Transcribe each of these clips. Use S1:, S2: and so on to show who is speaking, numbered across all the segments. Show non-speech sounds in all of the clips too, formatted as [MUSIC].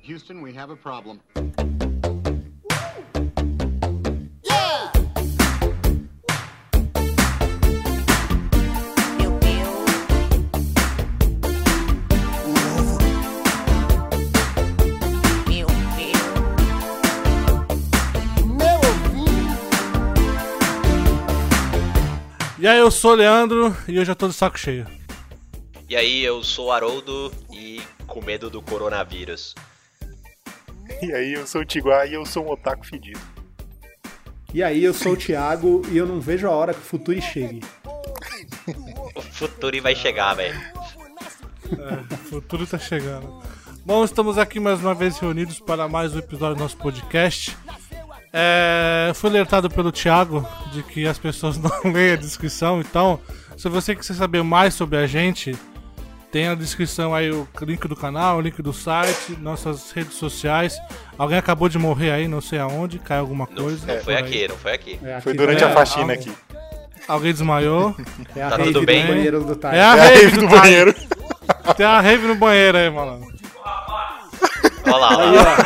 S1: Houston, we have a problem.
S2: Meu Deus. Meu Deus.
S3: E aí, eu sou o Leandro e eu já tô de saco cheio.
S4: E aí, eu sou o Haroldo e com medo do coronavírus.
S5: E aí, eu sou o Tiguá e eu sou um otaku fedido.
S6: E aí, eu sou o Thiago e eu não vejo a hora que o futuro chegue.
S4: O futuro vai chegar, velho.
S3: O futuro tá chegando. Bom, estamos aqui mais uma vez reunidos para mais um episódio do nosso podcast. É, eu fui alertado pelo Thiago de que as pessoas [LAUGHS] não leem a descrição, então, se você quiser saber mais sobre a gente, tem na descrição aí o link do canal, o link do site, nossas redes sociais. Alguém acabou de morrer aí, não sei aonde, caiu alguma
S4: Não,
S3: coisa.
S4: não
S3: por
S4: foi
S3: aí.
S4: aqui, não foi aqui.
S6: É,
S5: Foi
S6: aqui
S5: durante
S3: é,
S5: a
S3: algo.
S5: faxina aqui.
S3: Alguém desmaiou.
S6: É a
S4: Tá
S6: rave
S4: tudo
S6: do
S4: bem?
S6: banheiro do Thay.
S3: É [LAUGHS] a
S5: É a
S3: rave
S5: rave do
S3: do Thay.
S5: banheiro.
S3: Tem uma rave no banheiro aí, malandro.
S4: Olha lá, olha lá.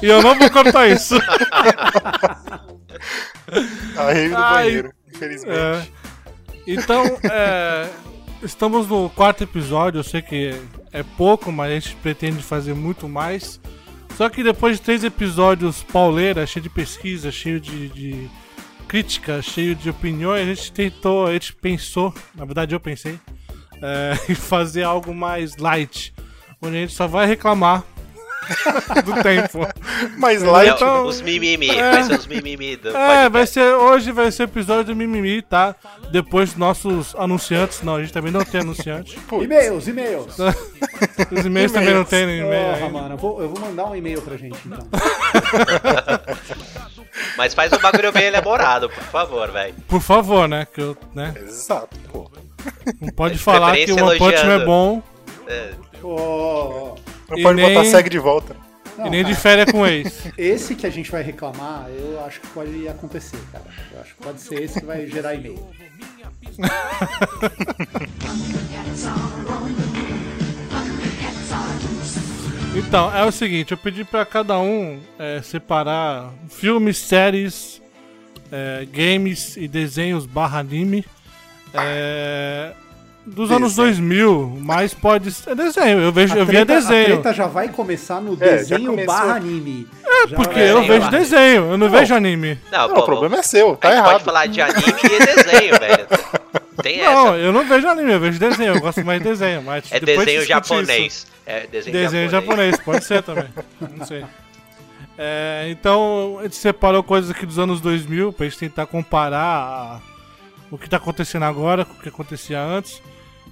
S3: E eu não vou cortar isso.
S5: A rave do
S3: Ai.
S5: banheiro, infelizmente.
S3: É. Então, é, estamos no quarto episódio. Eu sei que é pouco, mas a gente pretende fazer muito mais. Só que depois de três episódios pauleira, cheio de pesquisa, cheio de, de crítica, cheio de opiniões, a gente tentou, a gente pensou, na verdade eu pensei, é, [LAUGHS] em fazer algo mais light, onde a gente só vai reclamar [LAUGHS] do tempo.
S5: Mas
S4: É,
S5: lá
S3: Então-
S4: Os mimimi, vai ser os mimimi do
S3: É,
S4: podcast.
S3: vai ser, hoje vai ser o episódio do Mimimi, tá? Depois dos nossos anunciantes, não, a gente também não tem anunciante.
S6: E-mails, e-mails.
S3: Os e-mails também não tem nenhum e-mail.
S6: Porra,
S3: ainda.
S6: mano, eu vou, eu vou mandar um e-mail pra gente, então.
S4: Mas faz um bagulho bem elaborado, por favor, velho.
S3: Por favor, né? Que eu, né?
S5: Exato, pô.
S3: Não pode
S4: De
S3: falar que o
S4: preferência
S3: One Punch Man é
S4: elogiando.
S3: bom
S4: É,
S6: Ô, ô, ô.
S5: Não
S3: E
S5: pode
S3: nem-
S5: botar segue de volta.
S3: e
S6: Não,
S3: nem de
S6: cara,
S3: férias com ex.
S6: Esse que a gente vai reclamar, eu acho que pode acontecer, cara. Eu acho que pode ser esse que vai gerar e-mail.
S3: Então, é o seguinte, eu pedi pra cada um é, separar filmes, séries, é, games e desenhos barra anime é, dos anos 2000, mas pode... É desenho, eu, vejo, eu via
S6: Treta- A
S3: desenho.
S6: treta já vai começar no
S5: É, já
S6: desenho
S5: começou.
S6: barra anime.
S3: É,
S6: Já
S3: porque
S6: vai-
S3: eu
S4: desenho
S3: vejo
S4: lá.
S3: desenho, eu não, vejo anime.
S4: Não,
S5: Não,
S4: pô,
S5: o problema é seu, tá
S4: a gente
S5: errado.
S4: pode falar de anime e desenho, velho. Tem
S3: Não,
S4: essa.
S3: eu não vejo anime, eu vejo desenho, eu gosto mais de desenho. Mas
S4: É
S3: depois
S4: desenho
S3: discute isso.
S4: japonês. É desenho,
S3: Desenho japonês, pode ser também. Não sei. É, então, a gente separou coisas aqui dos anos 2000 pra gente tentar comparar a- o que tá acontecendo agora com o que acontecia antes.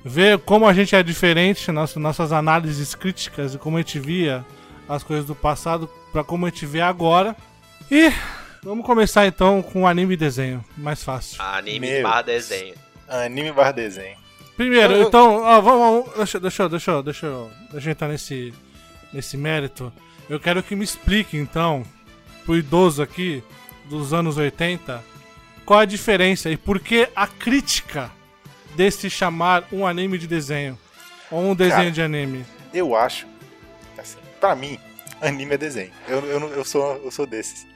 S3: Ver como a gente é diferente, nosso- nossas análises críticas e como a gente via as coisas do passado pra como a gente vê agora. E vamos começar então com anime e desenho, mais fácil.
S4: Anime
S5: Meu
S4: barra
S5: Deus.
S4: desenho.
S5: Anime barra desenho.
S3: Primeiro, então, ó, vamos, vamos- Deixa, eu- deixa, eu- deixa, eu- deixa, eu- deixa eu entrar nesse, nesse mérito. Eu quero que me explique, então, pro idoso aqui, dos anos 80, qual a diferença e por que a crítica desse chamar um anime de desenho. Ou um desenho
S5: Cara.
S3: de anime.
S5: Eu acho, assim, pra mim, anime é desenho. Eu, eu, não- eu sou, eu sou desses.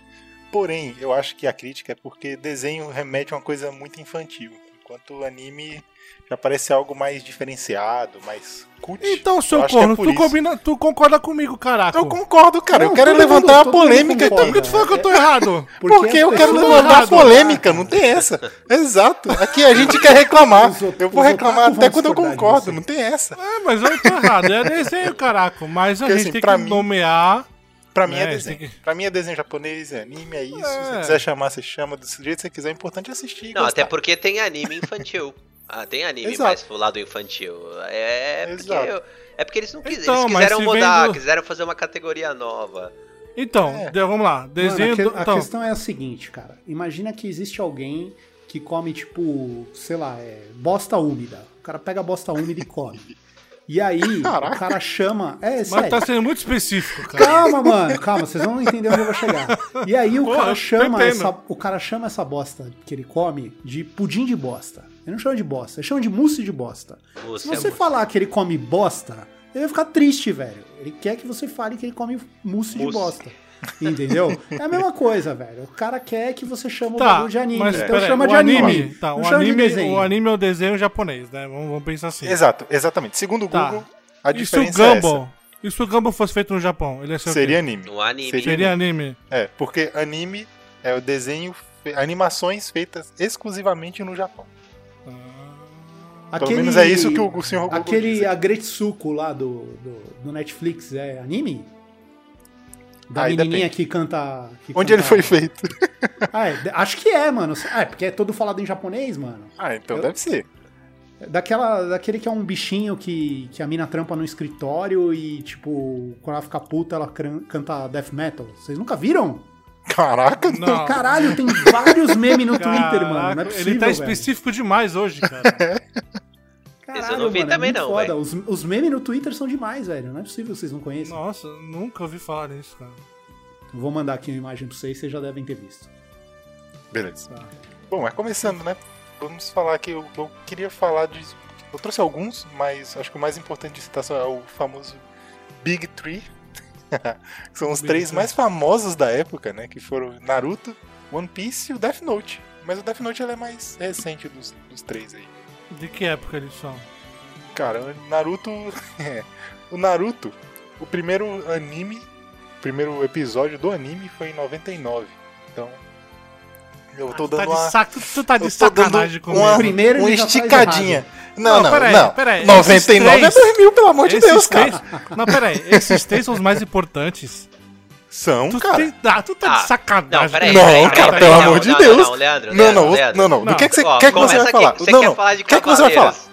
S5: Porém, eu acho que a crítica é porque desenho remete a uma coisa muito infantil. Enquanto anime já parece algo mais diferenciado, mais cult.
S3: Então, seu
S5: Eu acho que é
S3: corno,
S5: por
S3: tu,
S5: isso.
S3: combina, tu concorda comigo, caraca.
S5: Eu concordo, cara.
S6: Não,
S5: eu quero
S6: todo mundo-
S5: levantar
S6: todo
S5: a
S6: mundo
S5: polêmica Então,
S6: concorda.
S5: aqui.
S6: É,
S3: Por que tu falou que eu tô errado?
S5: Porque,
S6: as
S5: eu quero
S6: pessoas- né?
S5: levantar a
S3: errado,
S5: polêmica, não tem essa.
S6: [LAUGHS]
S5: Exato. Aqui a gente quer reclamar.
S6: Os outros-
S5: Eu vou
S6: os
S5: reclamar
S6: otaku
S5: até
S6: vão
S5: quando eu
S6: discordar de
S5: concordo,
S6: você.
S5: não tem essa.
S3: [LAUGHS] É, mas eu tô errado. É desenho, caraca. Mas a
S5: Porque,
S3: gente
S5: assim,
S3: tem
S5: pra
S3: que
S5: mim-
S3: nomear.
S5: Pra mim
S3: É,
S5: é,
S3: tem
S5: desenho.
S3: que-
S5: Pra mim é desenho japonês, é anime, é isso. Se
S3: É.
S5: você quiser chamar, você chama. Do jeito que você quiser, é importante assistir. e
S4: Não,
S5: gostar.
S4: até porque tem anime
S5: [LAUGHS]
S4: infantil. Ah, tem anime
S5: Exato.
S4: mais pro lado infantil. É porque,
S5: Exato.
S4: é porque eles não quis-
S3: Então,
S4: eles
S3: mas
S4: quiseram
S3: se
S4: mudar,
S3: vendo-
S4: quiseram fazer uma categoria nova.
S3: Então,
S5: É.
S3: de- vamos lá.
S6: Mano,
S3: Desenho
S6: a, que-
S3: do.
S6: a
S3: então,
S6: questão é a seguinte, cara. Imagina que existe alguém que come, tipo, sei lá, é, bosta úmida. O cara pega a bosta úmida e come. E aí, o cara chama. É,
S3: Mas
S6: sério.
S3: tá sendo muito específico, cara.
S6: Calma, mano, calma, vocês vão entender onde eu vou chegar. E aí o
S3: Pô, eu
S6: cara
S3: tô
S6: chama
S3: entendendo.
S6: essa, o cara chama essa bosta que ele come de pudim de bosta. Ele não chama de bosta, ele chama de mousse de bosta.
S4: Mousse
S6: Se
S4: é
S6: você
S4: mousse.
S6: falar que ele come bosta, Ele vai ficar triste, velho. Ele quer que você fale que ele come mousse, de
S4: Mousse.
S6: bosta. Entendeu? É a mesma coisa, velho. O cara quer que você chame o
S3: Tá,
S6: bagulho de anime.
S3: mas
S6: então
S3: peraí,
S6: chama
S3: o
S6: de anime.
S3: anime, tá,
S6: não
S3: o,
S6: chama de
S3: anime
S6: desenho.
S3: o anime é o desenho japonês, né? Vamos, vamos pensar assim.
S5: Exato, exatamente. Segundo o
S3: Tá.
S5: Google, a
S3: E se o
S5: diferença é essa.
S3: Gumball, e se o Gumball fosse feito no Japão, ele ia
S6: é
S3: ser
S5: Seria
S3: o
S5: anime.
S4: No anime.
S3: quê? Seria anime.
S5: É, porque anime é o desenho, fe- animações feitas exclusivamente no Japão.
S6: Aquele-
S5: Pelo menos é isso que o senhor Google diz. é
S6: Aquele Agretsuko lá do, do, do Netflix é anime? Da
S5: Aí
S6: menininha
S5: depende.
S6: que canta. que
S5: Ah, [LAUGHS] Onde ele
S6: canta-
S5: foi feito?
S6: Ah, é, de- acho que é, mano. Ah, é porque é todo falado em japonês, mano.
S5: Ah, então
S6: Eu-
S5: deve ser.
S6: Daquela, daquele que é um bichinho que, que a mina trampa no escritório e, tipo, quando ela fica puta, ela cran- canta death metal. Vocês nunca viram?
S5: Caraca, não.
S3: Não.
S6: Caralho, tem vários memes Então, no Twitter, mano. Não
S3: Caraca,
S6: é possível,
S3: ele tá
S6: velho.
S3: específico demais hoje,
S6: [LAUGHS]
S3: cara.
S6: Caralho,
S4: Esse eu não vi
S6: mano,
S4: também
S6: é muito
S4: não,
S6: foda.
S4: velho.
S6: Os, os memes no Twitter são demais, velho. Não é possível que vocês não conheçam.
S3: Nossa, nunca ouvi falar nisso, cara.
S6: Vou mandar aqui uma imagem pra vocês, vocês já devem ter visto.
S5: Beleza. Bom, mas começando, né? Vamos falar que eu, eu queria falar de. Eu trouxe alguns, mas acho que o mais importante de citação é o famoso Big Three. [LAUGHS] que são os
S3: Big
S5: três
S3: Three.
S5: mais famosos da época, né? Que foram Naruto, One Piece e o Death Note. Mas o Death Note ele é mais recente dos, dos três aí.
S3: De que época eles são?
S5: Cara, o Naruto. [LAUGHS] é, o Naruto, o primeiro anime, o primeiro episódio do anime foi em 99. Então. Eu tô
S3: tu, tá
S5: dando
S3: de
S5: uma.
S3: saco, tu tá
S5: eu
S3: de
S5: tô dando
S3: sacanagem comigo.
S5: uma,
S6: Primeiro
S5: uma
S6: ele já faz
S5: esticadinha.
S3: tá Não,
S5: Não, não, não.
S3: peraí, peraí.
S5: 99 é
S3: Esses três-
S5: 2000, pelo amor de Deus, cara.
S3: Três... Não, peraí, esses três são os mais importantes.
S5: São,
S3: Tu,
S5: cara.
S3: tem- ah, tu tá
S4: Ah,
S3: de sacanagem.
S4: não, peraí,
S5: Não,
S4: peraí, peraí,
S5: cara,
S4: peraí,
S5: pelo
S4: não,
S5: amor de
S4: não,
S5: Deus.
S4: Não, não, Leandro,
S5: não,
S4: Leandro,
S5: não,
S4: Leandro.
S5: não, não. Do
S3: Não.
S5: que, que você,
S4: Ó,
S5: que que você
S4: começa
S5: vai
S4: aqui,
S5: falar?
S4: Você
S5: não,
S4: quer
S5: não.
S4: falar de
S5: que, que você vai falar?
S4: Cavaleiros?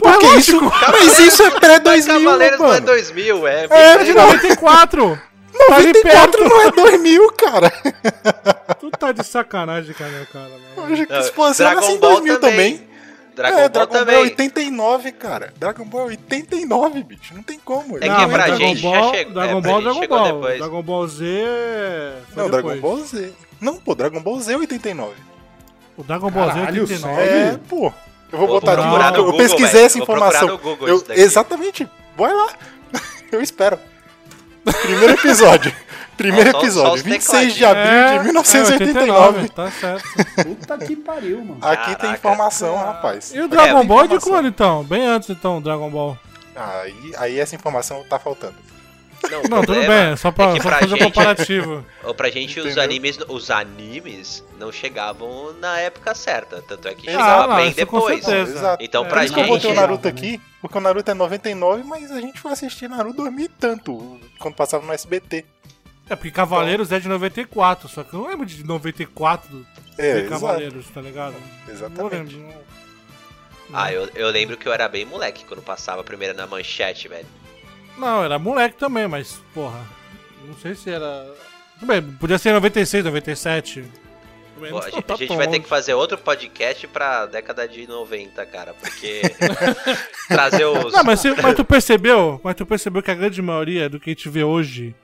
S5: Porque isso. Mas isso é pré-2000,
S4: Cavaleiros não é
S5: mano.
S4: 2000, é.
S5: É, de
S3: 94! tá ali
S5: 94 não é 2000, cara.
S3: perto. Tu tá de sacanagem, cara, cara. mano.
S5: Acho que
S4: Não,
S5: expansão nasce em 2000 também.
S4: Dragon Ball
S5: é, Dragon Ball é
S4: também.
S5: 89, cara. Dragon Ball é 89, bicho. Não tem como.
S4: É
S5: Não,
S4: que
S3: mas
S4: pra
S5: Dragon-
S4: gente já
S3: Ball,
S4: chegou-
S3: Dragon
S4: é, pra
S3: Ball,
S4: gente
S3: Dragon
S4: chegou
S3: Ball.
S4: depois.
S3: Dragon Ball Z. foi
S5: Não, Dragon
S3: depois.
S5: Ball Z. Não, pô, Dragon Ball Z é 89.
S3: O Dragon Ball Z é
S6: Caralho,
S3: 89.
S6: sério?
S5: É, pô. Eu vou
S4: Vou
S5: botar de novo.
S3: procurar no
S5: Eu
S4: Google,
S5: pesquisei
S4: velho.
S5: essa
S4: Vou procurar
S5: informação.
S4: no Google
S5: Eu-
S4: isso daqui.
S5: exatamente. Vai lá. [LAUGHS] Eu espero.
S4: [LAUGHS]
S5: Primeiro episódio. Primeiro
S4: Só- só os
S5: episódio. 26 de
S3: É,
S4: tecladinhos.
S5: abril de 1989.
S3: Tá
S5: [LAUGHS]
S3: certo.
S6: Puta que pariu, mano.
S5: Aqui tem
S4: Caraca.
S5: informação, rapaz.
S3: E o Dragon
S4: É,
S3: Ball é de
S5: informação.
S3: quando então? Bem antes então, Dragon
S4: [LAUGHS]
S3: Ball.
S5: Aí, aí essa informação tá faltando.
S4: Não,
S3: Não, tudo bem, é só pra, só pra fazer um
S4: [LAUGHS]
S3: comparativo.
S4: Ou pra gente os
S5: Entendeu?
S4: animes, os animes não chegavam na época certa, tanto é que
S5: Ah,
S4: chegava
S3: não,
S4: bem
S3: isso com
S4: depois.
S3: certeza.
S5: Exato.
S4: Então
S3: É,
S5: Por
S4: pra
S5: isso que eu
S4: gente,
S5: botei o
S6: Chegava,
S5: Naruto
S6: né?
S5: aqui, porque o Naruto é 99, mas a gente foi assistir Naruto 2000 e tanto, quando passava no SBT.
S3: É porque Cavaleiros é de 94, só que eu não lembro de 94 do
S5: É,
S3: de
S5: exato,
S3: Cavaleiros, tá ligado? Não
S5: exatamente.
S3: lembro. não.
S4: ah,
S3: Né?
S4: eu, eu lembro que eu era bem moleque quando passava a primeira na manchete, velho.
S3: Não, era moleque também, mas, porra. Não sei se era. Tudo bem, podia ser 96, 97. Tudo bem,
S4: Pô,
S3: não
S4: a gente,
S3: tá
S4: a gente
S3: tão
S4: vai ter
S3: longe.
S4: que fazer outro podcast pra década de 90, cara,
S3: [LAUGHS]
S4: porque trazer os
S3: Não, mas, você- mas tu percebeu? Mas tu percebeu que a grande maioria do que a gente vê hoje,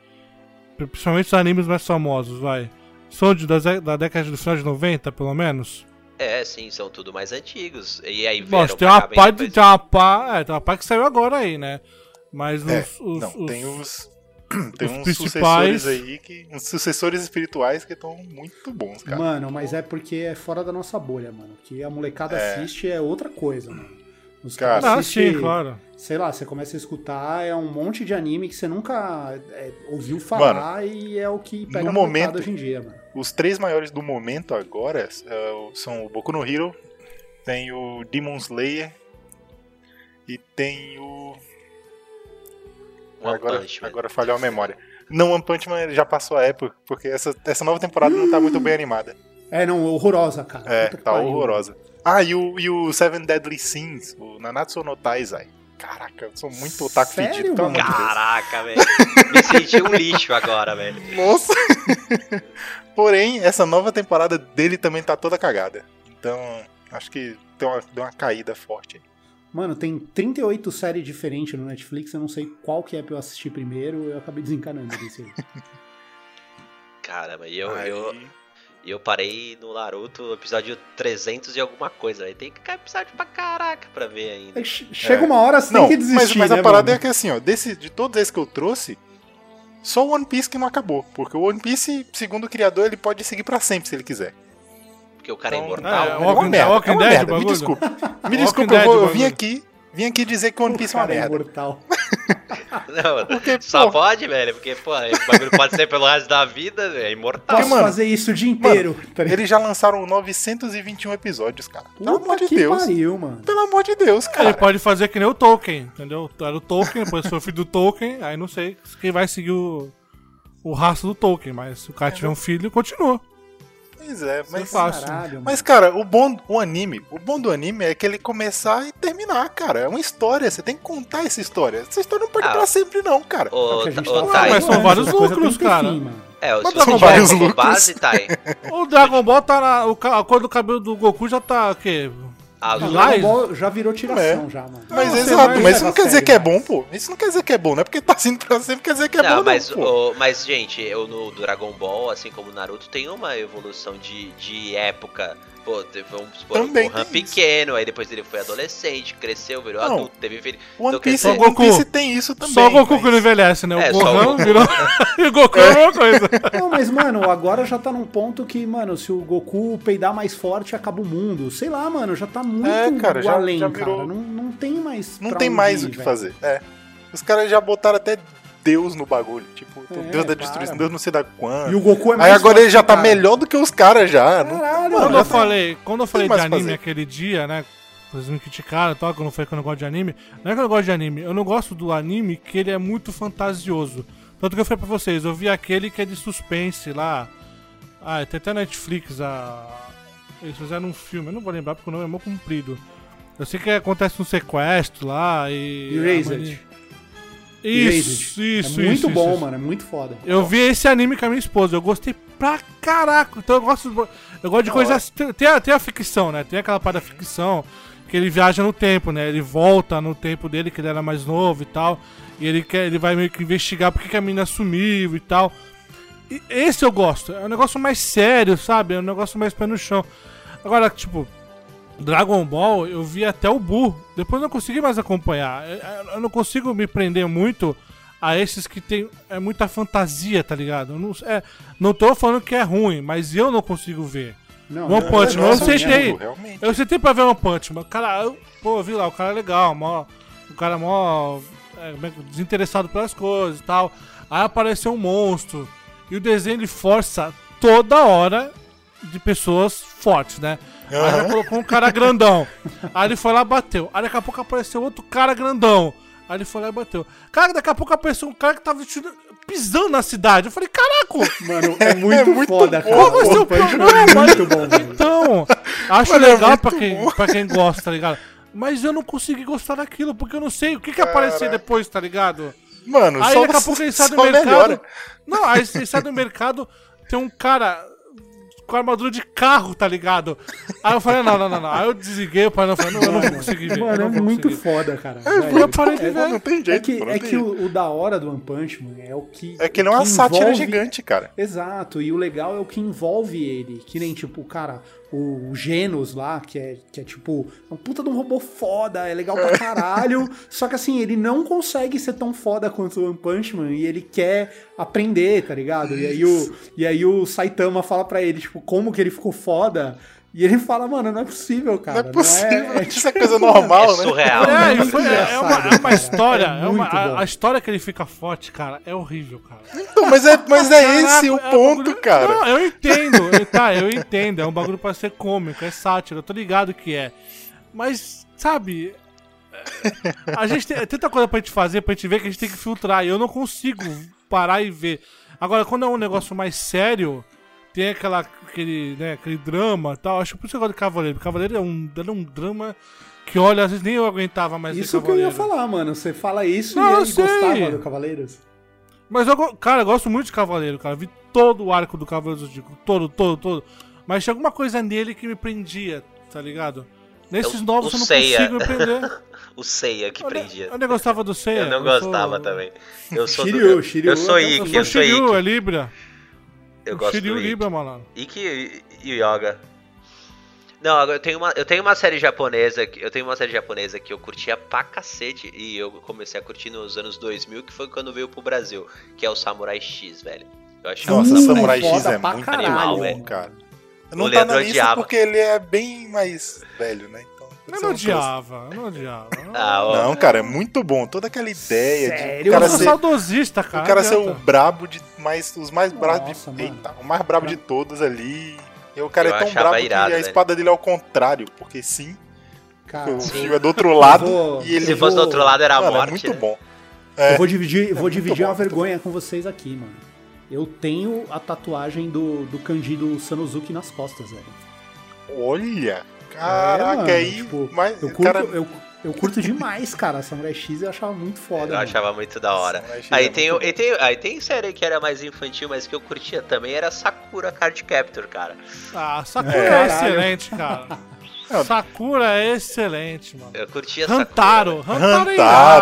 S3: principalmente os animes mais famosos, vai, são de, das- da década do final de 90, pelo menos?
S4: É, sim, são tudo mais antigos. E aí, vieram
S3: Nossa, tem
S4: pra
S3: uma
S4: cá bem
S3: pá de.
S4: depois.
S3: Tem uma pá, é, tem uma pá que saiu agora aí, né? Mas os.
S5: É,
S3: os-
S5: Não,
S3: os-
S5: tem os. Tem
S3: os
S5: uns
S3: principais-
S5: sucessores aí que. Uns sucessores espirituais que estão muito bons, cara.
S6: Mano, mas é porque é fora da nossa bolha, mano. Que a molecada
S5: É.
S6: assiste é outra coisa, mano. Os
S5: Cara,
S3: Ah,
S6: assistem-
S3: sim, claro.
S6: Sei lá, você começa a escutar, é um monte de anime que você nunca é, ouviu falar e é o que pega
S5: no
S6: a molecada
S5: momento-
S6: hoje em dia, mano.
S5: Os três maiores do momento agora é, o- são o Boku no Hero, tem o Demon Slayer e tem o.
S4: One
S5: agora,
S4: um Punch Man.
S5: agora falhou a memória. Não, One Punch Man já passou a época, porque essa, essa nova temporada não tá muito bem animada.
S6: É, não, horrorosa, cara.
S5: É,
S6: Puta que
S5: tá
S6: pariu.
S5: horrorosa. Ah, e o, e o Seven Deadly Sins, o Nanatsu no Taizai. Caraca, eu sou é muito otaku
S6: Sério,
S5: fedido, pelo amor de
S6: mano?
S5: Deus.
S4: Caraca, velho. Me senti um lixo agora, velho.
S5: Nossa! [LAUGHS] Porém, essa nova temporada dele também tá toda cagada. Então, acho que deu uma, deu uma caída forte. aí.
S6: Mano, tem 38 séries diferentes no Netflix, eu não sei qual que é pra eu
S5: [LAUGHS]
S6: assistir primeiro, eu acabei desencanando disso aí.
S4: Caramba, e eu,
S5: Aí,
S4: eu, E eu parei no Naruto, episódio 300 e alguma coisa. Aí tem que ficar episódio pra caraca pra ver ainda.
S6: É, che- Chega uma hora, você tem
S5: Não,
S6: que desistir,
S5: mas, mas
S6: né,
S5: a parada
S6: mano?
S5: é que assim, ó, desse, de todos esses que eu trouxe, só o One Piece que não acabou. Porque o One Piece, segundo o criador, ele pode seguir pra sempre se ele quiser.
S4: Porque o cara é
S3: Então,
S4: imortal.
S3: é,
S5: É
S3: o-
S5: uma
S3: Walking-
S5: merda,
S3: Walking
S5: é uma
S3: Dead o
S5: merda, me
S3: bagulho? [LAUGHS]
S5: desculpa. Me
S3: Walking
S5: desculpa, eu,
S3: Dead
S5: vou-
S3: o
S5: eu vim
S3: bagulho.
S5: aqui, vim aqui dizer que o One Piece é uma
S6: Cara,
S5: merda.
S6: imortal.
S4: Não,
S5: Porque,
S4: só
S5: pô-
S4: pode, velho. Porque, pô, o bagulho pode ser pelo resto da vida, velho, é imortal.
S6: Posso
S5: mano,
S6: fazer isso o dia inteiro. tá ligado?
S5: Eles já lançaram 921 episódios, cara. Pelo
S6: Puta
S5: amor de
S6: que
S5: Deus.
S6: pariu, mano.
S5: Pelo amor de Deus,
S3: Ele
S5: cara.
S3: pode fazer que nem o Tolkien, entendeu? Era o Tolkien, depois foi o filho do Tolkien, aí não sei quem vai seguir o, o rastro do Tolkien, mas se o cara tiver um filho, continua.
S5: Pois é, mas.
S3: fala. fácil.
S6: Caralho, mano.
S5: Mas, cara, o bom o anime, o bom do anime é que ele começar e terminar, cara. É uma história, você tem que contar essa história. Essa história não pode ir
S4: Ah.
S5: pra sempre, não, cara.
S6: É o
S4: Ô,
S6: que a
S4: tá-
S6: gente
S4: ô,
S6: tá
S4: Thay,
S3: mas
S6: falando,
S3: são vários
S6: essas coisas
S3: lucros,
S6: tem que ter
S3: cara.
S6: fim, mano.
S4: é, se
S5: Mas
S4: você
S5: são
S4: tiver
S5: vários
S4: como
S5: lucros.
S4: base, tá Thay,
S3: O Dragon Ball tá na. O, ca- a cor do cabelo do Goku já tá o quê?
S4: a
S6: Não,
S4: luz
S3: Lá-
S6: Dragon Ball já virou tiração, já, mano.
S5: É. Mas
S3: Não, você
S5: exato,
S3: vai
S5: mas isso não
S6: levar
S5: quer dizer
S6: a sério,
S5: que é
S6: cara.
S5: bom, pô. Isso não quer dizer que é bom, não é porque tá sendo pra sempre, quer dizer que é bom,
S4: não, mas,
S5: não, pô.
S4: o- mas gente, eu no Dragon Ball, assim como o Naruto, tem uma evolução de, de época. Pô, teve, vamos supor,
S5: Também
S4: o Gohan
S5: tem isso.
S4: pequeno, aí depois ele foi adolescente, cresceu, virou
S5: Não.
S4: adulto, teve filho.
S5: O One
S4: Então, quer
S5: Piece, é-
S4: dizer-
S5: One
S3: Goku.
S5: Piece tem isso também.
S3: só o Goku que
S5: mas-
S3: não envelhece, né? O
S4: É, só o
S3: Gohan
S4: Goku.
S3: virou. [LAUGHS] e o Goku é a mesma coisa.
S6: Não, mas, mano, agora já tá num ponto que, mano, se o Goku peidar mais forte, acaba o mundo. Sei lá, mano, já tá muito
S5: É, cara, já-
S6: além,
S5: já virou-
S6: cara. Não, não tem mais.
S5: Não
S6: pra um
S5: tem
S6: onde
S5: mais
S6: ir,
S5: o que
S6: velho.
S5: fazer. É. Os caras já botaram até Deus no bagulho. Tipo, o
S6: É,
S5: Deus da
S6: para,
S5: destruição,
S6: mano.
S5: Deus não sei da quanto.
S6: E o Goku é
S5: Aí
S6: mais
S5: agora
S6: forte
S5: ele já
S6: que o
S5: tá
S6: cara.
S5: melhor né? do que os caras já. Não-
S6: Caralho,
S3: Quando
S6: mano.
S3: eu falei, quando eu falei de
S5: mais o que
S3: anime
S5: fazer.
S3: aquele dia, né? Vocês me criticaram e tal, que eu não falei que eu não gosto de anime. Não é que eu não gosto de anime, eu não gosto do anime que ele é muito fantasioso. Tanto que eu falei pra vocês, eu vi aquele que é de suspense lá. Ah, tem até Netflix, a... eles fizeram um filme, eu não vou lembrar porque o nome é mó comprido. Eu sei que acontece um sequestro lá e. a
S6: Erased.
S3: mania- Isso,
S6: Erased.
S3: isso,
S6: É muito
S3: isso,
S6: bom,
S3: isso.
S6: mano. É muito foda.
S3: Eu vi esse anime com a minha esposa, eu gostei pra caraca. Então eu gosto, eu gosto de coisas. Tem, tem a, tem a ficção, né? Tem aquela parte da ficção que ele viaja no tempo, né? Ele volta no tempo dele, que ele era mais novo e tal. E ele, quer, ele vai meio que investigar por que que a menina sumiu e tal. E esse eu gosto. É um negócio mais sério, sabe? É um negócio mais pé no chão. Agora, tipo, Dragon Ball, eu vi até o Buu. Depois eu não consegui mais acompanhar. Eu- Eu, eu não consigo me prender muito a esses que tem é muita fantasia, tá ligado? Eu não, é, não tô falando que é ruim, mas eu não consigo ver.
S6: Não, é
S3: One
S6: não,
S3: Punch Man,
S6: não,
S3: eu
S6: não,
S3: sentei.
S5: não, realmente.
S3: Eu sentei pra ver One Punch Man. Cara, eu, pô, eu vi lá, o cara é legal, mó, o cara é mó é, como é que- desinteressado pelas coisas e tal. Aí apareceu um monstro. E o desenho ele força toda hora de pessoas fortes, né? Aí já colocou um cara grandão. Aí ele foi lá e bateu. Aí daqui a pouco apareceu outro cara grandão. Aí ele foi lá e bateu. Cara, daqui a pouco apareceu um cara que tava vestido- pisando na cidade. Eu falei, caraca!
S6: Mano,
S5: [LAUGHS]
S6: é muito,
S5: muito
S6: foda,
S5: bom.
S6: cara.
S5: Qual vai
S3: ser o
S6: One Punch Man
S3: problema?
S6: é muito bom, mano.
S3: [LAUGHS] Então, acho
S5: Mano, é
S3: legal
S5: muito
S3: pra, quem,
S5: bom.
S3: pra quem gosta, tá ligado? [LAUGHS] Mas eu não consegui gostar daquilo, porque eu não sei o que, que aparecer
S5: Caraca.
S3: depois, tá ligado?
S5: Mano,
S3: Aí
S5: só, um
S3: daqui a pouco ele sai do
S5: só
S3: mercado.
S5: melhora.
S3: Não, aí ele sai do mercado, tem um cara com armadura de carro, tá ligado? Aí eu falei, não, não, não, não. Aí eu desliguei, o pai não falou, não, eu não vou conseguir ver. eu
S6: Mano,
S3: não
S6: é
S3: vou
S6: muito
S3: conseguir.
S6: foda, cara.
S3: Aí eu
S6: velho.
S3: parei de
S5: Não,
S3: ver.
S5: não tem
S6: É
S5: jeito,
S6: que,
S5: pô, não
S6: é
S5: tem
S6: que
S5: jeito.
S6: o, o da hora do One Punch Man é o que.
S5: É que ele é uma
S6: que
S5: sátira
S6: envolve-
S5: gigante, cara.
S6: Exato, e o legal é o que envolve ele. Que nem, tipo, cara, o Genos lá, que é, que é tipo, é um puta de um robô foda, é
S5: [LAUGHS]
S6: legal pra caralho. só que assim, ele não consegue ser tão foda quanto o One Punch Man e ele quer aprender, tá ligado? E aí, o, e aí o Saitama fala pra ele, tipo, como que ele ficou foda. E ele fala, mano, não é possível, cara.
S5: não é possível, [LAUGHS]
S6: é-
S5: isso é
S6: [LAUGHS]
S5: coisa normal,
S4: é
S5: né?
S4: surreal.
S6: Não,
S3: É,
S6: muito
S3: e foi- é, é uma,
S6: engraçado,
S3: é uma
S6: cara.
S3: história,
S6: É
S3: é uma-
S6: muito bom.
S3: a, a história que ele fica forte, cara, é horrível, cara.
S5: Então, mas é, mas é
S3: Caraca,
S5: esse o
S3: é um
S5: ponto,
S3: bagulho-
S5: cara.
S3: Não, eu entendo. eu- Tá, eu entendo. É um bagulho pra ser cômico, é sátira, eu tô ligado que é. Mas, sabe. é, A gente tem é tanta coisa pra gente fazer, pra gente ver, que a gente tem que filtrar. E eu não consigo parar e ver. Agora, quando é um negócio mais sério, tem aquela, aquele, né, aquele drama e tal. Acho que por isso que eu gosto de Cavaleiro. Cavaleiro é um, era um drama que, olha, às vezes nem eu aguentava mais ver
S6: Isso que eu ia
S3: Cavaleiro. né?
S6: falar, mano. Você fala isso
S3: Não,
S6: e
S3: eu
S6: ele
S3: sei.
S6: gostava do Cavaleiros?
S3: Mas eu, go- cara, eu gosto muito de Cavaleiro, cara. Eu vi todo o arco do Cavaleiro do Zodíaco. Todo, todo, todo. Mas tinha alguma coisa nele que me prendia, tá ligado? Nesses
S4: Eu-
S3: novos
S4: o
S3: eu não
S4: Seiya.
S3: consigo me prender.
S4: O Seiya [LAUGHS] que
S3: Eu, ne-
S4: prendia.
S3: eu nem gostava do Seiya.
S4: Eu não
S3: sou-
S4: gostava também. Eu sou do-
S6: Shiryu,
S4: eu-
S6: Shiryu, é um
S4: Eu sou [LAUGHS]
S6: eu-
S3: Eu
S6: eu
S4: Ikki,
S3: sou
S4: eu sou
S3: Shiryu,
S4: Ikki.
S3: é Libra.
S4: Eu
S3: o
S4: gosto
S3: Shiryu
S4: do Ikki.
S3: Riba, malandro.
S4: Ikki e e Yoga. Não, agora eu tenho uma, eu tenho uma série japonesa, que- eu tenho uma série japonesa que eu curtia pra cacete e eu comecei a curtir nos anos 2000, que foi quando veio pro Brasil, que é o Samurai X, velho. Eu achava
S5: Nossa,
S6: Hum,
S5: Samurai
S6: é foda
S5: X é
S6: pra
S5: muito
S6: caralho.
S5: animal,
S4: velho.
S5: cara.
S4: O
S5: Não tá
S4: Leandro
S5: na lista
S4: odiava.
S5: porque ele é bem mais velho, né? Então,
S3: Eu
S5: são
S3: não
S5: aquelas-
S3: odiava, eu não
S5: [LAUGHS]
S3: odiava.
S4: Ah, ó.
S5: Não, cara, é muito bom. Toda aquela ideia de
S6: Sério?
S5: o
S3: eu
S5: cara
S3: sou
S5: ser,
S3: saudosista, cara.
S5: o cara
S3: não
S5: ser um- o
S3: adianta.
S5: brabo de mais os mais bravos
S6: Nossa,
S5: de,
S6: mano.
S5: eita, o mais brabo de todos ali. E o cara
S4: Eu
S5: é tão
S4: achava
S5: brabo que
S4: irado,
S5: a
S4: velho.
S5: espada dele é ao contrário, porque sim,
S6: Cara,
S5: o
S4: sim.
S5: fio é do outro lado
S6: Ah, vou-
S5: e ele é
S4: Se fosse do outro lado era a
S5: Mano,
S4: morte.
S5: é muito
S4: né?
S5: bom.
S6: eu vou dividir, vou
S5: muito
S6: dividir
S5: bom,
S6: uma
S5: muito
S6: vergonha com vocês aqui, mano. Eu tenho a tatuagem do, do Candido Sanosuke nas costas, velho.
S5: Olha,
S6: É,
S5: caraca,
S6: mano,
S5: aí,
S6: tipo,
S5: mas
S6: Eu
S5: o
S6: curto,
S5: cara
S6: eu, eu curto demais, cara. Samurai X eu achava muito foda.
S4: Eu
S6: mano.
S4: achava muito da hora.
S5: Samurai X
S4: Aí
S5: né? é
S4: tem,
S5: muito
S4: o- e tem- aí tem série que era mais infantil, mas que eu curtia também, era Sakura Card Captor, cara.
S3: Ah, Sakura
S5: É.
S3: é,
S6: Caralho.
S3: excelente,
S5: [LAUGHS]
S3: cara. Sakura é excelente, mano.
S4: Eu curtia
S3: Hantaro,
S4: Sakura.
S3: Hantaro, é
S5: Hantaro,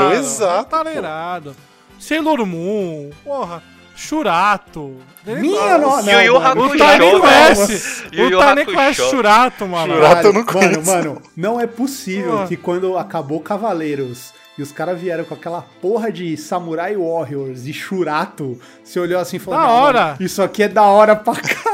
S3: irado,
S5: exato,
S3: Hantaro é
S5: pô.
S3: irado. Sailor Moon, porra, Shurato.
S6: Minha nossa.
S4: Yu Yu
S6: não, mano.
S3: O
S4: Hakusho,
S3: Tainé
S4: velho.
S3: conhece.
S4: Yu Yu
S3: O Tainé
S4: Hakusho.
S3: conhece Shurato, mano.
S5: Shurato. Prato eu não
S6: mano,
S5: conheço.
S6: mano, não é possível
S3: Porra.
S6: que quando acabou Cavaleiros e os caras vieram com aquela porra de Samurai Warriors e Shurato, você olhou assim e falou:
S3: Da
S6: "Não, mano,
S3: hora."
S6: isso aqui é da hora pra caralho.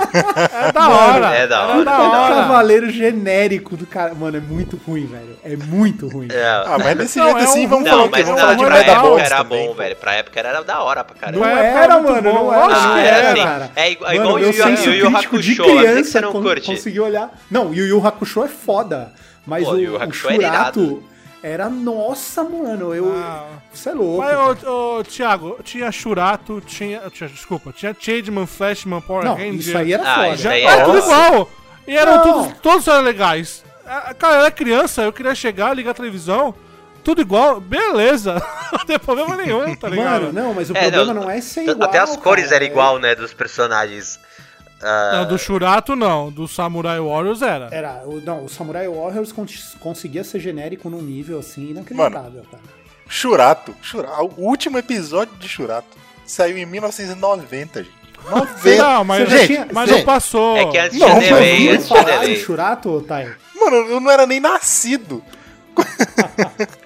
S3: É da hora.
S4: É da
S3: É
S4: hora,
S3: da
S4: é da
S6: É um
S3: hora.
S6: cavaleiro genérico do cara. Mano, é muito ruim, velho. É muito ruim.
S4: É.
S5: Ah, mas desse
S3: Não,
S5: jeito
S3: é
S5: assim,
S3: um-
S5: vamos
S3: Não,
S5: falar o
S4: Não,
S5: quê?
S4: mas
S5: Vamos
S4: não,
S5: falar de
S4: pra
S5: Mega
S4: época
S5: Box
S4: era
S5: também,
S4: bom,
S5: pô.
S4: velho. Pra época era da hora pra caralho.
S6: Não é,
S3: Na época
S6: era,
S3: era muito
S6: mano,
S3: bom,
S6: não
S3: lógico que
S6: era,
S4: Ah, era,
S3: era.
S6: cara.
S4: É igual- é
S6: mano,
S4: igual
S6: meu
S4: o Yu-
S6: senso
S4: Yu Yu
S6: crítico de
S4: Hakusho, eu sei que
S6: criança
S4: você não
S6: con-
S4: curte.
S6: conseguiu olhar. Não, Yu Yu Hakusho é foda, mas
S4: Pô,
S6: o,
S4: Yu Yu
S6: o
S4: Hakusho era irado.
S6: Shurato era, nossa, mano, eu...
S3: Ah.
S6: Você é louco.
S3: Mas,
S6: cara.
S3: ô, ô, Thiago, tinha Shurato, tinha, tinha- Desculpa, tinha Changeman, Flashman, Power
S6: Não,
S3: Ranger.
S6: isso aí era
S4: Ah,
S6: foda.
S4: isso aí
S3: Era tudo
S4: Nossa.
S3: igual. E eram
S6: Não.
S3: todos, todos eram legais. Ah, Cara, eu era criança, eu queria chegar, ligar a televisão, tudo igual, beleza. [LAUGHS] Não tem problema nenhum, tá ligado?
S6: Mano, não, mas o
S4: É,
S6: problema não, é ser igual.
S4: Até as cores
S6: cara, É,
S4: eram igual, né? Dos personagens.
S3: Não, do Shurato não, do Samurai Warriors era.
S6: Era, o- não, o Samurai Warriors cons- conseguia ser genérico num nível assim inacreditável, cara.
S5: Churato. Chura- O último episódio de Churato saiu em 1990, gente. 90.
S3: não, mas,
S6: já
S5: gente,
S6: tinha-
S3: mas
S5: gente,
S3: não passou.
S4: É que antes
S5: Não,
S4: tinha
S5: mas
S4: delay,
S5: não
S4: antes tinha
S6: falar de
S4: delay.
S6: Shurato, Thay?
S5: Mano, eu não era nem nascido [LAUGHS]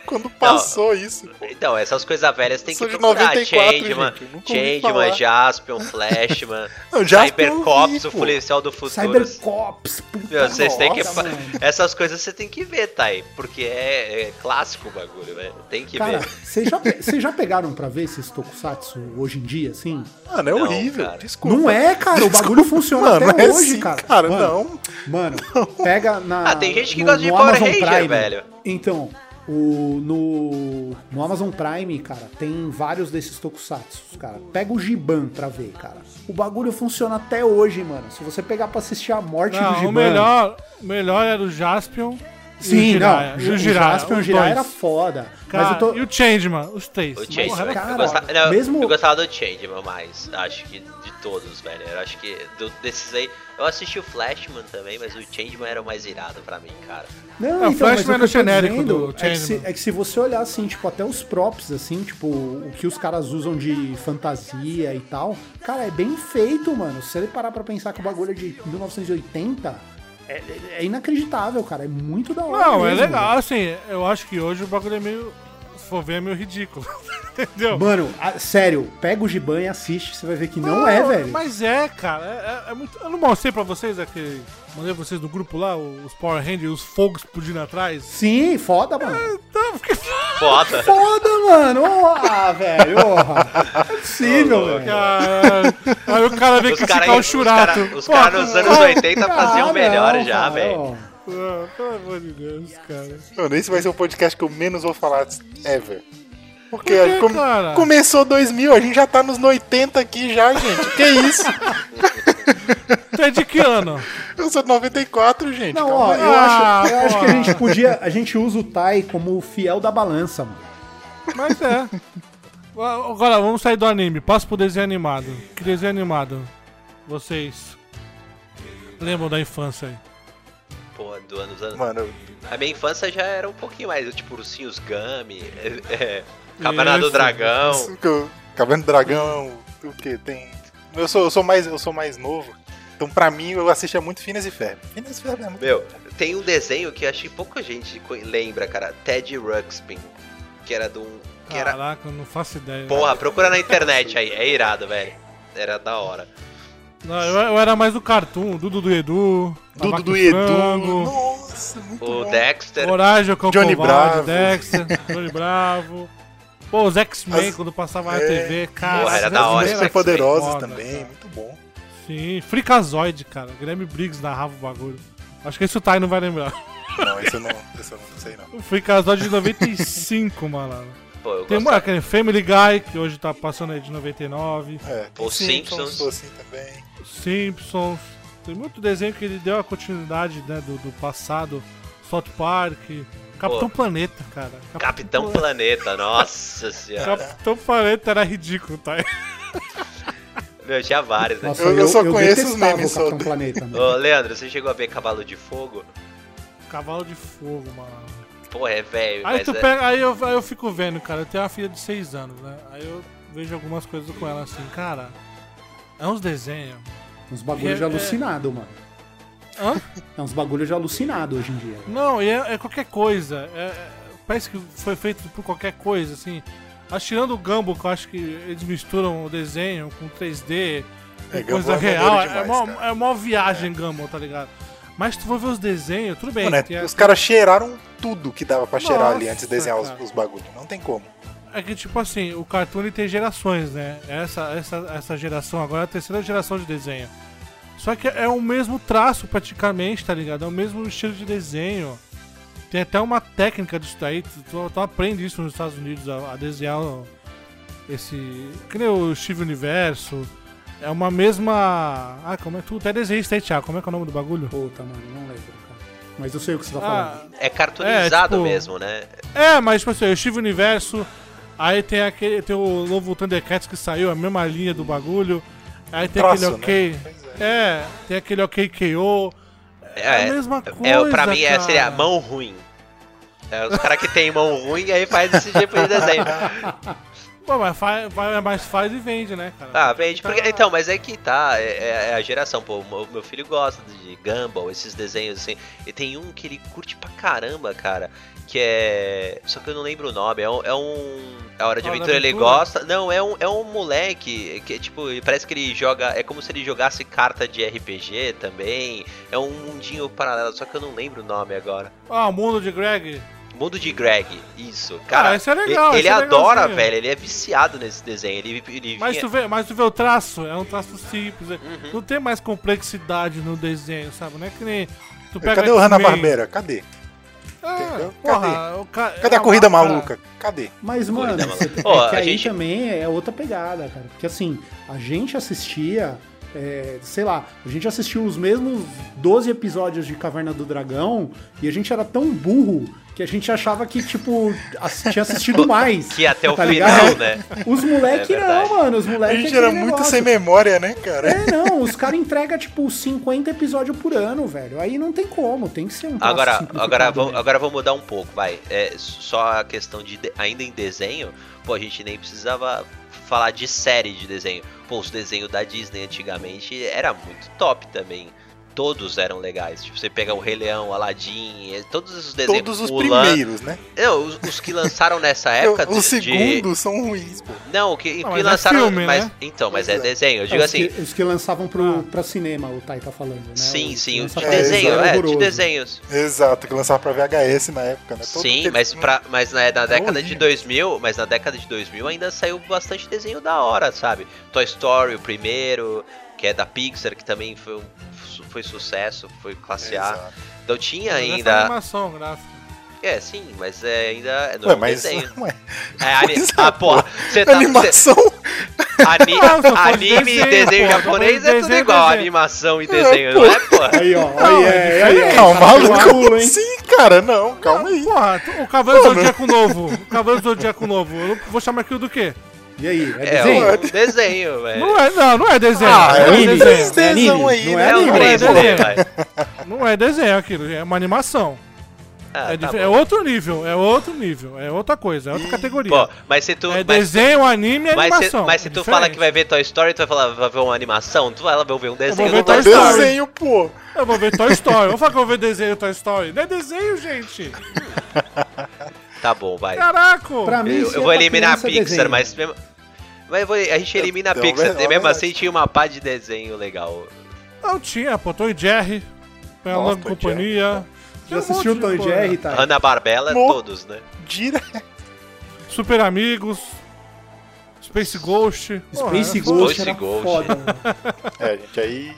S5: quando passou isso. pô.
S4: Então, essas coisas velhas tem que
S5: Sou de
S4: procurar.
S5: 94,
S4: Changeman,
S5: gente, eu nunca ouvi
S4: Changeman,
S5: falar.
S4: Jaspion, Flashman,
S5: Não, Jasper [LAUGHS] eu
S4: Cybercops,
S5: vi,
S4: o
S5: pô.
S4: policial do futuro.
S6: Cybercops, é puta
S4: Meu, vocês têm que
S6: nossa,
S4: fa-
S6: mano.
S4: Essas coisas você tem que ver, Thay, porque é, é clássico o bagulho, velho. Tem que
S6: Cara,
S4: ver.
S6: vocês já, pe- vocês já pegaram pra ver esses tokusatsu hoje em dia, assim?
S5: Mano, é
S4: Não,
S5: horrível.
S4: cara.
S5: Desculpa.
S6: Não é, cara, o bagulho funciona
S5: Mano,
S6: até
S5: é
S6: hoje,
S5: assim,
S6: cara.
S5: cara,
S6: mano,
S5: não.
S4: [LAUGHS]
S6: Mano, pega na.
S4: Ah, tem gente que gosta de Power Ranger, velho.
S6: Então, o, no, no Amazon Prime, cara, tem vários desses tokusatsu, cara. Pega o Giban pra ver, cara. O bagulho funciona até hoje, mano. Se você pegar pra assistir a morte do
S3: Não,
S6: Giban.
S3: o melhor, o melhor era o Jaspion e
S6: Sim,
S3: o Jiraiya.
S6: não.
S3: E
S6: o
S3: o Jiraiya,
S6: Jaspion e o
S3: os
S6: Jiraiya
S3: dois.
S6: era foda.
S3: Cara,
S6: mas eu tô.
S3: E o Changeman, os três.
S4: O
S3: Porra,
S4: Changeman.
S3: era
S6: cara,
S4: eu, gostava, não,
S6: mesmo-
S4: eu gostava do Changeman mais, acho que de todos, velho. Eu acho que do- desses aí. Eu assisti o Flashman também, mas o Changeman era o mais irado pra mim, cara.
S6: Não,
S3: É,
S6: então, mas
S3: Flashman
S6: o que eu tô
S3: genérico
S6: dizendo
S3: do
S6: é, que se,
S3: Changeman.
S6: é que se você olhar assim, tipo, até os props, assim, tipo, o que os caras usam de fantasia e tal, cara, é bem feito, mano. Se ele parar pra pensar que o bagulho é de 1980, é, é- é inacreditável, cara. É muito da hora.
S3: Não, é
S6: mesmo,
S3: legal, assim, eu acho que hoje o bagulho é meio. Se for ver, é meio ridículo. [LAUGHS] Entendeu?
S6: velho. Mano, a- sério, pega o Giban e assiste, você vai ver que não, é, velho.
S3: Mas é, cara. É, é- é muito... Eu não mostrei pra vocês aquele. Mandei pra vocês do grupo lá, os Power Rangers, os fogos explodindo atrás. [LAUGHS]
S6: Sim, foda, mano.
S3: Então, porque.
S4: Foda!
S6: Foda, mano. Ah, velho. Oh, é possível, velho.
S3: Cara, ah, aí o cara vem
S4: Os
S3: criticar
S4: caras
S3: o Churato.
S4: os cara nos anos 80 faziam
S6: Ah,
S4: um melhor
S6: não,
S4: já,
S6: cara,
S4: velho.
S6: ó.
S3: Ah, Pelo amor de Deus, cara.
S5: Mano, esse vai ser o podcast que eu menos vou falar ever. Porque
S3: Por quê,
S5: come-
S3: cara?
S5: começou 2000, a gente já tá nos 80 aqui já, gente. Que isso?
S3: Tu é de que ano?
S5: Eu sou de 94, gente.
S6: Não,
S5: calma
S6: ó,
S5: aí.
S6: eu,
S3: Ah,
S6: acho, eu acho que a
S3: porra.
S6: gente podia. A gente usa o Tai como o fiel da balança, mano.
S3: Mas é. Agora, vamos sair do anime. Passa pro desenho animado. Que desenho animado? Vocês. Lembram da infância aí?
S4: Pô, do anos anos.
S5: Mano,
S4: A minha infância já era um pouquinho mais, tipo, ursinhos Gummy, é, é, Caverna do
S3: Isso.
S4: Dragão.
S5: isso que eu... Caverna do Dragão, o que tem? Eu sou, eu sou, mais, eu sou mais novo. Então, pra mim, eu assistia muito Finas e Ferb. Finas e Ferb é muito
S4: Meu, tem um desenho que acho que pouca gente co- lembra, cara. Ted Ruxpin. Que era de um. Que era.
S3: Caraca, eu não faço ideia.
S4: Porra, procura na internet aí. É irado, velho. Era da hora.
S3: Não, eu, eu era mais do cartoon, Dudu do Edu,
S5: Dudu
S3: Tabaco
S5: do
S3: e
S5: Edu.
S3: Frango,
S5: Nossa, muito
S4: O
S5: bom.
S4: Dexter.
S3: Coragem, o Cão
S5: Johnny
S3: Covarde,
S5: Bravo.
S3: Dexter, Johnny Bravo. Pô, os X-Men,
S5: As-
S3: quando passava na
S5: é.
S3: TV, cara.
S4: Porra, era
S3: os
S4: da hora,
S5: Os
S3: X-Men
S4: esse
S5: super
S4: X-Men.
S5: poderosos
S3: foda,
S5: também,
S3: cara.
S5: muito bom.
S3: Sim, Fricazoide, cara. Guilherme Briggs narrava o bagulho. Acho que esse o Thay não vai lembrar. [LAUGHS]
S5: Não, esse eu não, esse eu não sei não.
S3: O Fricazoide de 95, [LAUGHS] malandro.
S4: Pô, eu
S3: Tem
S4: gosto.
S3: uma, aquele Family Guy, que hoje tá passando aí de 99.
S5: É, tem
S4: Os Simpsons.
S5: tô assim também.
S3: Simpsons. Tem muito desenho que ele deu a continuidade né, do, do passado. South Park. Capitão Planeta, cara.
S4: Capitão
S3: Planeta.
S4: Planeta, nossa senhora.
S3: Capitão Planeta era ridículo, tá? [LAUGHS]
S4: Meu, tinha vários, né?
S5: Eu- eu só conheço os
S6: detestava
S5: memes
S6: o Capitão
S5: soltos.
S6: Planeta. mano.
S4: Ô, Leandro, você chegou a ver Cavalo de Fogo?
S3: Cavalo de fogo, mano.
S4: Pô, é velho,
S3: Aí
S4: mas
S3: tu
S4: é-
S3: pega, aí eu, aí eu fico vendo, cara, eu tenho uma filha de 6 anos, né? Aí eu vejo algumas coisas com ela assim, cara. É uns desenhos.
S6: Uns bagulho de
S3: É-
S6: alucinado, mano.
S3: Hã?
S6: É uns bagulho de alucinado hoje em dia.
S3: Não, e é, é qualquer coisa. É- é- parece que foi feito por qualquer coisa, assim. Acho tirando o Gumball, que eu acho que eles misturam o desenho com 3D, com
S5: É,
S3: coisa
S5: Gumball é
S3: real.
S5: maneiro
S3: É,
S5: demais,
S3: uma,
S5: cara.
S3: é uma viagem Gumball, tá ligado? Mas tu for ver os desenhos, tudo bem.
S5: Mano,
S3: tem
S5: é,
S3: a-
S5: os caras cheiraram tudo que dava pra cheirar ali
S3: Nossa,
S5: antes de desenhar os,
S3: cara.
S5: os bagulhos. Não tem como.
S3: É que, tipo assim, o cartoon ele tem gerações, né? Essa, essa, essa geração agora é a terceira geração de desenho. Só que é o mesmo traço praticamente, tá ligado? É o mesmo estilo de desenho. Tem até uma técnica disso daí. Tu, tu- tu aprende isso nos Estados Unidos, a, a desenhar o- esse... Que nem o Steve Universo. É uma mesma... Ah, como é? Tu até desenha isso aí, Thiago. Como é que é o nome do bagulho?
S6: Puta, mano, não lembro, cara. Mas eu sei o que você tá
S3: Ah,
S6: falando.
S4: é cartoonizado
S3: É, tipo-
S4: mesmo, né?
S3: É, mas tipo assim, eu estive no universo, aí tem aquele. Tem o novo Thundercats que saiu, a mesma linha do bagulho. Aí tem
S5: Traço,
S3: aquele ok.
S5: né? Pois
S3: É. tem aquele ok KO. É, a mesma coisa.
S4: É, pra mim é,
S3: cara.
S4: seria mão ruim. É, os caras que tem mão ruim aí faz esse tipo
S3: [LAUGHS]
S4: de desenho.
S3: Pô, mas faz, vai- mas faz e vende, né, cara?
S4: Ah, vende. Porque, então, mas é que tá, é, é- é a geração, pô. O meu- meu filho gosta de Gumball, esses desenhos assim. E tem um que ele curte pra caramba, cara. Que é. Só que eu não lembro o nome. É um. É um... A hora de
S3: Hora da
S4: aventura, ele
S3: Aventura?
S4: gosta. Não, é um, é um moleque que, é tipo, parece que ele joga. É como se ele jogasse carta de RPG também. É um mundinho paralelo, só que eu não lembro o nome agora.
S3: Ah, o mundo de Greg.
S4: Mundo de Greg, isso. Cara,
S3: Ah, esse é legal, esse
S4: ele, ele
S3: é
S4: adora,
S3: legalzinho.
S4: velho. Ele é viciado nesse desenho. Ele, ele Uhum.
S3: Mas
S4: vinha-
S3: tu, vê, mas tu vê o traço, é um traço simples. é- Não tem mais complexidade no desenho, sabe? Não é que nem. Tu pega
S5: Cadê o
S3: X-Men.
S5: Hanna-Barbera? Cadê?
S3: Ah,
S5: Cadê?
S3: porra, o ca-
S4: É
S5: Cadê a
S3: ah,
S5: corrida
S3: cara,
S5: maluca? Cadê?
S6: Mas, mano,
S4: Corrida
S6: você-
S4: maluca. né,
S6: é
S4: Ó,
S6: que
S4: a
S6: aí
S4: gente-
S6: também é outra pegada, cara. Porque assim, a gente assistia, é, sei lá, a gente assistiu os mesmos 12 episódios de Caverna do Dragão e a gente era tão burro que a gente achava que, tipo, ass- tinha assistido mais.
S4: [LAUGHS] Que até o
S6: Tá
S4: final,
S6: ligado?
S4: né?
S6: Os moleque
S4: É verdade.
S6: não, mano. Os
S3: Tá
S6: moleque
S5: a gente
S6: é
S5: era
S6: aquele
S5: muito
S6: negócio.
S5: sem memória, né, cara?
S6: É, não, os caras entregam, tipo, 50 episódios por ano, velho. Aí não tem como, tem que ser um traço
S4: Agora,
S6: simplificado
S4: agora, vamos,
S6: mesmo.
S4: agora vamos mudar um pouco, vai. É só a questão de, de- ainda em desenho, pô, a gente nem precisava falar de série de desenho. Pô, os desenhos da Disney antigamente era muito top também. Todos eram legais. Tipo, você pega o Rei Leão, Aladdin, eh, todos os desenhos.
S5: Todos os
S4: Mulan.
S5: primeiros, né?
S4: Não, os, os que lançaram nessa época.
S5: os
S4: de- de-
S5: segundos são ruins, pô.
S4: Não, o que,
S3: Não,
S4: que
S3: mas é
S4: lançaram.
S3: filme,
S4: mas,
S3: né?
S4: Então, mas é
S5: Pois é.
S4: desenho. Eu
S6: É,
S4: digo
S6: os
S4: assim.
S6: Que, os que lançavam pro,
S3: Ah.
S6: pra cinema, o Tai tá falando, né?
S4: Sim,
S6: Os
S4: sim, o
S6: que
S4: de
S6: lançavam pra
S4: desenho,
S6: cinema
S4: é,
S6: era
S4: de
S6: horroroso.
S4: desenhos.
S5: Exato, que lançava pra VHS na época, né? Todo
S4: sim,
S5: aquele- É
S4: mas, pra, mas na, na década de
S5: horrível.
S4: 2000, mas na década de 2000 ainda saiu bastante desenho da hora, sabe? Toy Story, o primeiro, que é da Pixar, que também foi, um, su- foi sucesso, foi classe A.
S5: Exato.
S4: Então tinha
S3: mas essa
S4: ainda...
S3: animação gráfica.
S4: É, sim, mas é, ainda é não é
S5: Ué,
S4: um
S5: mas. [LAUGHS]
S4: desenho.
S5: Ué,
S4: É, ani...
S5: mas
S4: Ah,
S5: a
S4: porra,
S5: [LAUGHS]
S4: você tá... Você...
S5: animação?
S4: Ani...
S3: Ah, eu só falo de
S4: Anime e
S3: desenho,
S4: desenho
S3: porra, eu
S4: japonês
S3: só falo
S4: é
S3: de
S4: tudo
S3: desenho,
S4: igual,
S3: desenho.
S4: animação e desenho, não é, porra?
S6: Aí, ó,
S3: Não,
S6: aí,
S3: é
S6: é, aí, ó,
S5: Calma,
S6: cara,
S5: Alan,
S6: tá
S5: como
S6: maluco, hein?
S5: assim, cara? Não, calma aí.
S3: Porra, tu- o Cavaleiro do
S5: Mano.
S3: Zodíaco novo. O Cavaleiro do Zodíaco novo. Eu não vou chamar aquilo do quê?
S6: E aí, é
S4: É
S6: desenho?
S4: um desenho, velho.
S3: Não é, não, não é desenho.
S5: Ah,
S3: não,
S5: é
S3: é
S4: um
S5: anime.
S3: desenho.
S5: Desenho
S6: anime,
S5: aí,
S6: não
S5: né?
S6: é
S4: É um
S6: anime.
S3: é
S4: desenho,
S3: desenho.
S4: vai.
S3: não é desenho aquilo, é uma animação.
S4: Ah,
S3: é,
S4: tá
S3: dif-
S4: bom.
S3: é outro nível, é outro nível, é outra coisa, é outra categoria.
S4: Pô, mas se tu.
S3: é
S4: mas-
S3: desenho, anime e
S4: Mas se,
S3: animação.
S4: mas se
S3: é
S4: tu
S3: diferente.
S4: fala que vai ver Toy Story, tu vai falar, vai ver uma animação, tu vai lá ver um desenho.
S3: ver
S4: não
S3: Toy
S4: vai-
S3: Story.
S5: é Desenho, pô.
S3: Eu vou ver Toy Story, eu vou falar que eu vou ver desenho Toy Story. Não é desenho, gente!
S4: Tá bom, vai.
S3: Caraca!
S6: Pra mim,
S4: Eu, eu
S6: se é
S3: tá
S4: vou
S6: pra
S4: eliminar a
S6: criança, é
S4: Pixar,
S6: desenho.
S4: mas mesmo. Mas eu vou- a gente elimina a
S5: Não,
S4: Pixar,
S5: verdade.
S4: mesmo assim tinha uma pá de desenho legal.
S3: Não tinha, pô, Tom e Jerry, Bela
S5: Nossa,
S3: Lama e
S5: Tom e
S3: Companhia. Tinha
S6: Já
S3: um
S6: assistiu o
S3: monte
S6: Tom
S3: de
S6: e
S3: coisa.
S6: Jerry, tá?
S4: Ana Barbela,
S5: Mo-
S4: todos, né?
S5: Gira.
S3: Super Amigos, Space Ghost.
S6: Space
S3: Porra,
S6: Ghost era
S4: Space Ghost.
S6: foda, mano.
S5: É, gente, aí.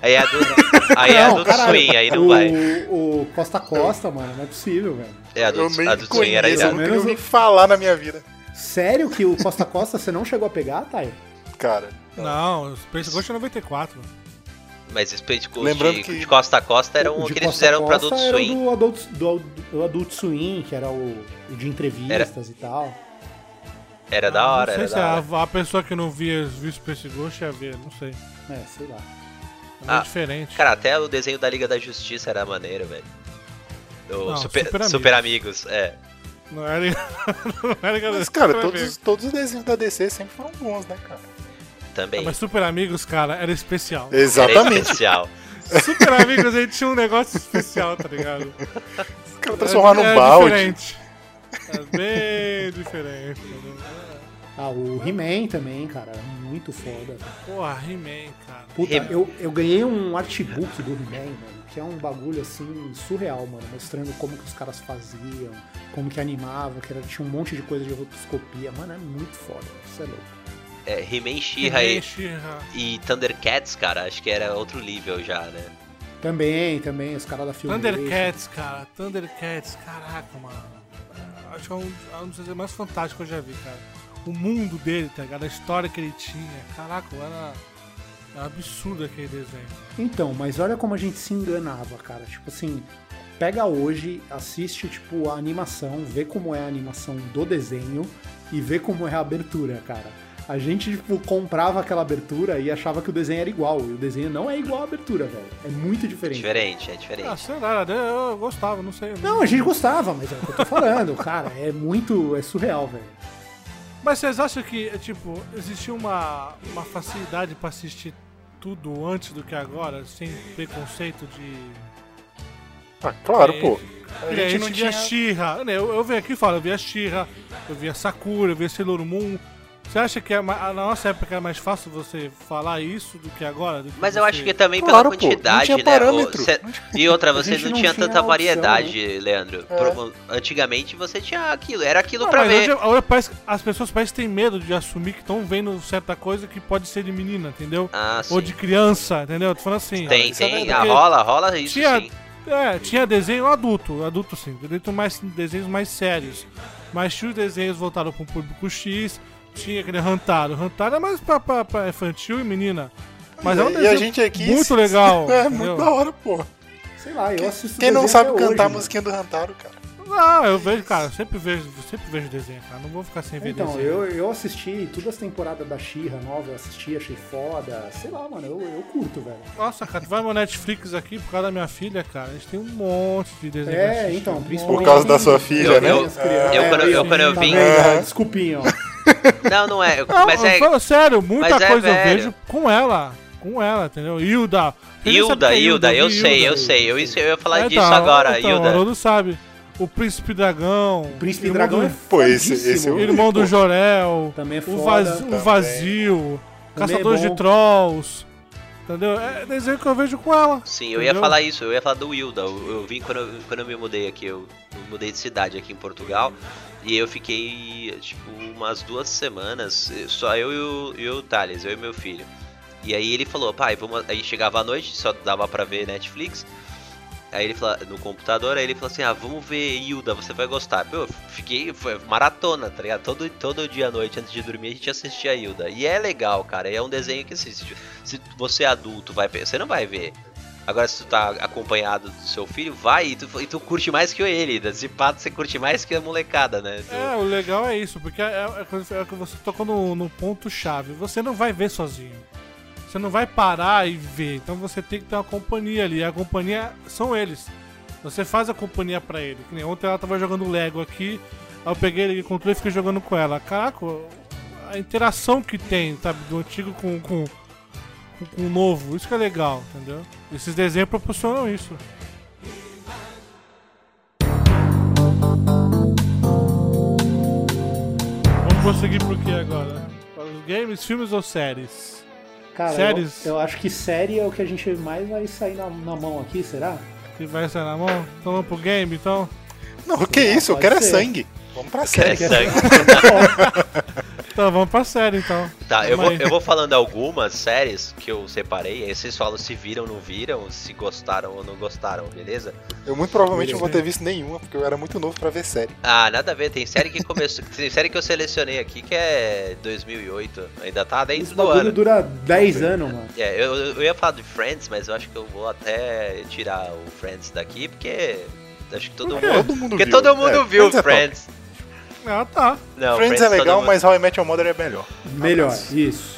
S4: Aí é a
S3: [LAUGHS]
S4: do, aí é a do
S6: caralho,
S4: Swing, aí não
S6: o,
S4: vai.
S6: O Costa Costa, mano, não é possível, velho.
S4: É a
S5: eu
S4: do,
S5: nem
S4: a do Swing era
S5: conheço, eu
S4: irado.
S6: irado.
S5: nunca ouvi falar na minha vida.
S6: Sério que o Costa Costa você não chegou a pegar, Thay?
S5: Cara.
S3: Não, Space Ghost é 94.
S4: Mas Space Ghost
S5: Lembrando
S4: de,
S5: que-
S4: de Costa a Costa era
S6: O
S4: um
S6: de
S4: que eles
S6: Costa
S4: fizeram pro
S6: Costa
S4: Adult
S6: era o
S4: Swing.
S6: Do Adult, do, do Adult Swing, que era o, o de entrevistas e tal.
S4: Era É da hora,
S3: Ah, não sei
S4: era
S3: se é
S4: da hora.
S3: a, a pessoa que não via, viu Space Ghost ia ver, não sei.
S6: É, sei lá.
S3: É
S4: Ah,
S3: muito diferente.
S4: Cara, até o desenho da Liga da Justiça era maneiro, velho. Do
S3: Não,
S4: super,
S3: Super
S4: super,
S3: Amigos.
S4: Amigos, é.
S3: Não era, [LAUGHS] não era
S5: Mas,
S3: galera,
S5: cara,
S3: Super
S5: todos,
S3: Amigos.
S5: todos os desenhos da DC sempre foram bons, né, cara?
S4: Também.
S3: Mas Super Amigos, cara, era especial.
S4: Era
S5: Exatamente.
S4: especial.
S5: É.
S3: Super Amigos, a gente tinha um negócio especial, tá
S5: [LAUGHS]
S3: ligado?
S5: Os caras transformaram
S3: Era-
S5: num
S3: era
S5: balde.
S3: Diferente. Era bem diferente. né?
S6: Ah, o He-Man também, cara, era muito foda.
S3: Porra, He-Man, cara.
S6: Puta,
S4: He-
S6: eu, eu ganhei um artbook do He-Man, mano, que é um bagulho assim surreal, mano, mostrando como que os caras faziam, como que animavam, que era, tinha um monte de coisa de rotoscopia, mano, é muito foda, isso é louco.
S4: É, He-Man, She-Ra
S3: He-Man,
S4: e,
S3: She-Ra.
S4: e Thundercats, cara, acho que era outro nível já, né?
S6: Também, também, os caras da filme.
S3: Thundercats, cara. Thundercats, caraca, mano. Acho que é um, é um dos desenhos mais fantásticos que eu já vi, cara. O mundo dele, tá ligado? A história que ele tinha. Caraca, era, era absurdo aquele desenho.
S6: Então, mas olha como a gente se enganava, cara. Tipo assim, pega hoje, assiste tipo a animação, vê como é a animação do desenho e vê como é a abertura, cara. A gente tipo comprava aquela abertura e achava que o desenho era igual. E o desenho não é igual à abertura, velho. É muito diferente.
S4: Diferente, é diferente.
S3: Ah, sei lá, eu eu gostava, não sei.
S6: Não, a gente gostava, mas é o que eu tô falando, [LAUGHS] cara. É muito, é surreal, velho.
S3: Mas vocês acham que, é, tipo, existia uma, uma facilidade pra assistir tudo antes do que agora, sem preconceito de.
S5: Ah, claro, pô.
S3: A gente, não tinha Xirra. Né, eu, eu venho aqui e falo, eu via Xirra, eu via Sakura, eu via Sailor Moon. Você acha que é ma- a- na nossa época era mais fácil você falar isso do que agora? Do
S4: Mas eu
S3: você-
S4: acho que é também
S5: Claro,
S4: pela
S5: pô, não
S4: quantidade,
S5: tinha
S4: né?
S5: parâmetro.
S4: Ô, cê- E outra,
S6: A
S4: você
S6: gente
S4: não,
S6: não
S4: tinha
S6: tinha
S4: tanta
S6: opção,
S4: variedade, Leandro.
S5: É.
S4: Pro- Antigamente você tinha aquilo, era aquilo
S3: Não,
S4: pra
S3: Ah, mas
S4: ver.
S3: hoje, é hoje parece que as pessoas parecem que têm medo de assumir que estão vendo certa coisa que pode ser de menina, entendeu?
S4: Ah,
S3: Ou
S4: sim.
S3: de criança, entendeu? Tô falando assim.
S4: Tem,
S3: isso é
S4: tem.
S3: verdade.
S4: Ah, rola, rola isso
S3: tinha,
S4: sim.
S3: é, tinha desenho adulto, adulto sim, desenho mais, desenhos mais sérios. Mas tinha os desenhos voltados para um público X, tinha aquele Rantaro. Rantaro é mais pra, pra, pra infantil e menina. Mas é um
S5: E a
S3: desenho
S5: gente aqui-
S3: muito legal.
S5: [LAUGHS] É,
S3: entendeu?
S5: muito da hora, pô.
S6: Sei lá, eu assisto
S5: Quem não
S6: desenho
S5: sabe
S6: até hoje, né?
S5: cantar a
S6: mano.
S5: musiquinha do Rantaro, cara?
S3: Não, Ah, eu vejo, cara, eu sempre vejo, sempre vejo desenho, cara. Não vou ficar sem ver
S5: assim,
S6: Então,
S5: né?
S3: desenho.
S6: eu, eu assisti todas as temporadas da Xirra nova, eu assisti, achei foda. Sei lá, mano, eu, eu curto, velho.
S3: Nossa, cara, tu vai no Netflix aqui por causa da minha filha, cara. A gente tem um monte de desenho. pra
S6: É,
S3: assistir.
S6: então,
S3: Um
S6: principalmente.
S5: Por causa da sua filha, É.
S6: Eu-
S4: né?
S6: eu- crianças.
S4: eu quando-
S6: É,
S4: eu quando eu
S6: tá
S4: vim-
S6: vendo?
S5: Aham.
S6: Desculpinha, ó.
S5: [LAUGHS]
S4: Não, não é.
S3: Não,
S4: Mas
S3: eu
S4: é.
S3: falo sério, muita
S4: mas é
S3: coisa eu
S4: velho.
S3: vejo com ela. Com ela, entendeu? Hilda. Vocês nem sabem
S4: Hilda,
S3: quem é
S4: Hilda, eu
S3: vi
S4: sei, eu
S3: Hilda.
S4: sei. Eu, isso- eu ia falar
S3: É,
S4: disso
S3: então,
S4: agora,
S3: então, O
S4: Hilda.
S3: Haroldo sabe. O Príncipe Dragão.
S6: O Príncipe
S3: irmão
S6: Dragão é
S3: do-
S5: Pô, esse- esse é
S6: fodíssimo.
S5: o-
S3: Irmão do Jorel.
S6: Também é
S3: o,
S6: foda.
S3: vaz- o
S5: Também.
S3: Vazio.
S6: Também
S3: Caçadores
S6: é bom.
S3: de Trolls. Entendeu? É desenho que eu vejo com ela.
S4: Sim, eu ia
S3: entendeu?
S4: falar isso, eu ia falar do Wilda. Eu, eu vim quando eu, quando eu me mudei aqui, eu, eu mudei de cidade aqui em Portugal. E eu fiquei, tipo, umas duas semanas, só eu e o, e o Thales, eu e meu filho. E aí ele falou, pai, vamos. Aí chegava à noite, só dava pra ver Netflix. Aí ele falou, no computador, aí ele falou assim, ah, vamos ver Hilda, você vai gostar. Pô, eu fiquei, foi maratona, tá ligado? Todo, todo dia à noite, antes de dormir, a gente assistia a Hilda. E é legal, cara, e é um desenho que assim, se, se você é adulto, vai, pe- você não vai ver. Agora, se tu tá acompanhado do seu filho, vai e tu, e tu curte mais que ele. né? Se pá, você curte mais que a molecada, né? Tu-
S3: É, o legal é isso, porque é, é, é quando- é que você tocou no, no ponto-chave. Você não vai ver sozinho. Você não vai parar e ver. Então você tem que ter uma companhia ali. A companhia são eles. Você faz a companhia pra ele. Que nem ontem ela tava jogando Lego aqui, aí eu peguei ele controle e fiquei jogando com ela. Caraca, a interação que tem, sabe, do antigo com, com, com- com o novo, isso que é legal, entendeu? Esses desenhos proporcionam isso. Vamos prosseguir pro que agora? Para os games, filmes ou séries?
S6: Cara,
S3: Séries?
S6: Eu, eu acho que série é o que a gente mais vai sair na, na mão aqui, será?
S3: Que vai sair na mão? Então vamos pro game, então?
S5: Não, que isso? Eu
S6: pode
S5: quero é
S6: ser.
S5: sangue. Vamos pra série.
S4: É sangue.
S3: Então vamos pra série, então.
S4: Tá, eu
S3: Vamos
S4: vou,
S3: aí.
S4: eu vou falando algumas séries que eu separei, aí vocês falam se viram, não viram, se gostaram ou não gostaram, beleza?
S5: Eu muito provavelmente não vou ter visto nenhuma, porque eu era muito novo pra ver série.
S4: Ah, nada a ver, tem série que começou, [LAUGHS] tem série que eu selecionei aqui que é 2008, ainda tá dentro
S6: Esse
S4: do
S6: bagulho
S4: ano.
S6: dura 10 anos, mano.
S4: É, eu, eu ia falar de Friends, mas eu acho que eu vou até tirar o Friends daqui, porque acho que todo
S5: Porque
S4: mundo...
S5: todo mundo
S4: Porque
S5: viu.
S4: todo mundo
S5: É,
S4: viu
S5: Friends é top.
S4: Friends.
S3: Ah, tá.
S4: Não,
S5: Friends é
S4: todo
S5: legal,
S4: mundo-
S5: mas How I Met Your Mother é melhor.
S6: Melhor, isso.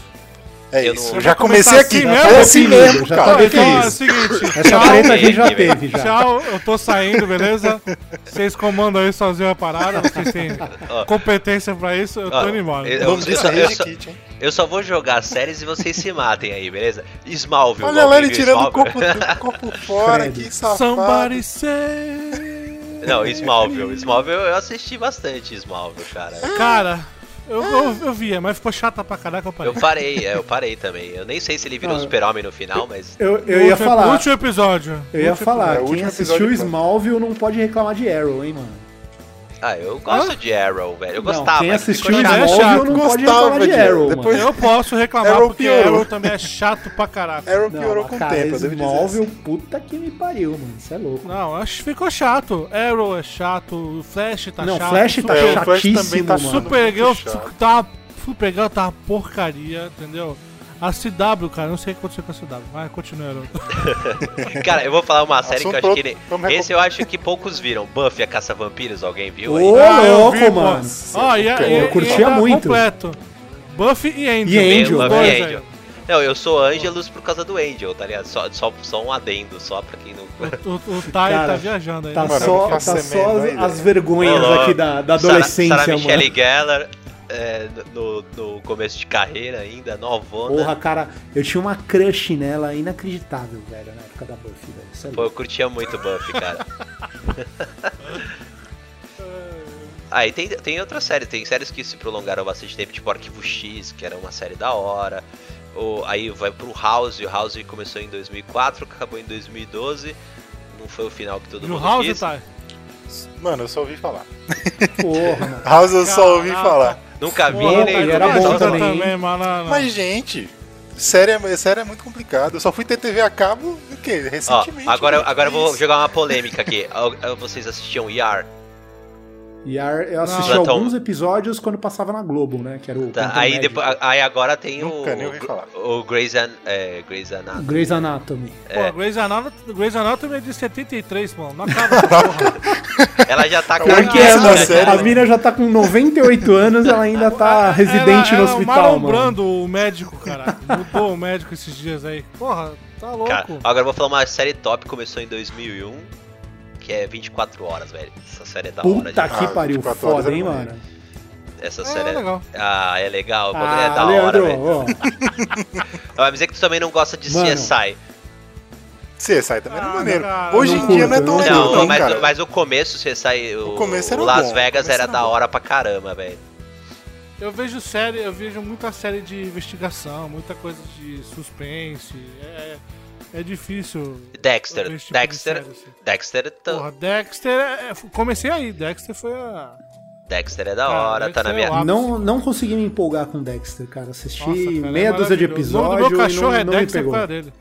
S5: É
S4: Eu
S5: isso.
S4: não-
S5: Eu já
S3: Vai
S5: comecei
S3: começar
S5: aqui.
S3: assim
S4: né?
S5: Foi
S3: mesmo?
S5: assim mesmo,
S6: Já
S5: cara.
S6: tá bem
S3: Então é o
S6: feliz.
S3: seguinte.
S6: [LAUGHS] Essa
S3: tchau.
S6: treta a gente já
S4: Henrique, velho.
S6: teve, já.
S3: Tchau, eu tô saindo, beleza? Vocês comandam aí sozinho a parada, vocês têm
S4: Ó.
S3: competência pra isso, eu
S4: Ó,
S3: tô indo embora.
S5: O
S4: eu-
S5: nome disso é
S4: eu
S5: Rage
S4: só-
S5: Kit, hein?
S4: Eu só vou jogar séries e vocês se matem aí, beleza? Smallville.
S5: Olha lá
S4: alguém
S5: ele
S4: viu
S5: tirando o
S4: Smallville?
S5: corpo, o corpo fora,
S6: Credo.
S5: que safado.
S3: Somebody say...
S4: Não, Smallville. Smallville eu assisti bastante Smallville, cara.
S3: Cara, eu, eu, eu via, mas ficou chata pra caraca, eu parei.
S4: Eu parei, é, eu parei também. Eu nem sei se ele virou
S6: Ah,
S4: super-homem no final, mas.
S6: Eu, eu
S3: No
S6: ia
S3: último-
S6: falar,
S3: Último episódio.
S6: eu
S3: Último-
S6: ia
S5: é, o
S6: falar, quem
S5: último
S6: assistiu
S5: episódio,
S6: Smallville não pode reclamar de Arrow, hein, mano.
S4: Ah, eu gosto de Arrow, velho. Eu
S6: Não,
S4: gostava.
S6: quem
S4: mas
S6: assistiu
S4: ficou chato.
S3: chato.
S6: Smallville não
S5: Gostava
S6: pode reclamar de
S5: de-
S6: Arrow,
S5: depois-
S6: mano.
S3: Eu posso reclamar
S5: Arrow
S3: porque
S5: piorou.
S3: Arrow também é chato pra caraca.
S5: Arrow
S6: Não,
S5: piorou
S6: mas,
S5: com o
S6: cara,
S5: tempo, eu devo dizer.
S6: Smallville, puta que me pariu, mano. Isso é louco.
S3: Não, acho que ficou chato. Arrow é chato, o Flash tá
S6: não,
S3: chato.
S6: Flash tá
S3: Super-
S5: É, o Flash
S6: chatíssimo,
S5: também tá
S6: mano.
S5: super-
S3: Supergirl
S5: muito chato.
S3: tá, Supergirl tá uma porcaria, entendeu? A CW, cara, não sei o que aconteceu com a CW, mas continua.
S5: [LAUGHS]
S3: Arrow.
S6: né?
S4: Cara, eu vou falar uma série que eu acho
S5: Assunto
S4: que. nem-
S5: pro- vamos
S4: Esse eu acho que poucos viram. Buffy a Caça-Vampiros, alguém viu aí?
S6: Ô, louco,
S3: vi, pô.
S6: mano.
S3: Ó, Ah, e, a-
S5: Pô,
S3: e-
S5: eu
S3: e
S6: curtia
S3: tá
S6: muito.
S3: completo. Buffy e é, Angel.
S6: E
S4: Bem,
S6: Angel,
S3: Os
S4: Buffy
S3: dois,
S4: e
S3: aí.
S4: Angel. Não, eu sou Angelus por causa do Angel, tá ligado? Só, só, só um adendo, só pra quem não.
S3: O, o Ty
S6: Cara,
S3: tá viajando aí.
S6: Tá
S3: né?
S5: Mano, eu
S6: só,
S5: não
S6: tá
S5: faço a
S6: só
S5: menor
S6: as,
S5: ideia.
S6: as vergonhas
S4: Ô,
S6: aqui da, da
S4: Sarah-
S6: adolescência,
S4: Sarah
S6: mano.
S4: Michelle Gellar é, no, no começo de carreira ainda, novona.
S6: Porra, cara, eu tinha uma crush nela inacreditável, velho, na época da Buffy, velho. Isso é
S4: Pô,
S6: louco.
S4: eu curtia muito o Buffy,
S5: [LAUGHS]
S4: cara. Aí Ah, tem, tem outras séries, tem séries que se prolongaram bastante tempo, tipo Arquivo X, que era uma série da hora. Ou, aí vai pro House, o House começou em 2004, acabou em 2012. Não foi o final que todo
S3: E o
S4: mundo
S3: House
S4: quis.
S3: tá.
S5: Mano, eu só ouvi falar.
S6: Porra, mano.
S5: House eu só ouvi
S3: Caraca.
S5: falar.
S4: Nunca vi,
S6: Porra,
S4: nem
S6: ele
S4: vi,
S3: tá
S6: era
S4: só-
S6: bom
S4: só-
S6: também.
S3: malandro.
S5: Mas, gente, série é, série é muito complicado. Eu só fui ter TV a cabo o quê?
S4: Ó,
S5: Recentemente. né?
S4: agora, agora eu vou
S5: Isso.
S4: jogar uma polêmica aqui.
S6: [LAUGHS]
S4: Al- ah, Vocês assistiam ER?
S6: E a- eu assisti
S4: Platão.
S6: alguns episódios quando passava na Globo, né? Que era o.
S4: um- Tá,
S6: Plantão
S4: aí,
S6: Médico.
S4: depois, aí agora tem
S5: Nunca
S4: o.
S5: nem ouvi falar.
S4: O Grey's, An é, Grey's Anatomy.
S6: Ah, Grey's Anatomy.
S5: É
S3: Pô, Grey's Anatomy, Grey's Anatomy é de 73, mano. Não acaba
S5: [LAUGHS]
S3: essa porra.
S4: Ela já tá com
S5: Pior
S6: Pior
S5: Não,
S6: que
S5: não,
S6: é,
S5: essa
S6: mano.
S5: série,
S6: A
S5: né?
S6: mina já tá com 98 anos, ela ainda tá residente
S4: é um
S3: Ela-
S6: no
S3: ela
S6: hospital, mano.
S3: malombrando o médico, caralho. Mudou o médico esses dias aí. Porra, tá louco.
S4: Cara, agora eu vou falar uma série top, começou em 2001, que é 24 horas, velho. Essa série é da hora.
S6: Puta
S4: demais.
S6: que
S5: Ah,
S6: pariu,
S5: 24 horas é
S6: foda, hein,
S5: bom,
S6: mano.
S4: Essa série
S3: é
S4: é...
S3: legal.
S4: Ah, é legal, o bagulho é
S6: Ah,
S4: da hora,
S6: Leandro,
S4: velho.
S6: ó,
S4: Vai dizer que tu também não gosta de
S6: Mano.
S4: CSI.
S5: CSI também
S3: Ah,
S5: era maneiro.
S3: cara,
S5: Hoje
S6: não
S5: em dia não é
S6: curto,
S5: tão
S6: não
S5: legal,
S4: Não,
S5: não,
S4: mas,
S5: cara.
S4: mas o começo, CSI, o,
S5: O começo era
S4: Las
S5: bom, o
S4: Vegas
S5: começo
S4: era,
S5: era
S4: da
S5: bom.
S4: hora pra caramba, velho.
S3: Eu vejo série, eu vejo muita série de investigação, muita coisa de suspense. É, é difícil.
S4: Dexter,
S3: Eu vejo tipo de
S4: Dexter,
S3: série, assim.
S4: Dexter, tá-
S3: Porra, Dexter, é- é- comecei aí. Dexter foi a.
S4: Dexter é da
S3: Cara,
S4: hora,
S3: Dexter
S4: tá na
S3: é
S4: minha...
S3: o ápice.
S6: não, não consegui me empolgar com Dexter, cara. Assisti
S3: Nossa, cara, é
S6: meia dúzia de
S3: maravilhoso. O
S6: episódios
S3: nome do
S6: e
S3: meu cachorro
S6: não,
S3: é
S6: não me
S3: Dexter
S6: pegou.
S3: por causa dele.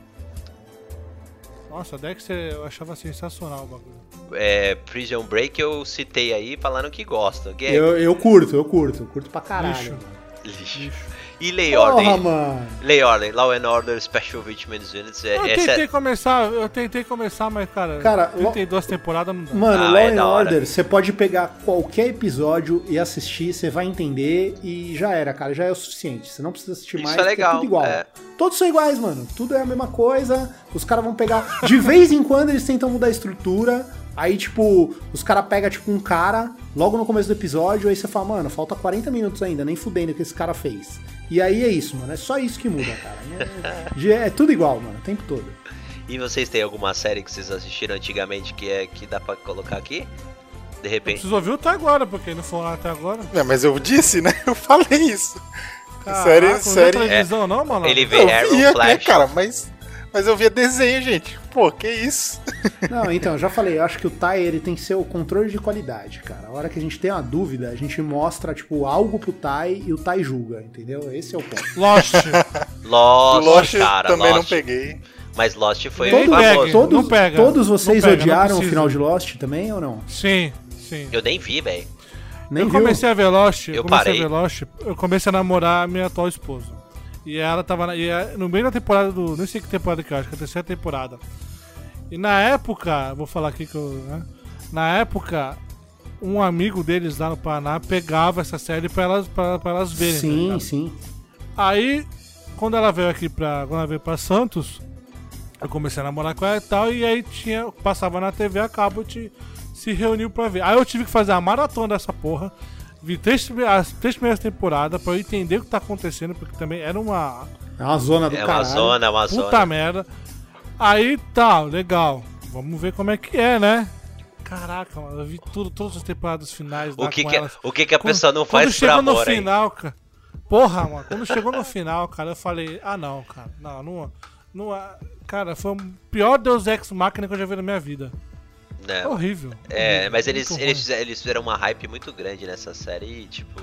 S3: Nossa, Dexter eu achava sensacional o bagulho.
S4: É, Prison Break eu citei aí, falaram que gostam. Que é
S6: Eu, eu curto, eu curto. Eu curto pra caralho.
S3: Lixo.
S6: mano.
S4: lixo. E Lei
S6: Porra,
S4: Ordem,
S6: mano.
S4: Lei Ordem, Law and Order, Special Victims Units, é-
S3: Eu
S4: essa
S3: tentei começar, eu tentei começar, mas cara,
S6: Cara,
S3: 32 temporadas não dá.
S6: Mano,
S4: Ah,
S6: Law
S4: é
S6: and
S4: da hora.
S6: Order, você pode pegar qualquer episódio e assistir, você vai entender e já era, cara, já é o suficiente. Você não precisa assistir
S4: Isso
S6: mais,
S4: é
S6: porque
S4: legal,
S6: tudo igual.
S4: é.
S6: Todos são iguais, mano. Tudo é a mesma coisa. Os caras vão pegar. De vez em quando eles tentam mudar a estrutura, Aí, tipo, os caras pegam, tipo, um cara logo no começo do episódio, aí você fala, mano, falta 40 minutos ainda, nem fudendo o que esse cara fez. E aí é isso, mano. É só isso que muda, cara. Não- É tudo igual, mano, o tempo todo.
S4: E vocês têm alguma série que vocês assistiram antigamente que é que dá pra colocar aqui? De repente.
S3: Preciso ouvir até agora, porque não foi lá até agora.
S5: Não, mas eu disse, né? Eu falei isso.
S3: Caraca,
S5: série,
S3: não
S5: série.
S3: Tem televisão, não, mano?
S4: Ele vê
S5: Eu via,
S4: Arrow
S5: né,
S4: Flash.
S5: cara? Mas, mas eu via desenho, gente. Pô, que isso?
S6: Não, então, eu já falei, eu acho que o Thay, ele tem seu controle de qualidade, cara. A hora que a gente tem uma dúvida, a gente mostra, tipo, algo pro Thay e o Thay julga, entendeu? Esse é o ponto.
S3: Lost.
S4: Lost,
S5: Lost
S4: cara,
S5: também não
S4: Lost.
S5: peguei.
S4: Mas Lost foi um
S3: Todo
S4: famoso.
S3: gag,
S6: todos,
S3: não pega,
S6: todos vocês
S3: não pega, não
S6: odiaram o
S3: precisa.
S6: final de Lost também ou não?
S3: sim, sim.
S4: Eu nem vi, velho.
S6: Nem
S3: eu
S6: viu?
S3: comecei a ver Lost, eu,
S4: Eu
S3: comecei
S4: parei.
S3: a ver Lost, eu comecei a namorar a minha atual esposa. E ela tava na- e a- no meio da temporada do, não sei que temporada que eu acho, que é a terceira temporada. E na época, vou falar aqui que eu, né? na época um amigo deles lá no Paraná pegava essa série pra elas para elas verem. tá
S6: Sim,
S3: ligado?
S6: sim.
S3: Aí, quando ela veio aqui pra. Quando ela veio pra Santos, eu comecei a namorar com ela e tal, e aí tinha. Passava na TV a cabo, te, se reuniu pra ver. Aí eu tive que fazer a maratona dessa porra. Vi três, prime- as três primeiras temporadas pra eu entender o que tá acontecendo, porque também era uma
S6: É uma zona do
S4: É uma
S6: caralho.
S4: zona, é uma
S3: puta
S4: zona.
S3: merda. Aí tá, legal. Vamos ver como é que é, né? Caraca, mano, eu vi tudo, todas as temporadas finais
S4: O
S3: lá
S4: que
S3: com
S4: que, é
S3: elas.
S4: o que que a
S3: Quando-
S4: pessoa não
S3: quando
S4: faz pra
S3: chegou no
S4: amor, hein?
S3: final, cara. Porra, mano, quando chegou no final, cara, eu falei, ah não, cara, não, não, não é-", cara, foi o pior Deus Ex Machina que eu já vi na minha vida.
S4: Né?
S3: É horrível.
S4: É,
S3: horrível,
S4: mas eles,
S3: muito
S4: eles,
S3: ruim.
S4: fizeram, eles fizeram uma hype muito grande nessa série e, tipo...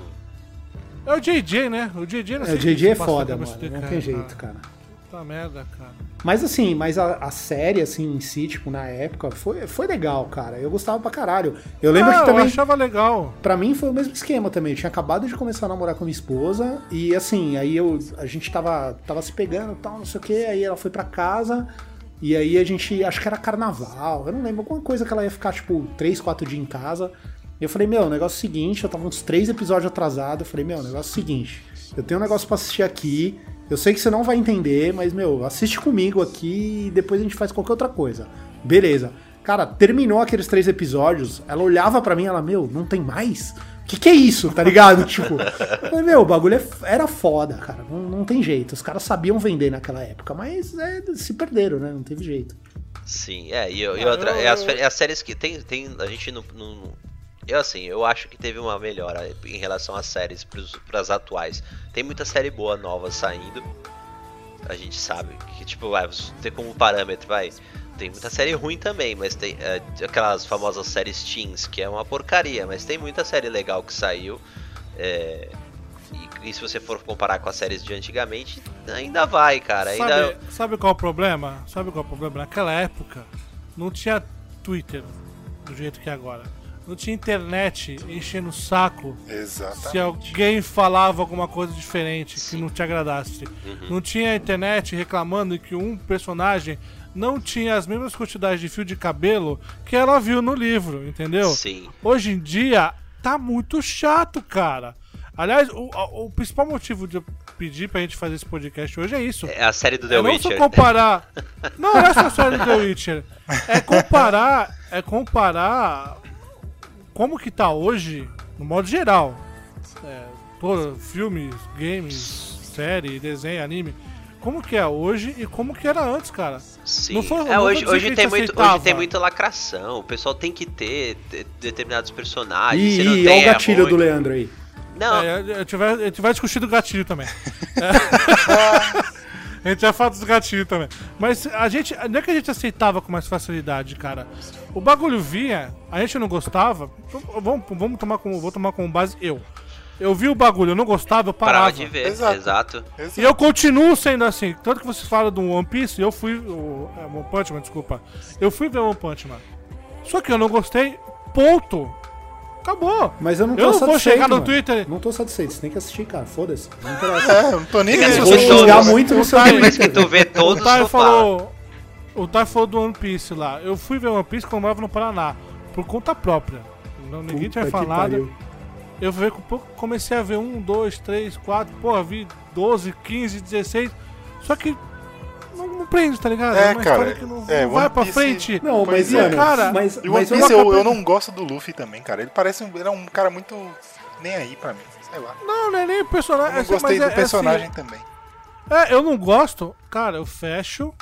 S3: É o JJ, né? O JJ não
S6: É,
S3: sei
S6: o
S3: o que
S6: JJ é
S3: se passa né? na
S6: foda,
S3: cabeça
S6: mano.
S3: dele,
S6: Não
S3: cara.
S6: tem jeito, cara.
S3: Ah, Puta merda, cara.
S6: Mas assim, mas a, a série, assim, em si, tipo, na época, foi, foi legal, cara. Eu gostava pra caralho. Eu lembro
S3: ah,
S6: que também.
S3: eu achava legal.
S6: Pra mim foi o mesmo esquema também. Eu tinha acabado de começar a namorar com minha esposa e assim, aí eu a gente tava, tava se pegando e tal, não sei o que, aí ela foi pra casa e aí a gente, acho que era carnaval, eu não lembro, alguma coisa que ela ia ficar tipo 3, 4 dias em casa. E eu falei, meu, o negócio é o seguinte, eu tava uns três episódios atrasado, eu falei, meu, o negócio é o seguinte, eu tenho um negócio pra assistir aqui, eu sei que você não vai entender, mas meu, assiste comigo aqui e depois a gente faz qualquer outra coisa. Beleza. Cara, terminou aqueles três episódios, ela olhava pra mim e ela, meu, não tem mais? O que, que é isso, tá ligado? [LAUGHS] tipo, eu falei, meu, o bagulho é- era foda, cara. Não, não tem jeito. Os caras sabiam vender naquela época, mas é, se perderam, né? Não teve jeito.
S4: Sim, é, e, eu- e
S3: Ah,
S4: outra,
S3: eu-
S4: é as,
S3: eu-
S4: fe- é as séries que tem, tem a gente não, não- Eu assim, eu acho que teve uma melhora em relação às séries pros, pras atuais. Tem muita série boa nova saindo, a gente sabe, que tipo, vai, você ter como parâmetro, vai. Tem muita série ruim também, mas tem é, aquelas famosas séries teens, que é uma porcaria, mas tem muita série legal que saiu. é, e, e se você for comparar com as séries de antigamente, ainda vai, cara.
S3: sabe,
S4: Ainda,
S3: sabe qual é o problema? Sabe qual é o problema? Naquela época não tinha Twitter do jeito que é agora. Não tinha internet enchendo o saco se
S5: Exatamente.
S3: alguém falava alguma coisa diferente
S4: Sim.
S3: que
S4: Uhum.
S3: não te agradasse. Não tinha internet reclamando que um personagem não tinha as mesmas quantidades de fio de cabelo que ela viu no livro, entendeu?
S4: Sim.
S3: Hoje em dia, tá muito chato, cara. Aliás, o, a- o principal motivo de eu pedir pra gente fazer esse podcast hoje é isso.
S4: É a série do The
S3: É não só
S4: Witcher. [LAUGHS]
S3: comparar. Não, não é só a série do The Witcher. É comparar. É comparar como que tá hoje, no modo geral. É, todo- filmes, games, série, desenho, anime. Como que é hoje e como que era antes, cara.
S4: Sim.
S3: Não foi-
S4: É,
S3: não vou
S4: hoje,
S3: dizer
S4: hoje,
S3: que
S4: tem
S3: isso
S4: muito, hoje
S3: aceitava.
S4: tem muita lacração. O pessoal tem que ter de- determinados personagens. se não
S6: Ih,
S4: tem,
S6: olha o
S4: é
S6: gatilho
S4: ruim.
S6: do Leandro aí.
S4: Não,
S3: É, eu- eu tiver, eu tiver discutido gatilho
S4: [LAUGHS]
S3: também. É. [LAUGHS] a gente já fala dos gatilhos também. Mas a gente. Não é que a gente aceitava com mais facilidade, cara. O bagulho vinha, a gente não gostava. v- Vamos, vamos tomar como. Vou tomar como base eu. Eu vi o bagulho, eu não gostava, eu
S4: parava
S3: parava.
S4: de ver. Exato.
S5: Exato.
S3: E eu continuo sendo assim. Tanto que vocês falam do One Piece, eu fui. O, é, One Punch Man, desculpa. Eu fui ver One Punch Man. Só que eu não gostei, ponto. Acabou.
S6: Mas eu não tô
S3: Eu não vou
S6: satisfeito.
S3: chegar no
S6: mano.
S3: Twitter.
S6: Não tô satisfeito, você tem que assistir, cara. Foda-se. Não interessa.
S5: É, eu não tô nem
S4: Quer
S5: aí.
S4: dizer,
S6: Vou
S4: você todos,
S6: xingar
S4: né?
S6: muito no seu
S4: Mas que
S6: Twitter.
S4: tu vê
S3: [LAUGHS]
S4: todos
S3: o Thay
S4: tu fala.
S3: falou. O Thay falou do One Piece lá. Eu fui ver One Piece quando eu morava no Paraná, por conta própria. Não, ninguém
S6: Puta
S3: tinha
S6: que
S3: falado.
S6: pariu.
S3: Eu fui ver com pouco, comecei a ver um, dois, três, quatro, porra, vi 12, 15, 16. Só que não, não não prende, tá ligado?
S5: É,
S3: uma
S5: cara.
S3: história que não,
S5: É,
S3: não
S5: One
S3: vai pra
S5: Piece-
S3: frente.
S6: Não,
S5: Pois
S6: mas,
S5: é.
S6: mano,
S3: Cara,
S6: mas,
S5: E o One
S6: mas eu-
S5: Piece, eu,
S3: acabei-
S5: eu não gosto do Luffy também, cara. Ele parece um, ele é um cara muito. nem aí pra mim, sei lá.
S3: Não, não é nem o
S5: Eu
S3: personagem.
S5: não
S3: assim, mas
S5: gostei
S3: é-
S5: do
S3: é
S5: personagem
S3: assim,
S5: também.
S3: É, eu não gosto, cara, eu fecho,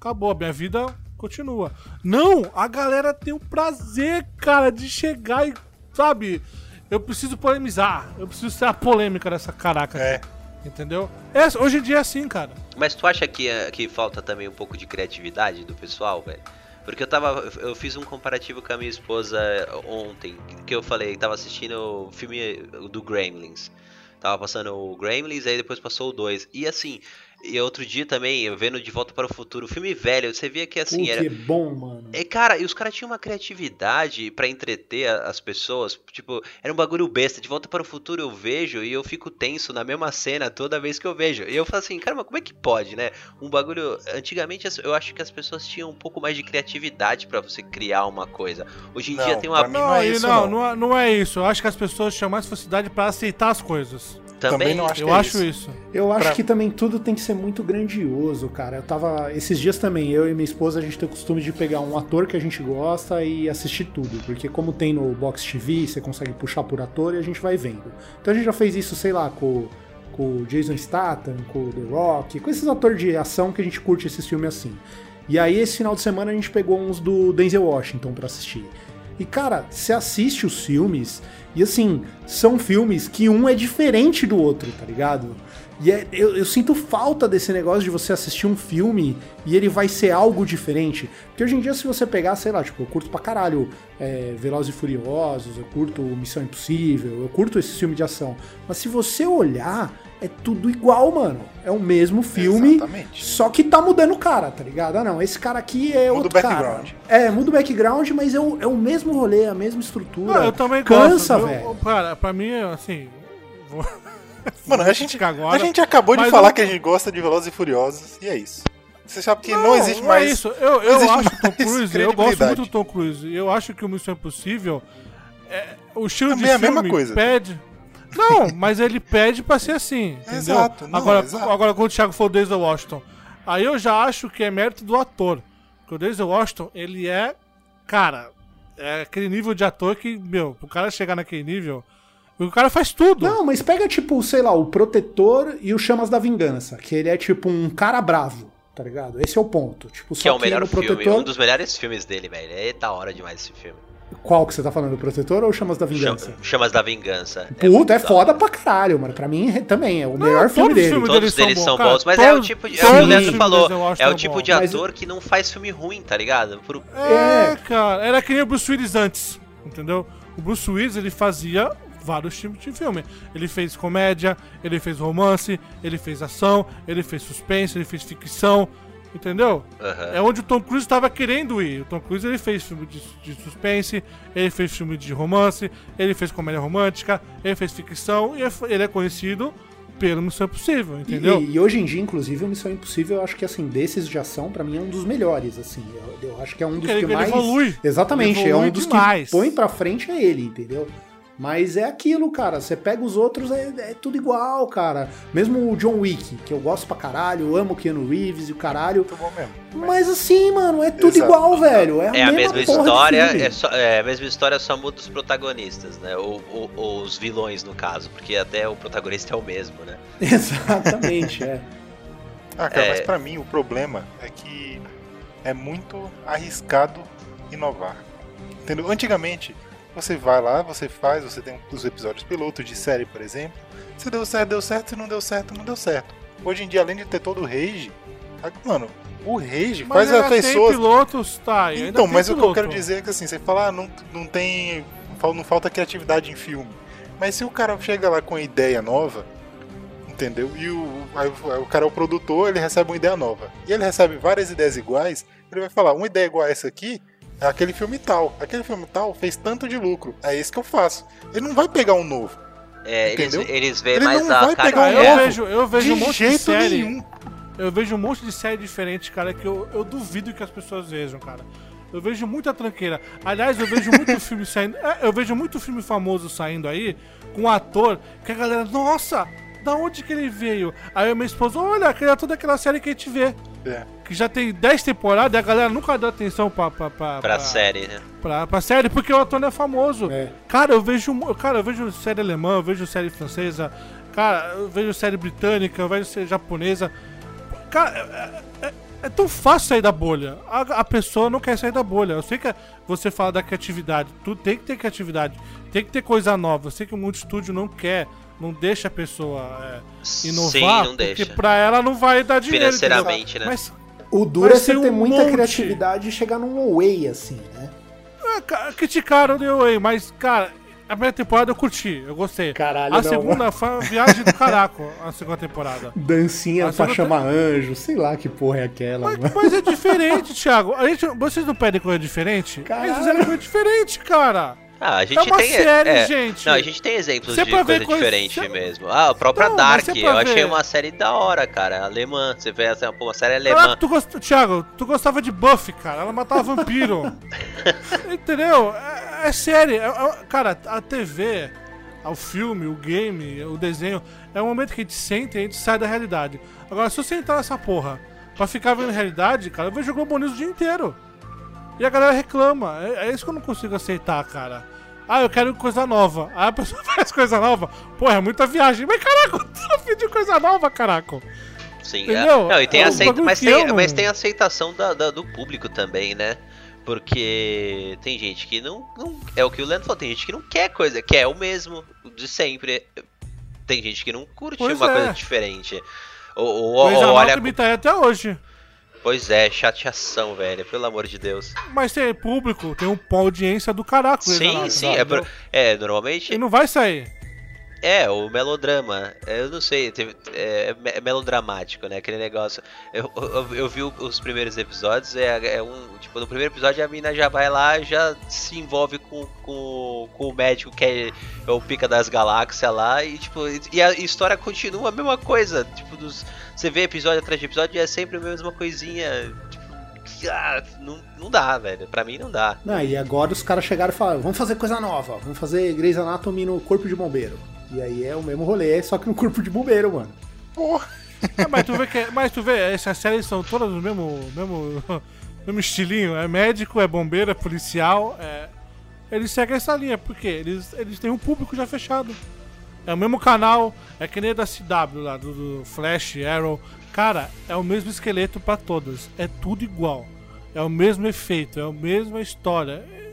S3: acabou, a minha vida continua. Não, a galera tem o prazer, cara, de chegar e, sabe, eu preciso polemizar, eu preciso ser a polêmica dessa caraca.
S5: É.
S3: aqui, Entendeu? É, hoje em dia é assim, cara.
S4: Mas tu acha que, eh, que falta também um pouco de criatividade do pessoal, velho? Porque eu tava. Eu fiz um comparativo com a minha esposa eh, ontem, que eu falei, tava assistindo o filme eh, do Gremlins. Tava passando o Gremlins, aí depois passou o 2. E assim, e outro dia também, eu vendo De Volta para o Futuro, filme velho, você via que assim,
S6: Puta,
S4: era,
S6: que bom, mano.
S4: é, cara, e os caras tinham uma criatividade pra entreter a- as pessoas. Tipo, era um bagulho besta. De volta para o futuro eu vejo e eu fico tenso na mesma cena toda vez que eu vejo. E eu falo assim, cara, mas como é que pode, né? Um bagulho. Antigamente as- eu acho que as pessoas tinham um pouco mais de criatividade pra você criar uma coisa. Hoje em
S5: Não,
S4: dia tem uma.
S5: pra mim- Não é
S3: e
S5: isso,
S3: não,
S5: não.
S3: não é, não é isso. Eu acho que as pessoas tinham mais facilidade pra aceitar as coisas.
S5: também não acho
S3: eu
S5: que é
S3: acho isso.
S6: Eu acho
S5: Pra-
S6: que também tudo tem que ser muito grandioso, cara. Eu tava. Esses dias também, eu e minha esposa, a gente tem o costume de pegar um ator que a gente gosta e assistir tudo. Porque como tem no Box TV, você consegue puxar por ator e a gente vai vendo. Então a gente já fez isso, sei lá, com, com o Jason Statham, com o The Rock, com esses atores de ação que a gente curte esses filmes assim. E aí, esse final de semana, a gente pegou uns do Denzel Washington pra assistir. E, cara, você assiste os filmes, e assim, são filmes que um é diferente do outro, tá ligado? E é- eu, eu sinto falta desse negócio de você assistir um filme e ele vai ser algo diferente. Porque hoje em dia, se você pegar, sei lá, tipo, eu curto pra caralho é, Velozes e Furiosos, eu curto Missão Impossível, eu curto esse filme de ação. Mas se você olhar, é tudo igual, mano. É o mesmo filme,
S5: Exatamente.
S6: só que tá mudando o cara, tá ligado? Ah, não, esse cara aqui é
S5: Muda o
S6: outro
S5: background.
S6: cara. É, muda o background, mas é o, é o mesmo rolê, é a mesma estrutura.
S3: Não, eu também
S6: Cansa,
S3: gosto.
S6: velho.
S3: Eu- Cara, pra mim, assim. vou- [LAUGHS]
S5: Mano, a gente,
S3: criticar agora.
S5: a gente acabou de
S3: Mas
S5: falar
S3: eu-
S5: que a gente gosta de Velozes e Furiosos, e é isso. Você sabe que não, existe
S3: é
S5: mais.
S3: isso. Eu, eu
S5: existe
S3: acho o Tom
S5: mais
S3: Cruise, eu gosto
S5: credibilidade.
S3: muito do Tom Cruise. e Eu acho que o Missão Impossível é o estilo
S5: Também
S3: de
S5: é a
S3: filme
S5: mesma coisa.
S3: pede. Não, mas ele pede pra ser
S5: [LAUGHS]
S3: assim, entendeu?
S5: Exato, não,
S3: agora,
S5: exato.
S3: agora quando o Thiago falou do Denzel Washington, aí eu já acho que é mérito do ator. Porque o Denzel Washington, ele é, cara, é aquele nível de ator que, meu, pro cara chegar naquele nível, o cara faz tudo.
S6: Não, mas pega, tipo, sei lá, o Protetor e o Chamas da Vingança, que ele é tipo um cara bravo, tá ligado? Esse é o ponto. Tipo, só
S4: Que é o melhor
S6: no
S4: filme,
S6: Protetor...
S4: um dos melhores filmes dele, velho. É da hora demais esse filme.
S6: Qual que você tá falando? O Protetor ou o Chamas da
S4: Chama-
S6: Vingança?
S4: Chamas da Vingança. muito
S6: Puta, é
S4: da
S6: foda pra caralho, mano. Pra mim é- também, é o melhor filme
S3: todos os
S6: dele.
S3: filmes
S4: Todos
S3: dele
S4: eles
S3: são
S4: são
S3: bons, cara.
S4: bons, mas é o
S3: Todos-
S4: tipo de. É o
S3: todos
S4: que o
S6: os
S4: Leandro
S6: filmes
S4: falou.
S3: do Denzel Washington
S4: É o
S3: é
S4: tipo
S3: bom.
S4: de
S6: Mas-
S4: ator que não faz filme ruim, tá ligado? Por-
S3: É,
S6: É.
S3: cara, era que nem o Bruce Willis antes, entendeu? O Bruce Willis, ele fazia vários tipos de filme. Ele fez comédia, ele fez romance, ele fez ação, ele fez suspense, ele fez ficção, entendeu?
S4: Aham.
S3: É onde o Tom Cruise estava querendo ir. O Tom Cruise, ele fez filme de, de suspense, ele fez filme de romance, ele fez comédia romântica, ele fez ficção, e é f- ele é conhecido pelo Missão Possível,
S6: E-
S3: entendeu?
S6: E, hoje em dia, inclusive, o Missão Impossível, eu acho que assim, desses de ação, pra mim é um dos melhores, assim. Eu, eu acho que é um dos
S3: Porque ele-
S6: que
S3: ele
S6: mais.
S3: evolui.
S6: Exatamente,
S3: Ele
S6: é
S3: evolui
S6: um dos
S3: demais.
S6: que põe pra frente é ele, entendeu? Mas é aquilo, cara. Você pega os outros, é, é tudo igual, cara. Mesmo o John Wick, que eu gosto pra caralho, eu amo o Keanu Reeves e o caralho.
S5: Muito bom mesmo.
S6: Mas assim, mano, é tudo
S5: Exato.
S6: igual, velho. É a,
S4: É a mesma
S6: porra de
S4: história,
S6: filme. [LAUGHS]
S4: é, só- é a mesma história só muda os protagonistas, né? Ou, ou- ou os vilões no caso, porque até o protagonista é o mesmo, né?
S3: [LAUGHS]
S6: Exatamente, é.
S5: Ah, cara,
S4: É.
S5: mas pra mim o problema é que é muito arriscado inovar. Entendeu? Antigamente, você vai lá, você faz, você tem os episódios piloto de série, por exemplo. Se deu certo, deu certo, se não deu certo, não deu certo. Hoje em dia, além de ter todo o rage, a- mano, o rage faz
S3: ainda
S5: as
S3: tem
S5: é pessoas.
S3: pilotos, tá? ainda
S5: Então,
S3: tem
S5: mas o que eu
S3: piloto.
S5: quero dizer é que assim, você fala, ah, não, não tem. fal- Não falta criatividade em filme. Mas se o cara chega lá com uma ideia nova, entendeu? E o, aí o- aí o cara é o produtor, ele recebe uma ideia nova. E ele recebe várias ideias iguais, ele vai falar, uma ideia igual a essa aqui. É aquele filme tal. Aquele filme tal fez tanto de lucro. É esse que eu faço. Ele não vai pegar um novo.
S4: É, eles,
S5: Entendeu?
S4: eles veem
S5: Ele
S4: mais
S5: não
S4: a
S5: vai
S4: cara.
S5: pegar
S3: Ah,
S5: um
S3: eu
S5: novo.
S3: vejo, eu vejo
S5: de
S3: um monte
S5: jeito
S3: de série.
S5: nenhum.
S3: Eu vejo um monte de série diferente, cara, que eu, eu duvido que as pessoas vejam, cara. Eu vejo muita tranqueira. Aliás, eu vejo
S5: [LAUGHS]
S3: muito filme saindo. é, eu vejo muito filme famoso saindo aí com um ator que a galera, nossa, da onde que ele veio? Aí a minha esposa, olha, aquele ator daquela é série que a gente vê.
S5: É.
S3: que já tem 10 temporadas e a galera nunca deu atenção pra, pra, pra,
S4: pra série, né?
S3: pra, pra série, porque o ator não é famoso.
S6: É.
S3: Cara, eu vejo. mu- Cara, eu vejo série alemã, eu vejo série francesa, cara, eu vejo série britânica, eu vejo série japonesa. Cara, é, é- é tão fácil sair da bolha. A, a pessoa não quer sair da bolha. Eu sei que você fala da criatividade, tu tem que ter criatividade, tem que ter coisa nova. Eu sei que o mundo estúdio não quer, não deixa a pessoa é, inovar,
S4: Sim, não
S3: porque
S4: deixa.
S3: pra ela não vai dar dinheiro. entendeu?
S4: Financeiramente, né?
S3: Mas,
S6: O duro é
S3: Mas
S6: você
S3: tem
S6: ter
S3: um
S6: muita
S3: monte.
S6: criatividade e chegar num away, assim, né?
S3: Ah, ca- Criticaram The Way, mas, cara, a primeira temporada eu curti, eu gostei.
S6: Caralho,
S3: a
S6: não.
S3: segunda foi uma viagem do caraco, a segunda temporada.
S6: Dancinha
S3: Mas
S6: pra
S3: eu não
S6: chamar anjo, sei lá que porra é aquela,
S3: Mas,
S6: mano.
S3: mas é diferente, Thiago. A gente, vocês não pedem coisa diferente?
S6: Caralho.
S3: Eles fizeram coisa diferente, cara.
S4: Ah, a gente
S3: É uma
S4: tem.
S3: série,
S4: é,
S3: gente.
S4: Não, a gente tem exemplos
S3: Se é
S4: de
S3: pra
S4: coisa,
S3: ver coisa-
S4: diferente
S3: se é-
S4: mesmo. Ah, a própria
S3: Não, mas
S4: Dark,
S3: se é pra
S4: eu achei
S3: ver-
S4: uma série da hora, cara. Alemã. Você vê assim, pô, uma série
S3: Caraca,
S4: alemã.
S3: tu gost... Thiago, tu gostava de Buffy, cara. Ela matava vampiro. Entendeu? É, é sério. É- é- cara, a TV, o filme, o game, o desenho, é um momento que a gente senta e a gente sai da realidade. Agora, se eu sentar nessa porra pra ficar vendo realidade, cara, eu vejo o Globo News o dia inteiro. E a galera reclama. É, é isso que eu não consigo aceitar, cara. Ah, eu quero coisa nova. Aí a pessoa [LAUGHS] faz coisa nova. Porra, é muita viagem. Mas caraca, tu pediu coisa nova, caraca.
S4: Sim, é.
S3: Entendeu?
S4: Não, e tem
S3: É um
S4: aceita-
S3: bagulho
S4: mas,
S3: que
S4: tem,
S3: eu não-
S4: mas tem aceitação da- da- do público também, né? Porque tem gente que não, não. É o que o Leandro falou, tem gente que não quer coisa, quer o mesmo de sempre. Tem gente que não curte
S3: Pois
S4: uma
S3: é.
S4: coisa diferente. Ou, ou- ou
S3: Coisa nova
S4: olha.
S3: que me tá aí até hoje.
S4: Pois é, chateação, velho, pelo amor de Deus.
S3: Mas tem público, tem um- uma audiência do caraca.
S4: Sim,
S3: Renato,
S4: sim, é,
S3: entendeu?
S4: pro- é,
S3: E
S4: normalmente
S3: não vai sair.
S4: é o melodrama. é, Eu não sei, teve- é, é me- é melodramático, né? Aquele negócio. Eu, eu, eu vi os primeiros episódios, é, é um. Tipo, no primeiro episódio a mina já vai lá já se envolve com, com, com o médico que é, é o pica das galáxias lá, e tipo, e- e a história continua a mesma coisa. Tipo, dos, você vê episódio atrás de episódio e é sempre a mesma coisinha. Tipo, ah, não, não dá, velho. Pra mim não dá.
S6: Não, e agora os caras chegaram e falaram: vamos fazer coisa nova, vamos fazer Grey's Anatomy no corpo de bombeiro. E aí é o mesmo rolê, só que no corpo de bombeiro, mano.
S5: Porra.
S3: É, mas tu vê que. Mas tu vê, essas séries são todas do mesmo. mesmo, [LAUGHS] mesmo estilinho. É médico, é bombeiro, é policial. É... Eles seguem essa linha, porque eles, eles têm um público já fechado. É o mesmo canal, é que nem da CW lá, do, do Flash, Arrow. Cara, é o mesmo esqueleto pra todas. É tudo igual. É o mesmo efeito, é a mesma história. É-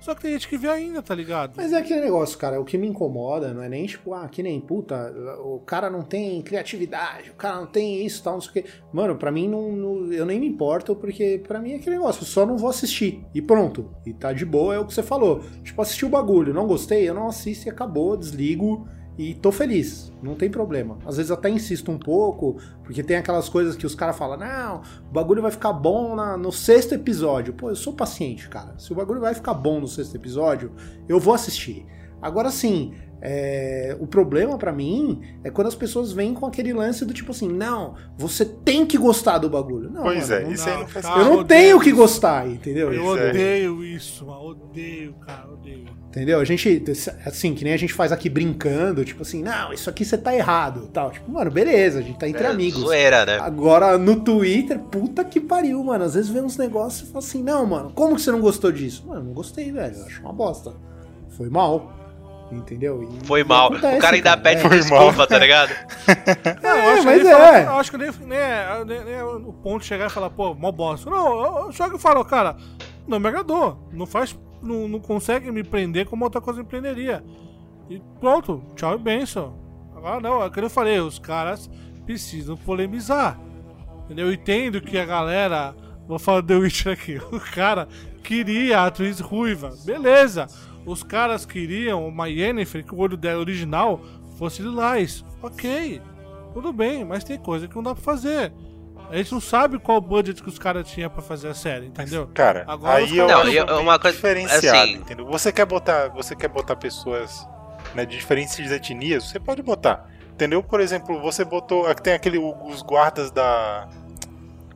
S3: Só que tem gente que vê ainda, tá ligado?
S6: Mas é aquele negócio, cara, o que me incomoda não é nem tipo, ah, que nem puta, o cara não tem criatividade, o cara não tem isso, tal, não sei o quê. Mano, pra mim, não, não- eu nem me importo, porque pra mim é aquele negócio, eu só não vou assistir. E pronto. E tá de boa, é o que você falou. Tipo, assisti o bagulho, não gostei, eu não assisto e acabou, desligo e tô feliz. Não tem problema. Às vezes até insisto um pouco, porque tem aquelas coisas que os caras falam, não, o bagulho vai ficar bom na- no sexto episódio. Pô, eu sou paciente, cara. Se o bagulho vai ficar bom no sexto episódio, eu vou assistir. Agora sim, é, o problema pra mim é quando as pessoas vêm com aquele lance do tipo assim, não, você tem que gostar do bagulho. Não,
S5: Pois
S6: mano,
S5: é,
S6: não-
S5: isso aí não faz
S3: tá,
S5: sentido.
S6: eu não
S3: odeio
S6: tenho que
S3: isso.
S6: gostar, entendeu?
S3: Eu
S5: Pois é.
S3: odeio isso, mano. Odeio, cara, odeio.
S6: Entendeu? A gente, assim, que nem a gente faz aqui brincando, tipo assim, não, isso aqui você tá errado, tal. Tipo, mano, beleza, a gente tá entre
S4: É,
S6: amigos. Ah,
S4: Zoeira, né?
S6: Agora, no Twitter, puta que pariu, mano. Às vezes vê uns negócios e fala assim, não, mano, como que você não gostou disso? Mano, não gostei, velho. Acho uma bosta. Foi mal. Entendeu? E-
S4: Foi
S6: e
S4: mal. o
S6: acontece, né?
S4: cara ainda pede
S5: Foi
S4: desculpa,
S5: mal.
S4: tá ligado?
S3: Não,
S6: É,
S3: eu acho
S6: mas
S3: que nem
S6: é.
S3: falar- eu acho que nem, nem é- nem- nem é o ponto de chegar e falar, pô, mó bosta. Não, eu- eu só que falou, cara, não me agradou. Não faz. Não, não consegue me prender como outra coisa me prenderia. E pronto, tchau e benção. Agora não, é o que eu falei, os caras precisam polemizar. Entendeu? Eu entendo que a galera. Vou falar do The Witcher aqui. [LAUGHS] O cara queria a atriz ruiva. Beleza. Os caras queriam uma Yennefer que o olho dela original fosse lilás. Ok. Tudo bem, mas tem coisa que não dá pra fazer. A gente não sabe qual budget que os caras tinham pra fazer a série, entendeu?
S5: Cara,
S3: Agora os
S5: aí eu
S3: caras-
S4: Não, eu- uma coisa-
S5: diferenciado,
S4: assim-
S5: entendeu? Você quer botar, você quer botar pessoas né, de diferentes etnias, você pode botar. Entendeu? Por exemplo, você botou, é tem aquele os guardas da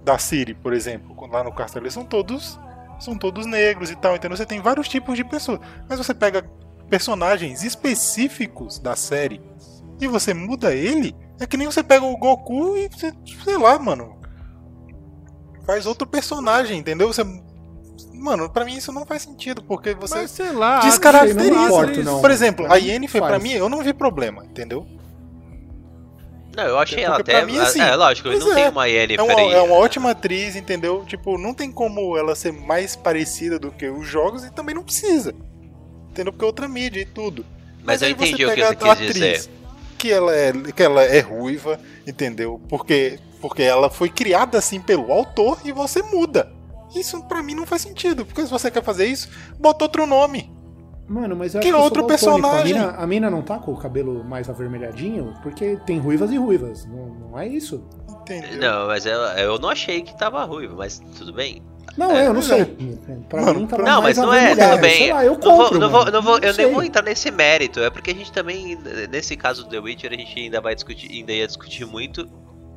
S5: da Siri, por exemplo, lá no castelo, eles são todos são todos negros e tal, entendeu? Você tem vários tipos de pessoas, mas você pega personagens específicos da série e você muda ele, é que nem você pega o Goku e você, sei lá, mano. Faz outro personagem, entendeu? Você. Mano, pra mim isso não faz sentido, porque você
S3: Mas sei lá.
S5: descaracteriza.
S6: ah, não me importo,
S5: eles.
S6: não.
S5: Por exemplo,
S6: Pra
S5: a
S6: mim,
S5: Yennefer, pra
S6: faz.
S5: mim, eu não vi problema, entendeu?
S4: Não, eu achei ela
S5: Porque
S4: até.
S5: pra mim, assim,
S4: é, lógico,
S5: pois
S4: não
S5: é.
S4: tem uma Yennefer
S5: É uma,
S4: aí.
S5: é uma ótima atriz, entendeu? Tipo, não tem como ela ser mais parecida do que os jogos e também não precisa. Entendeu? Porque é outra mídia e tudo.
S4: Mas eu
S5: aí você
S4: entendi o que
S5: pega
S4: você
S5: a
S4: quis dizer.
S5: Que ela, é, que ela é ruiva, entendeu? Porque, porque ela foi criada assim pelo autor e você muda. Isso pra mim não faz sentido. Porque se você quer fazer isso, bota outro nome.
S6: Mano, mas eu
S5: Que
S6: acho eu sou
S5: outro
S6: daltônico.
S5: personagem?
S6: A mina, a mina não tá com o cabelo mais avermelhadinho? Porque tem ruivas e ruivas. Não, não é isso.
S5: Entendeu?
S4: Não, mas ela- eu não achei que tava ruivo, mas tudo bem.
S6: Não, é, eu não
S5: pois
S6: sei.
S5: é.
S6: Pra
S5: Mano,
S6: mim tá
S5: pra-
S4: Não, mas
S6: mais
S4: não é,
S6: avermelhado.
S4: tudo bem.
S6: Sei lá, eu
S4: não vou,
S6: compro,
S4: não vou,
S6: mano.
S4: não vou, eu
S6: sei.
S4: nem vou entrar nesse mérito, é porque a gente também, nesse caso do The Witcher, a gente ainda vai discutir, ainda ia discutir muito,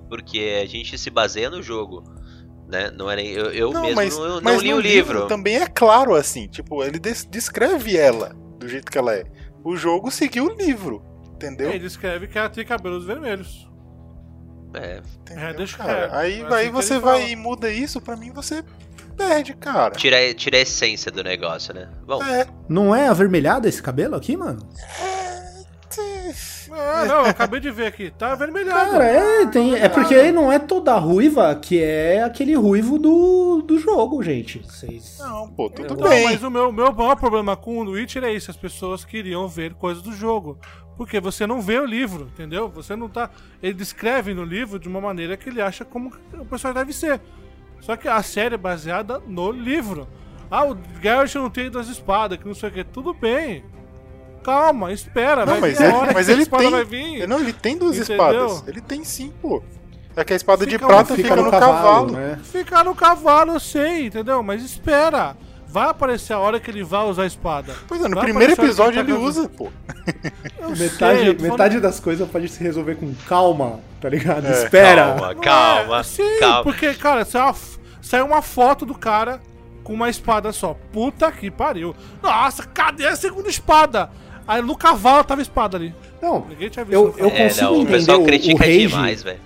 S4: porque a gente se baseia no jogo, né? Não era, eu, eu mesmo não, não li
S5: no
S4: o livro.
S5: Também é claro assim, tipo, ele des- descreve ela do jeito que ela é. O jogo seguiu o livro, entendeu?
S3: Ele escreve que ela tem cabelos vermelhos.
S4: É,
S5: Entendeu,
S3: É, deixa
S5: cara.
S3: quieto.
S5: Aí,
S3: É assim
S5: aí
S3: que
S5: você
S3: ele
S5: vai
S3: fala.
S5: e muda isso, pra mim você perde, cara.
S4: tira, tira a essência do negócio, né? Bom,
S5: É,
S6: Não é avermelhado esse cabelo aqui, mano?
S5: tch,
S3: Ah, não, eu acabei de ver aqui. Tá avermelhado.
S6: Cara, é, tem, é porque não é toda ruiva que é aquele ruivo do, do jogo, gente. Vocês.
S5: não, pô, tudo
S3: Não,
S5: bem.
S3: mas o meu, meu maior problema com o Witcher é isso. As pessoas queriam ver coisas do jogo. Porque você não vê o livro, entendeu? Você não tá. Ele descreve no livro de uma maneira que ele acha como que o pessoal deve ser. Só que a série é baseada no livro. Ah, o Geralt não tem das espadas, que não sei o que. Tudo bem. Calma, espera.
S5: Não,
S3: vai
S5: mas
S3: vir a
S5: ele,
S3: hora
S5: mas
S3: que a
S5: ele
S3: espada
S5: tem.
S3: vai vir.
S5: Não, ele tem duas
S3: Entendeu?
S5: espadas. Ele tem sim, pô. É que a espada de
S3: Fica-
S5: prata fica, no cavalo.
S6: né?
S3: Ficar no cavalo, eu sei, entendeu? Mas espera. Vai aparecer a hora que ele vai usar a espada.
S5: Pois é, no
S3: Vai
S5: primeiro
S3: aparecer a hora que
S5: episódio ele
S3: tá com-
S5: usa, pô.
S3: Eu
S6: Metade,
S3: sei, eu tô falando-
S6: metade das coisas pode se resolver com calma, tá ligado?
S5: É.
S6: Espera.
S4: calma,
S3: Não
S4: calma,
S3: é, sim,
S4: calma.
S3: porque, cara, saiu uma, f- saiu uma foto do cara com uma espada só. Puta que pariu. Nossa, cadê a segunda espada? Aí no cavalo tava a espada ali.
S6: Não,
S3: Ninguém tinha visto.
S6: Eu-
S3: no
S6: eu
S3: cavalo.
S4: É,
S6: consigo
S4: não, o
S6: entender
S4: pessoal
S6: o- o
S4: critica
S6: rage.
S4: demais, velho.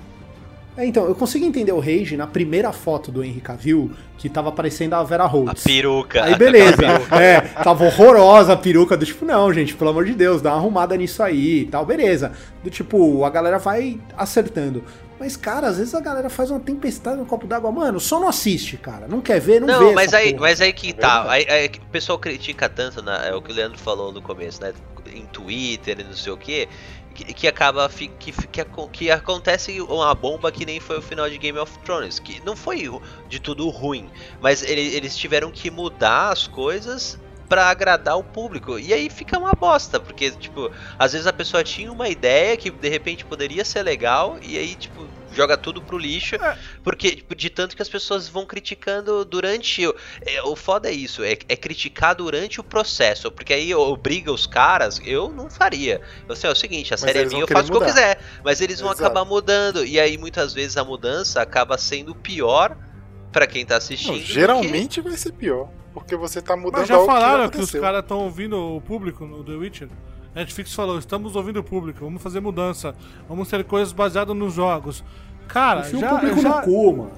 S6: é, então, eu consigo entender o Rage na primeira foto do Henry Cavill, que tava parecendo a Vera
S4: A
S6: Holtz.
S4: [LAUGHS] peruca.
S6: Aí beleza, é, tava horrorosa a peruca do tipo, não, gente, pelo amor de Deus, dá uma arrumada nisso aí e tal, beleza. Do tipo, a galera vai acertando. Mas, cara, às vezes a galera faz uma tempestade no copo d'água. Mano, só não assiste, cara. Não quer ver, não,
S4: Não,
S6: vê.
S4: mas,
S6: essa
S4: aí,
S6: porra.
S4: mas aí que
S5: É
S4: tá.
S5: verdade.
S4: Aí, aí que o pessoal critica tanto na- é o que o Leandro falou no começo, né? Em Twitter e não sei o quê, que, que acaba. fi- Que, fi- que, aco- que acontece uma bomba que nem foi o final de Game of Thrones. Que não foi ru- de tudo ruim, mas ele- eles tiveram que mudar as coisas pra agradar o público. E aí fica uma bosta, porque, tipo, às vezes a pessoa tinha uma ideia que de repente poderia ser legal e aí, tipo. Joga tudo pro lixo,
S5: É.
S4: porque tipo, de tanto que as pessoas vão criticando durante o- é, o foda é isso, é, é criticar durante o processo, porque aí obriga os caras, eu não faria. Eu sei, é o seguinte, a
S5: Mas
S4: série é
S5: eles
S4: minha,
S5: vão
S4: eu faço o que eu
S5: querer
S4: quiser, mas eles vão
S5: Exato.
S4: acabar mudando, e aí muitas vezes a mudança acaba sendo pior pra quem tá assistindo.
S5: Não,
S4: do que-
S5: geralmente vai ser pior. Porque você tá mudando
S3: Mas já
S5: algo
S3: falaram
S5: que,
S3: que,
S5: já
S3: os
S5: aconteceu.
S3: caras estão ouvindo o público no The Witcher. Netflix falou, estamos ouvindo o público, vamos fazer mudança, vamos ter coisas baseadas nos jogos. Cara,
S6: Enfia
S3: já,
S6: o público
S3: já-
S6: no cu, mano.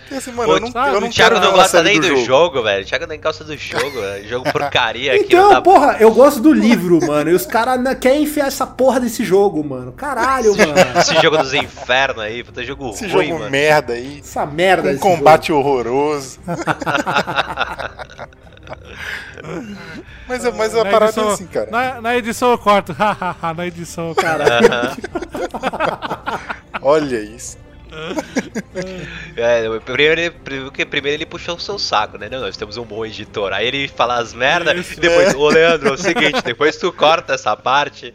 S5: Porque assim, mano, eu
S4: Pô,
S5: não,
S3: sabe,
S5: eu não
S4: O Thiago
S5: quero ver
S4: não
S5: uma
S4: gosta
S5: série
S4: nem do jogo,
S5: jogo.
S4: velho. O Thiago nem gosta do jogo, velho. Jogo porcaria aqui.
S6: Então,
S4: não dá...
S6: porra, eu gosto do livro, mano. E os caras na- querem enfiar essa porra desse jogo, mano. Caralho, mano.
S4: Esse jogo dos infernos aí, puta jogo
S5: Esse
S4: ruim,
S5: jogo é um
S4: mano.
S5: merda aí.
S6: Essa merda.
S5: Um
S6: desse
S4: [LAUGHS]
S5: combate horroroso. mas, é- mas a
S3: na
S5: parada
S3: edição-
S5: é assim, cara.
S3: Na, na edição eu corto, [LAUGHS] hahaha, na edição eu corto.
S5: Olha isso.
S4: [LAUGHS] É, primeiro ele, porque primeiro ele puxou o seu saco, né? Não, nós temos um bom editor. Aí ele fala as merdas,
S3: Isso,
S4: e depois, ô Leandro, é o seguinte, depois tu corta essa parte.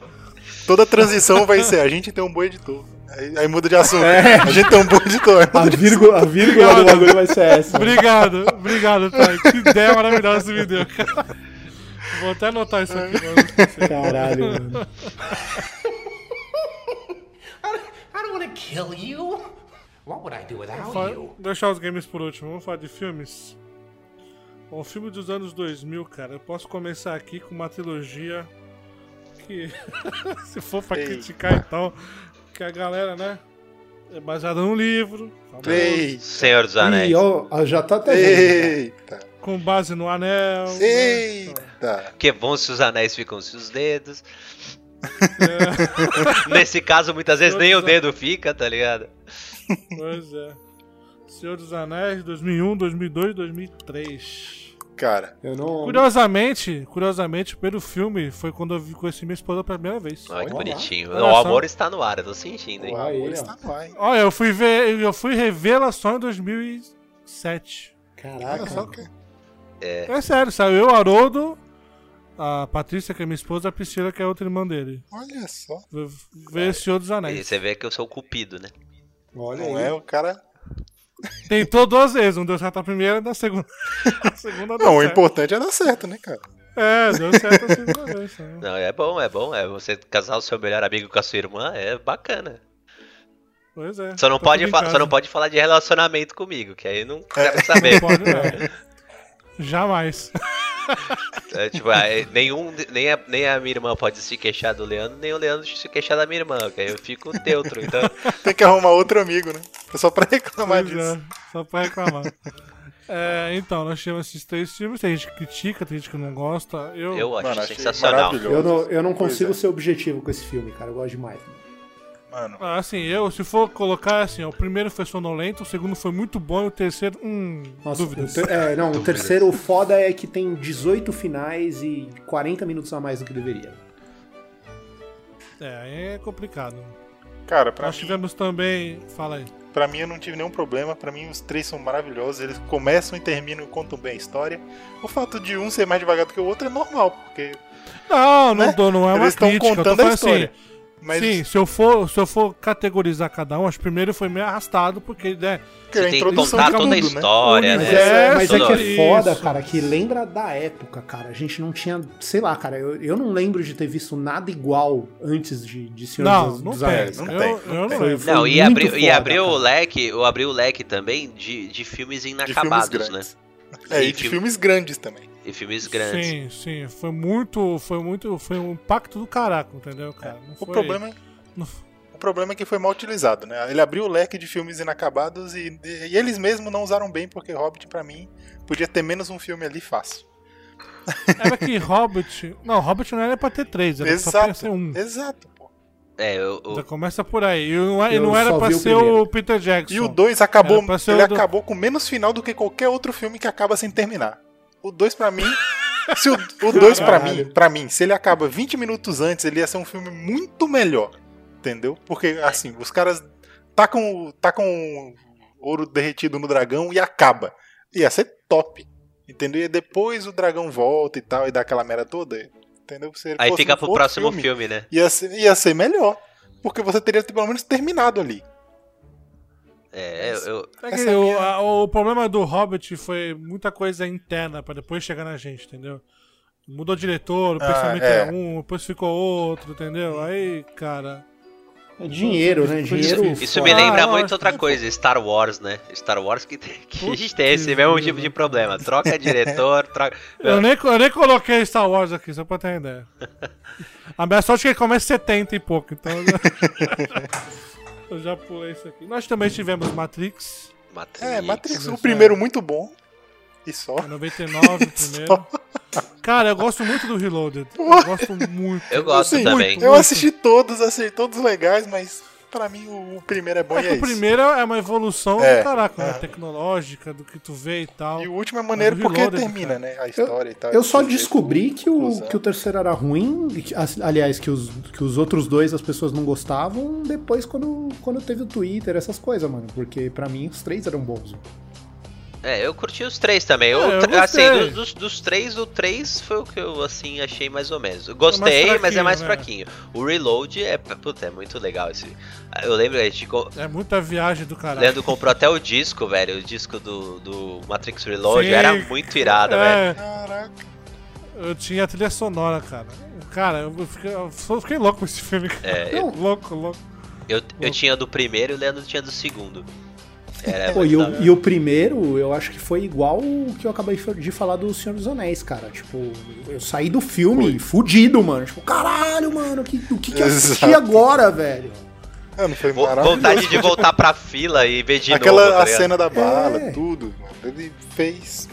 S5: Toda transição vai ser: a gente tem um bom editor. Aí, aí muda de assunto.
S3: É.
S5: A gente tem um bom
S3: [LAUGHS]
S5: editor.
S3: Tá.
S6: jogo. A vírgula, a vírgula do bagulho vai ser essa.
S3: Obrigado, obrigado, Thay. Que ideia maravilhosa você me deu, cara. Vou até anotar isso aqui. mano.
S6: Caralho, mano.
S1: I don't want to kill you. What would I do without
S3: Fa-
S1: you?
S3: Deixar os games por último. Vamos falar de filmes? Bom, filme dos anos 2000, cara. Eu posso começar aqui com uma trilogia que, [LAUGHS] se for pra
S5: Eita.
S3: criticar, então, que a galera, né? baseado num livro,
S5: Ei,
S4: Senhor dos Anéis.
S6: Ih, ó, ó, já tá até vendo.
S5: eita,
S3: com base no anel. né?
S5: eita.
S4: Que é bom se os anéis ficam se os dedos. [LAUGHS] Nesse caso, muitas vezes nem o dedo fica, tá ligado?
S3: Pois é. Senhor dos Anéis, 2001, 2002, 2003.
S5: Cara,
S6: Eu não.
S3: Curiosamente, curiosamente, o primeiro filme foi quando eu vi conheci minha esposa pela primeira vez.
S4: Olha que
S5: Olha lá.
S4: bonitinho.
S3: Olha
S4: o
S3: só.
S4: amor está no ar, eu tô sentindo, hein?
S5: o
S6: Uau. Aí,
S5: amor
S6: ó.
S3: tá-
S5: está tá no ar, hein?
S3: Olha, eu fui ver, eu fui revê-la só em 2007.
S6: Caraca.
S5: Só que-
S3: É sério, saiu eu, Haroldo, a Patrícia, que é minha esposa, a Priscila, que é outra irmã dele.
S5: Olha só.
S3: V- Ver Senhor dos
S4: É, E
S3: Anéis.
S4: você vê que eu sou o cupido, né?
S6: Olha
S5: Não
S6: aí.
S5: é o cara.
S3: Tentou duas vezes, não deu certo a primeira, na segunda. [LAUGHS] A segunda deu
S5: Não, o
S3: certo.
S5: importante é dar certo, né, cara?
S3: É, deu certo a segunda vez. né?
S4: Não, é bom, é bom. É você casar o seu melhor amigo com a sua irmã, é bacana.
S3: Pois é.
S4: Só não,
S3: tá
S4: pode
S3: tudo em
S4: fa-
S3: casa.
S4: só
S6: né?
S4: não pode falar de relacionamento comigo, que aí não
S5: É.
S4: quero saber.
S6: [LAUGHS]
S3: Pode não.
S4: [LAUGHS]
S3: Jamais.
S4: É, tipo, aí nenhum, nem, a, nem a minha irmã pode se queixar do Leandro, nem o Leandro se queixar da minha irmã, que aí eu fico neutro.
S6: [LAUGHS]
S4: Então,
S5: Tem que arrumar outro amigo, né? É só pra [LAUGHS] reclamar
S3: Pois
S5: disso.
S3: é, só pra reclamar. [LAUGHS] É, então, nós tivemos esses três filmes, tem gente que critica, tem gente que não gosta. Eu,
S4: eu acho
S5: Mano, achei
S4: sensacional.
S5: maravilhoso.
S6: Eu não, eu não
S5: Pois
S6: consigo
S5: é.
S6: ser objetivo com esse filme, cara. Eu gosto demais.
S5: Mano,
S3: Ah, assim, eu, se for colocar assim, ó, o primeiro foi sonolento, o segundo foi muito bom e o terceiro, hum,
S6: Nossa,
S3: dúvidas.
S6: o ter- é, não, o terceiro foda é que tem 18 finais e 40 minutos a mais do que deveria.
S3: É, aí é complicado.
S5: cara, pra
S3: nós
S5: mim,
S3: tivemos também. Fala aí.
S5: pra mim eu não tive nenhum problema. Pra mim os três são maravilhosos. Eles começam e terminam e contam bem a história. O fato de um ser mais devagar do que o outro é normal, porque.
S3: Não, não,
S5: Né?
S3: dou, não é uma
S5: Eles tão
S3: crítica. eu tô
S5: contando a
S3: falando
S5: história,
S3: assim,
S5: Mas
S3: Sim, se eu, for, se eu for categorizar cada um, acho que o primeiro foi meio arrastado, porque, né?
S5: que
S4: Você
S5: a
S4: tem que
S5: introdução
S4: contar
S5: de
S4: toda a
S5: tudo, né?
S4: história,
S6: Mas
S4: né?
S6: é, mas é
S4: Toda
S6: que
S4: hora.
S6: é foda,
S3: Isso.
S6: cara, que lembra da época, cara. A gente não tinha, sei lá, cara, eu, eu não lembro de ter visto nada igual antes de, de Senhor
S3: Não,
S6: dos,
S3: não
S6: dos
S3: tem.
S6: Anéis.
S5: não
S3: eu,
S5: tem,
S3: eu
S5: não
S3: não
S5: tem.
S3: lembro.
S6: Foi
S4: Não, e
S6: é muito
S4: abriu, e
S6: foda,
S4: abriu o
S6: cara.
S4: leque, eu abri o leque também de, de filmes
S5: de filmes
S4: inacabados, né?
S5: grandes. É, e
S4: Sim,
S5: de
S4: filme-
S5: filmes grandes também.
S4: E filmes grandes.
S3: Sim, sim. Foi muito. Foi muito. Foi um impacto do caraca, entendeu, cara? Não
S5: O
S3: foi-
S5: problema é.
S3: Não-
S5: O problema é que foi mal utilizado, né? Ele abriu o leque de filmes inacabados e, e eles mesmos não usaram bem, porque Hobbit, pra mim, podia ter menos um filme ali fácil. é
S3: Era que Hobbit. Não, Hobbit não era pra ter três, era só pra
S5: Exato.
S3: ser um.
S5: Exato, pô.
S4: É, eu, eu-
S3: Já começa por aí. E não, é- e
S6: Eu
S3: não era
S6: só
S3: pra
S6: vi o
S3: ser
S6: primeiro.
S3: o Peter Jackson.
S5: E o 2 acabou.
S3: Era pra ser
S5: Ele
S3: o do-
S5: acabou com menos final do que qualquer outro filme que acaba sem terminar. O 2
S3: [LAUGHS]
S5: pra mim. se o 2 pra mim, para mim, se ele acaba 20 minutos antes, ele ia ser um filme muito melhor. Entendeu? Porque assim, os caras tacam, o- tacam o ouro derretido no dragão e acaba. Ia ser top. Entendeu? E depois o dragão volta e tal e dá aquela merda toda. Entendeu? Se ele
S4: aí
S5: fosse
S4: fica
S5: um
S4: pro
S5: outro
S4: próximo filme, né?
S5: Ia ser, ia ser melhor. Porque você teria tipo, pelo menos terminado ali.
S4: É, eu, eu-
S3: É que
S5: Essa é a
S3: o,
S5: minha-
S3: a- o problema do Hobbit foi muita coisa interna pra depois chegar na gente, entendeu? Mudou o diretor, o
S5: Ah,
S3: pensamento
S5: é.
S3: era um, depois ficou outro, entendeu? Aí, cara.
S6: É dinheiro, né? Dinheiro.
S3: Isso-
S4: isso é
S6: foda.
S4: me lembra
S3: Ah,
S4: muito
S3: lógico.
S4: outra coisa, Star Wars, né? Star Wars que, tem- que a gente
S3: Putz,
S4: [LAUGHS] tem esse mesmo
S3: grilo,
S4: tipo de
S3: velho.
S4: problema. Troca diretor, troca.
S5: É.
S3: Eu nem, eu nem coloquei Star Wars aqui, só pra ter uma ideia. A minha sorte é que ele começa 70 e pouco, então. Eu já, [LAUGHS] eu já pulei isso aqui. Nós também tivemos Matrix,
S4: Matrix.
S5: É, Matrix, o
S3: Começar.
S5: primeiro muito bom. E só.
S3: é
S5: [LAUGHS]
S3: 99 o primeiro. Cara, eu gosto muito do Reloaded. Eu gosto muito.
S4: Eu gosto
S5: Assim,
S4: também.
S5: Eu assisti todos, achei todos legais, mas pra mim o, o primeiro é bom
S3: É
S5: e
S3: que
S5: é
S3: o
S5: isso.
S3: primeiro é uma evolução,
S5: É.
S3: caraca, né, tecnológica, do que tu vê e tal.
S5: E o último é maneiro
S3: Mas o
S5: porque
S3: Reloaded, cara.
S5: termina, né? A história e tal.
S6: Eu só
S5: Esse jeito,
S6: descobri que o,
S5: conclusão.
S6: que o terceiro era ruim, e que- as- aliás, que os, que os outros dois as pessoas não gostavam, depois quando, quando teve o Twitter, essas coisas, mano. Porque pra mim os três eram bons.
S4: É, eu curti os três também. Eu,
S3: É, eu
S4: tra- assim,
S3: gostei.
S4: dos, dos- dos três, o três foi o que eu assim achei mais ou menos. Eu gostei, mas é
S3: fraquinho,
S4: mais
S3: né?
S4: fraquinho. O Reload é, puta, é muito legal esse. Eu lembro a gente co-
S3: É muita viagem do caralho.
S4: Leandro comprou até o disco, velho. O disco do, do Matrix Reload
S3: Sim.
S4: era muito irado, velho.
S3: É,
S5: Caraca.
S3: eu tinha a trilha sonora, cara. Cara, eu fiquei, eu só fiquei louco com esse filme. Cara.
S4: É, eu,
S3: Louco, louco.
S4: eu, eu tinha do primeiro e o Leandro tinha do segundo. Era
S6: Pô, e,
S4: muito-
S6: o, e o primeiro, eu acho que foi igual o que eu acabei de falar do Senhor dos Anéis, cara. Tipo, eu saí do filme fudido, mano. Tipo, caralho, mano, que- o que, que eu assisti
S5: Exato.
S6: agora, velho?
S5: Ah, não foi
S4: Vo-
S5: maravilhoso.
S4: vontade de voltar pra fila e ver de
S5: Aquela
S4: novo. tá
S5: a
S4: ligado?
S5: cena da bala,
S6: É.
S5: tudo, mano. Ele fez.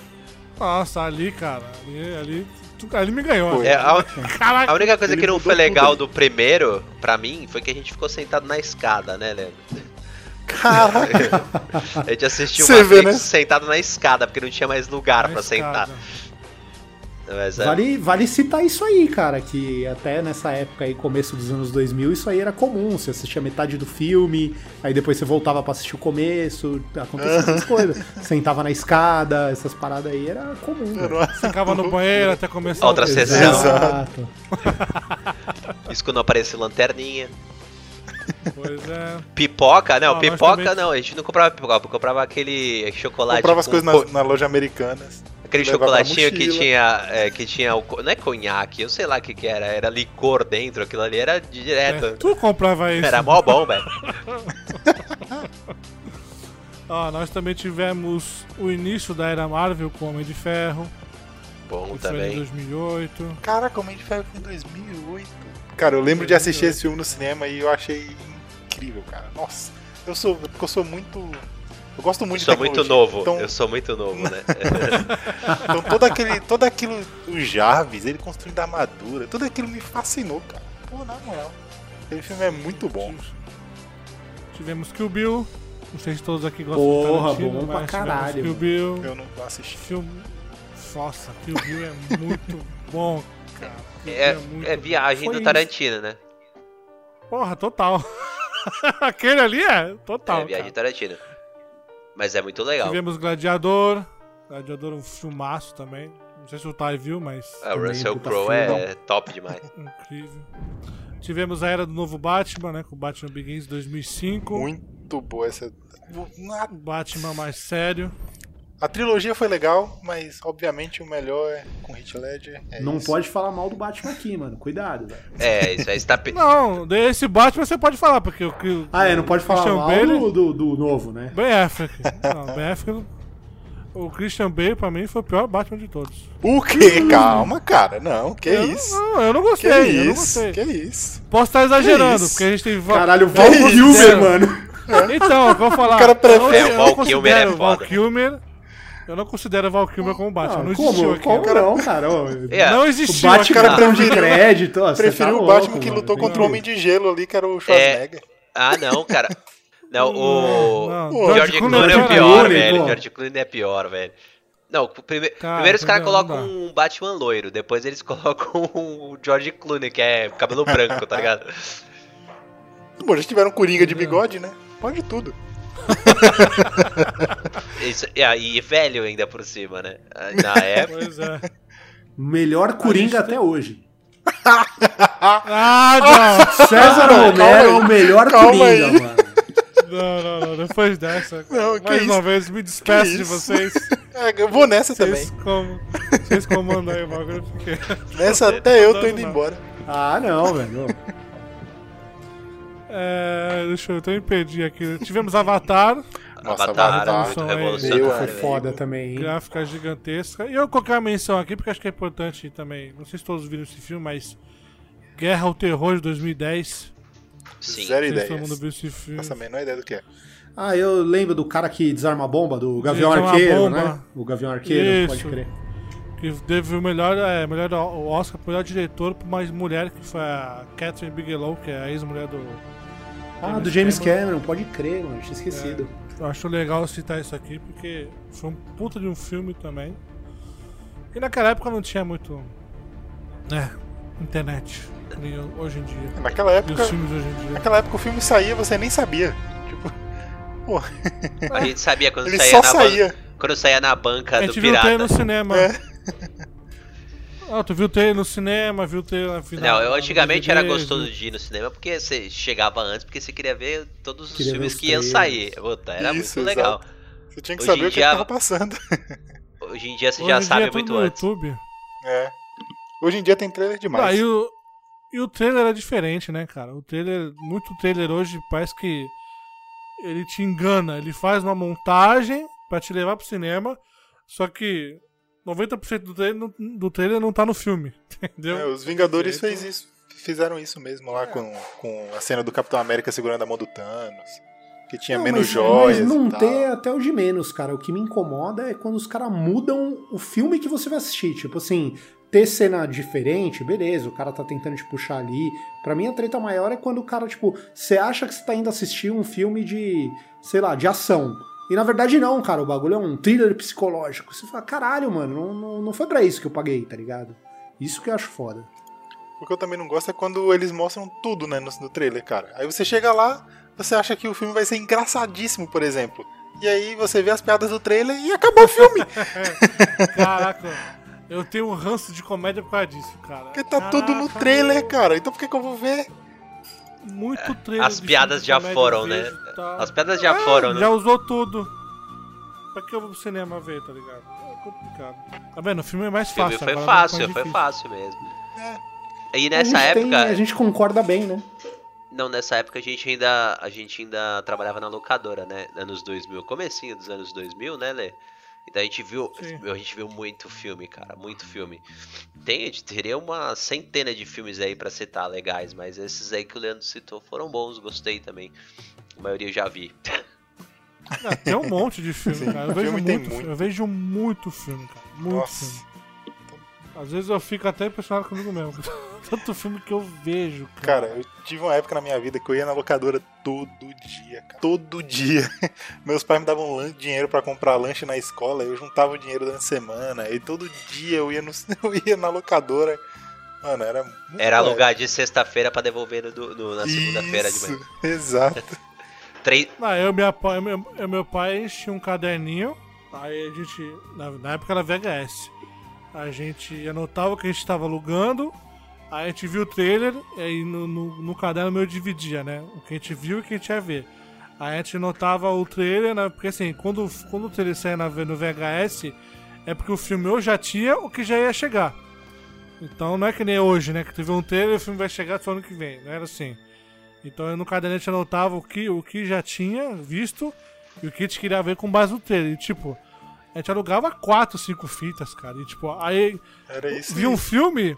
S3: Nossa, ali, cara. Ali, ali, tu- ali me ganhou. né?
S5: Foi.
S4: É, a,
S3: Caraca.
S4: a única coisa
S5: Ele
S4: que não
S5: mudou
S4: foi
S5: tudo
S4: legal
S5: ali.
S4: do primeiro, pra mim, foi que a gente ficou sentado na escada, né, Leandro?
S5: Caraca,
S4: [LAUGHS] A gente assistiu
S5: Você vê,
S4: Matrix
S5: né?
S4: sentado na escada, porque não tinha mais lugar
S3: Na
S4: pra sentar.
S3: escada.
S4: Mas, é,
S6: Vale, vale citar isso aí, cara, que até nessa época aí, começo dos anos 2000, isso aí era comum. Você assistia metade do filme, aí depois você voltava pra assistir o começo, acontecia
S5: [LAUGHS]
S6: essas coisas. Sentava na escada, essas paradas aí era comum. velho.
S3: Ficava no banheiro até começar
S4: Outra
S3: outra
S4: sessão.
S3: vez.
S6: Exato.
S4: Isso quando apareceu lanterninha.
S3: Pois é.
S4: Pipoca? Não,
S3: Ah,
S4: pipoca
S3: logicamente.
S4: não. A gente não comprava pipoca, comprava aquele chocolate.
S5: comprava as
S4: com
S5: coisas
S4: co-
S5: na, na loja americana.
S4: Aquele
S5: levava
S4: chocolatinho que
S5: mochila.
S4: tinha. é, que tinha o, co- Não é conhaque, eu sei lá o que, que era. Era licor dentro, aquilo ali era direto.
S3: É, tu comprava isso.
S4: tá. Era mó bom, velho.
S3: Ó, nós também tivemos o início da era Marvel com o Homem de Ferro,
S4: Bom
S3: que foi em
S4: também.
S3: 2008.
S5: Caraca, o Homem de Ferro foi em 2008. Cara, eu lembro de assistir esse filme no cinema e eu achei incrível, cara. Nossa, eu sou. Porque eu sou muito. Eu gosto muito
S4: Sou
S5: de
S4: muito
S5: tecnologia.
S4: novo,
S5: Então,
S4: eu sou muito novo,
S5: [LAUGHS]
S4: né?
S5: então todo, aquele, todo aquilo. O Jarvis, ele construindo a armadura, tudo aquilo me fascinou, cara. Pô, na moral. Aquele filme é muito bom.
S3: Tivemos Kill Bill. Não sei se todos aqui gostam
S6: Porra,
S3: de Tarantino,
S6: bom pra
S3: mas tivemos
S6: caralho,
S3: Kill
S6: mano.
S3: Bill.
S5: Eu não assisti.
S3: Filme... Nossa, Kill Bill é muito [LAUGHS] bom, cara. Kill
S4: [LAUGHS] É,
S3: Bill muito
S4: é viagem
S6: Foi
S4: do
S6: isso.
S4: Tarantino, né?
S3: bom. Porra, total. [LAUGHS] Aquele ali é total.
S4: é
S3: cara.
S4: viagem do Tarantino. Mas é muito legal.
S3: Tivemos Gladiador. Gladiador é um filmaço também. Não sei se o Ty viu, mas
S4: Ah, o
S6: também,
S4: Russell
S6: puta
S4: Crowe é top demais.
S3: incrível. Tivemos a era do novo Batman, né? Com o Batman Begins 2005.
S5: Muito boa essa. Na-
S3: O Batman mais sério.
S5: A trilogia foi legal, mas obviamente o melhor é com Heath Ledger. É
S6: Não
S5: isso.
S6: pode falar mal do Batman aqui, mano. Cuidado, velho.
S4: É, isso aí está. pe-
S3: Não, desse Batman você pode falar, porque o que.
S6: Ah, é, não pode falar
S3: Christian
S6: mal
S3: Bale-
S6: do, do, do novo, né?
S3: Ben Affleck. Não, Ben Affleck. O Christian Bale, pra mim, foi o pior Batman de todos.
S5: O quê? Calma, cara. Não, que
S3: eu,
S5: isso?
S3: Não, eu não
S5: Que
S3: gostei, eu não
S5: isso?
S3: gostei.
S5: Que isso?
S3: Posso estar exagerando,
S5: isso?
S3: porque a gente tem. va-
S6: Caralho, o
S5: Que
S6: Val
S5: isso?
S6: Kilmer,
S3: É.
S6: mano.
S3: Então, eu vou falar.
S5: O cara prefere-
S3: eu não-
S4: É, o
S3: eu
S4: Val
S3: não
S4: Kilmer é
S3: considero o Val
S4: foda.
S3: Kilmer. Eu não considero o Val Kilmer como Batman. Não,
S6: Ah,
S3: existiu aqui.
S6: Como não, cara? Ô,
S4: É,
S3: Não
S6: O
S3: existiu aqui.
S6: Batman
S5: cara
S6: cartão de
S5: preferiu-
S6: crédito. ó, você
S5: Preferiu
S6: tá
S5: o Batman
S6: louco,
S5: que
S6: mano.
S5: lutou
S6: Tem
S5: contra o
S6: que-
S5: Homem de Gelo ali, que era
S4: É.
S5: o Schwarzenegger.
S4: Ah, não, cara. Não, o.
S3: Não,
S4: o George Clooney é o
S3: cara.
S4: pior,
S6: Clooney,
S4: velho.
S6: pô.
S4: George Clooney é pior, velho. Não, o prime-
S3: Cara,
S4: primeiro os caras
S3: não, não
S4: colocam
S3: dá.
S4: um Batman loiro, depois eles [LAUGHS] colocam o George Clooney, que é cabelo branco, tá ligado?
S5: Bom, já tiveram Coringa
S6: É.
S5: de bigode, né? Pode tudo.
S4: Isso, e aí, velho ainda por cima, né?
S5: [LAUGHS]
S4: Na época.
S3: Pois é.
S6: Melhor Coringa até hoje.
S3: Ah, não.
S6: César
S5: calma
S6: Romero é
S5: aí.
S6: o melhor
S5: Calma
S6: Coringa,
S5: aí.
S6: mano.
S3: Não, não, não. Depois dessa.
S5: Não, que
S3: mais
S5: isso?
S3: uma vez, me despeço
S5: Que
S3: de
S5: isso? [LAUGHS]
S3: vocês.
S5: É, eu vou nessa também.
S3: Vocês, como, vocês comandam aí o bagulho, porque.
S5: Nessa até eu tô
S3: dando
S5: indo
S3: não.
S5: embora.
S6: Ah, não, velho.
S3: É, deixa eu, eu tô impedido aqui. Tivemos Avatar,
S5: Nossa,
S4: Avatar,
S5: Avatar, é
S4: muito
S3: aí.
S5: Meu
S6: Foi
S4: revolucionário. velho.
S6: foda também, hein?
S3: gráfica gigantesca. E eu coloquei uma menção aqui, porque acho que é importante também. Não sei se todos viram esse filme, mas. Guerra ao Terror de 2010.
S4: Sim.
S5: Zero
S3: Não sei se todo
S5: ideias.
S3: mundo viu esse filme.
S5: Nossa, a menor ideia do que é.
S6: Ah, eu lembro do cara que desarma a bomba, do Gavião
S3: Desarma a
S6: Arqueiro,
S3: bomba.
S6: né? O Gavião Arqueiro,
S3: Isso.
S6: pode crer.
S3: Que teve o melhor, é, melhor o Oscar pro melhor diretor por mais mulher, que foi a Catherine Bigelow, que é a ex-mulher do.
S6: Ah, do James Cameron, pode crer, mano. Tinha esquecido.
S3: Eu acho legal citar isso aqui, porque foi um puta de um filme também. E naquela época não tinha muito. né? Internet. que nem Hoje em dia.
S5: Naquela
S3: E
S5: época,
S3: os filmes hoje em dia.
S5: naquela época o filme saía, você nem sabia. Tipo,
S4: A gente sabia quando
S5: ele
S4: saía
S5: só
S4: na ban-
S5: saía.
S4: Quando saía na
S3: A
S4: banca É do
S3: gente viu o
S4: pirata.
S3: trailer no cinema.
S5: É.
S3: Ah, tu viu o trailer no cinema, viu o trailer na final.
S4: Não, eu antigamente era
S3: no DVD,
S4: gostoso de ir no cinema porque você chegava antes, porque você queria ver todos os
S6: Queria ver
S4: filmes
S6: os
S4: que iam sair.
S6: trailers.
S4: Puta, era
S5: Isso,
S4: muito legal.
S5: Você tinha que
S4: Hoje em
S5: saber o que,
S4: dia-
S5: estava passando.
S4: Hoje em dia você
S3: Hoje em
S4: já
S3: dia
S4: sabe
S3: é tudo
S4: muito
S3: no
S4: antes.
S3: YouTube.
S5: É. Hoje em dia tem trailer demais.
S3: Ah, e, o, e o trailer é diferente, né, cara? O trailer, muito trailer hoje parece que ele te engana. Ele faz uma montagem pra te levar pro cinema, só que 90% do trailer, não- do trailer não tá no filme, [LAUGHS] entendeu?
S5: É, os Vingadores fez isso. fizeram isso mesmo lá com, com a cena do Capitão América segurando a mão do Thanos. Que tinha
S6: Não,
S5: menos
S6: mas-
S5: joias.
S6: Mas não
S5: e tal.
S6: ter até o de menos, cara. O que me incomoda é quando os caras mudam o filme que você vai assistir. Tipo assim, ter cena diferente, beleza, o cara tá tentando te puxar ali. Pra mim, a treta maior é quando o cara, tipo, você acha que você tá indo assistir um filme de, sei lá, de ação. E na verdade não, cara, o bagulho é um thriller psicológico. Você fala, caralho, mano, não, não, não foi pra isso que eu paguei, tá ligado? Isso que eu acho foda.
S5: O que eu também não gosto é quando eles mostram tudo, né, no, no trailer, cara. Aí você chega lá, você acha que o filme vai ser engraçadíssimo, por exemplo. E aí você vê as piadas do trailer e acabou o filme. [LAUGHS]
S3: Caraca, eu tenho um ranço de comédia por causa disso, cara.
S5: Porque tá tudo no
S3: Caraca,
S5: trailer, cara. Então por que, que eu vou ver?
S3: Muito trailer.
S4: As
S3: de
S4: piadas
S3: filme de
S4: já
S3: comédia tá?
S4: foram,
S3: eu
S4: né?
S3: vejo e tal.
S4: As piadas já foram, né?
S3: Ah, Já usou tudo. Pra que eu vou pro cinema ver, tá ligado? É complicado. Tá vendo? O filme é mais
S4: O filme
S3: fácil. agora
S4: foi
S3: é mais
S4: fácil, foi
S3: difícil.
S4: fácil mesmo. E
S6: a
S4: nessa
S6: gente tem-
S4: época,
S6: a gente concorda bem, né?
S4: não, nessa época a gente ainda, a gente ainda trabalhava na locadora, né? Anos 2000, comecinho dos anos 2000, né, Lê? Então a gente viu,
S3: Sim.
S4: meu, a gente viu muito filme, cara, muito filme. Tem, a gente teria uma centena de filmes aí pra citar legais, mas esses aí que o Leandro citou foram bons, gostei também. A maioria eu já vi.
S3: Ah, tem um monte de filme,
S5: [LAUGHS] Sim,
S3: cara. Eu vejo,
S5: filme tem
S3: muito,
S5: muito.
S3: eu vejo muito filme, cara. Muito
S5: Nossa.
S3: filme. Às vezes eu fico até impressionado comigo mesmo. [LAUGHS] Tanto filme que eu vejo, cara.
S5: Cara, eu tive uma época na minha vida que eu ia na locadora todo dia, cara. Todo dia. [LAUGHS] Meus pais me davam lan- dinheiro pra comprar lanche na escola, eu juntava o dinheiro durante a semana. E todo dia eu ia, no, [LAUGHS] eu ia na locadora. Mano, era muito
S4: Era
S5: legal.
S4: alugar de sexta-feira pra devolver no, do- no- na segunda-feira de
S5: Isso, [LAUGHS]
S4: manhã.
S5: Exato.
S4: Três,
S3: Não, Ah, eu, minha, pa- eu, meu, eu, meu pai tinha um caderninho, aí a gente, na, na época era VHS, a gente anotava o que a gente estava alugando, aí a gente viu o trailer, e aí no, no, no caderno meu eu dividia, né? O que a gente viu e o que a gente ia ver. Aí a gente anotava o trailer, né? porque assim, quando, quando o trailer saia na, no VHS, é porque o filme ou já tinha ou que já ia chegar. Então não é que nem hoje, né? Que tu vê um trailer e o filme vai chegar só ano que vem. Não era assim. Então eu no cadernete anotava o que, o que já tinha visto e o que a gente queria ver com base no trailer. E, tipo, a gente alugava quatro, cinco fitas, cara. E tipo, aí
S5: Era isso.
S3: vi um filme,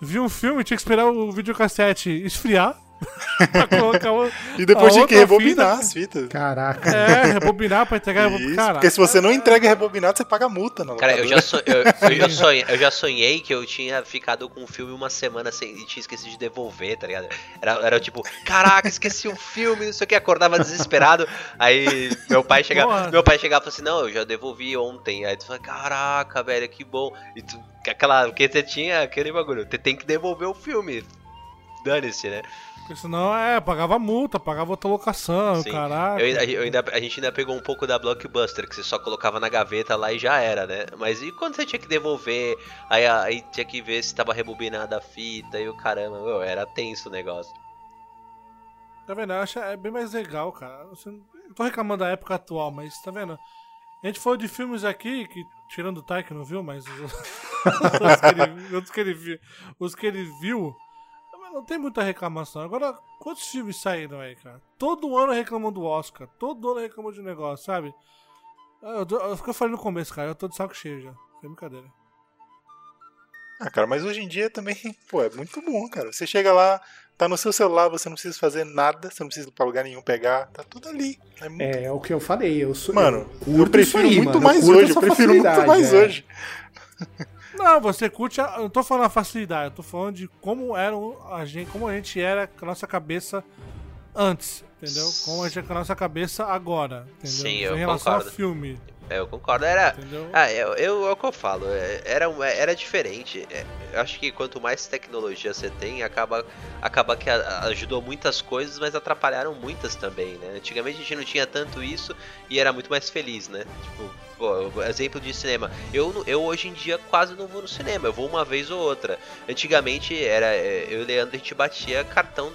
S3: vi um filme, tinha que esperar o videocassete esfriar. [LAUGHS] pra colocar o-
S5: E depois
S3: a
S5: tinha que
S3: outra
S5: rebobinar
S3: fita.
S5: as fitas.
S6: Caraca.
S3: É, rebobinar pra entregar.
S5: Isso,
S3: cara,
S5: porque se você não entrega rebobinado, você paga multa na
S4: Cara,
S5: locadora.
S4: eu já, so- eu, eu, já sonhei, eu já sonhei que eu tinha ficado com o filme uma semana sem, e tinha esquecido de devolver, tá ligado? Era, era tipo, caraca, esqueci o filme, não sei o que, acordava desesperado. Aí meu pai chegava,
S3: Porra.
S4: meu pai chegava e falou assim, não, eu já devolvi ontem. Aí tu fala, caraca, velho, que bom. E tu, aquela, porque você tinha aquele bagulho, você tem que devolver o filme. Dane-se, né?
S3: Porque senão é, pagava multa, pagava outra locação,
S4: Sim.
S3: caraca.
S4: Eu, ainda- eu ainda, a gente ainda pegou um pouco da Blockbuster, que você só colocava na gaveta lá e já era, né? Mas e quando você tinha que devolver? Aí, aí tinha que ver se tava rebobinada a fita e o caramba, meu, era tenso o negócio.
S3: Tá vendo? Eu acho é bem mais legal, cara. Você não não tô reclamando da época atual, mas tá vendo? A gente falou de filmes aqui, que tirando o Tai que não viu, mas os, [LAUGHS] os que ele, os que ele viu, os que ele viu, mas não tem muita reclamação. Agora, quantos filmes saíram aí, cara? Todo ano reclamam do Oscar, todo ano reclamam de um negócio, sabe? Ah, Eu, tô- eu, fico falando no começo, cara, eu tô de saco cheio já. Sem brincadeira.
S5: Ah, cara, mas hoje em dia também, pô, é muito bom, cara. Você chega lá, tá no seu celular, você não precisa fazer nada, você não precisa ir pra lugar nenhum pegar, tá tudo ali. É muito...
S6: É, é o que eu falei. Eu sou,
S5: Mano,
S6: curto
S5: eu prefiro
S6: isso aí,
S5: muito
S6: mano, eu
S5: mais
S6: curto
S5: hoje, eu
S6: essa
S5: prefiro muito
S6: facilidade,
S5: mais
S6: é.
S5: hoje.
S3: Não, você curte. A, eu não tô falando a facilidade, eu tô falando de como era o- a gente, como a gente era com a nossa cabeça antes, entendeu? Como a gente é com a nossa cabeça agora, entendeu?
S4: Sim,
S3: em
S4: eu
S3: relação
S4: concordo.
S3: ao filme,
S4: É, Eu concordo, era.
S3: entendeu?
S4: Ah, eu, eu, é o que eu falo, é, era, um- era diferente. É, Eu acho que quanto mais tecnologia você tem, acaba, acaba que a- ajudou muitas coisas, mas atrapalharam muitas também, né? Antigamente a gente não tinha tanto isso e era muito mais feliz, né? Tipo, pô, exemplo de cinema. Eu, não- eu hoje em dia quase não vou no cinema, eu vou uma vez ou outra. Antigamente era é, eu e o Leandro a gente batia cartão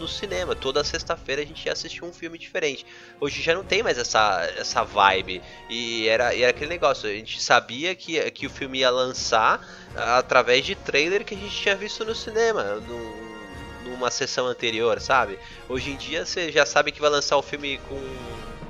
S4: no cinema, toda sexta-feira a gente ia assistir um filme diferente. Hoje já não tem mais essa, essa vibe. E era, e era aquele negócio, a gente sabia que, que o filme ia lançar ah, através de trailer que a gente tinha visto no cinema, num- numa sessão anterior, sabe? Hoje em dia você já sabe que vai lançar o filme com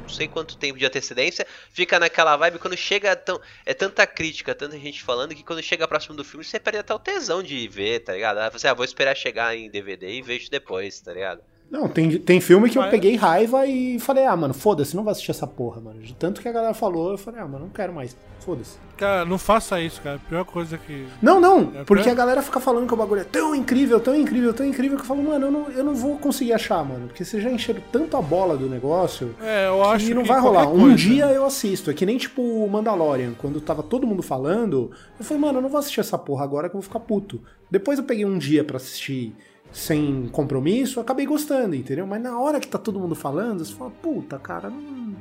S4: não sei quanto tempo de antecedência, fica naquela vibe quando chega tão, é tanta crítica, tanta gente falando que quando chega próximo do filme você perde até o tesão de ver, tá ligado? Aí você, ah, vou esperar chegar em DVD e vejo depois, tá ligado?
S6: Não, tem, tem filme que eu peguei raiva e falei, ah, mano, foda-se, não vou assistir essa porra, mano. De tanto que a galera falou, eu falei, ah, mano, não quero mais, foda-se.
S3: Cara, não faça isso, cara. A pior coisa que.
S6: Não,
S3: É
S6: não, porque
S3: pra-
S6: a galera fica falando que o bagulho é tão incrível, tão incrível, tão incrível, que eu falo, mano, eu não, eu não vou conseguir achar, mano, porque vocês já encheram tanto a bola do negócio
S3: É, eu acho
S6: e não
S3: que
S6: vai
S3: qualquer
S6: rolar. Um
S3: coisa-
S6: dia eu assisto. É que nem tipo o Mandalorian, quando tava todo mundo falando, eu falei, mano, eu não vou assistir essa porra agora que eu vou ficar puto. Depois eu peguei um dia pra assistir sem compromisso, eu acabei gostando, entendeu? Mas na hora que tá todo mundo falando, você fala, puta, cara, não,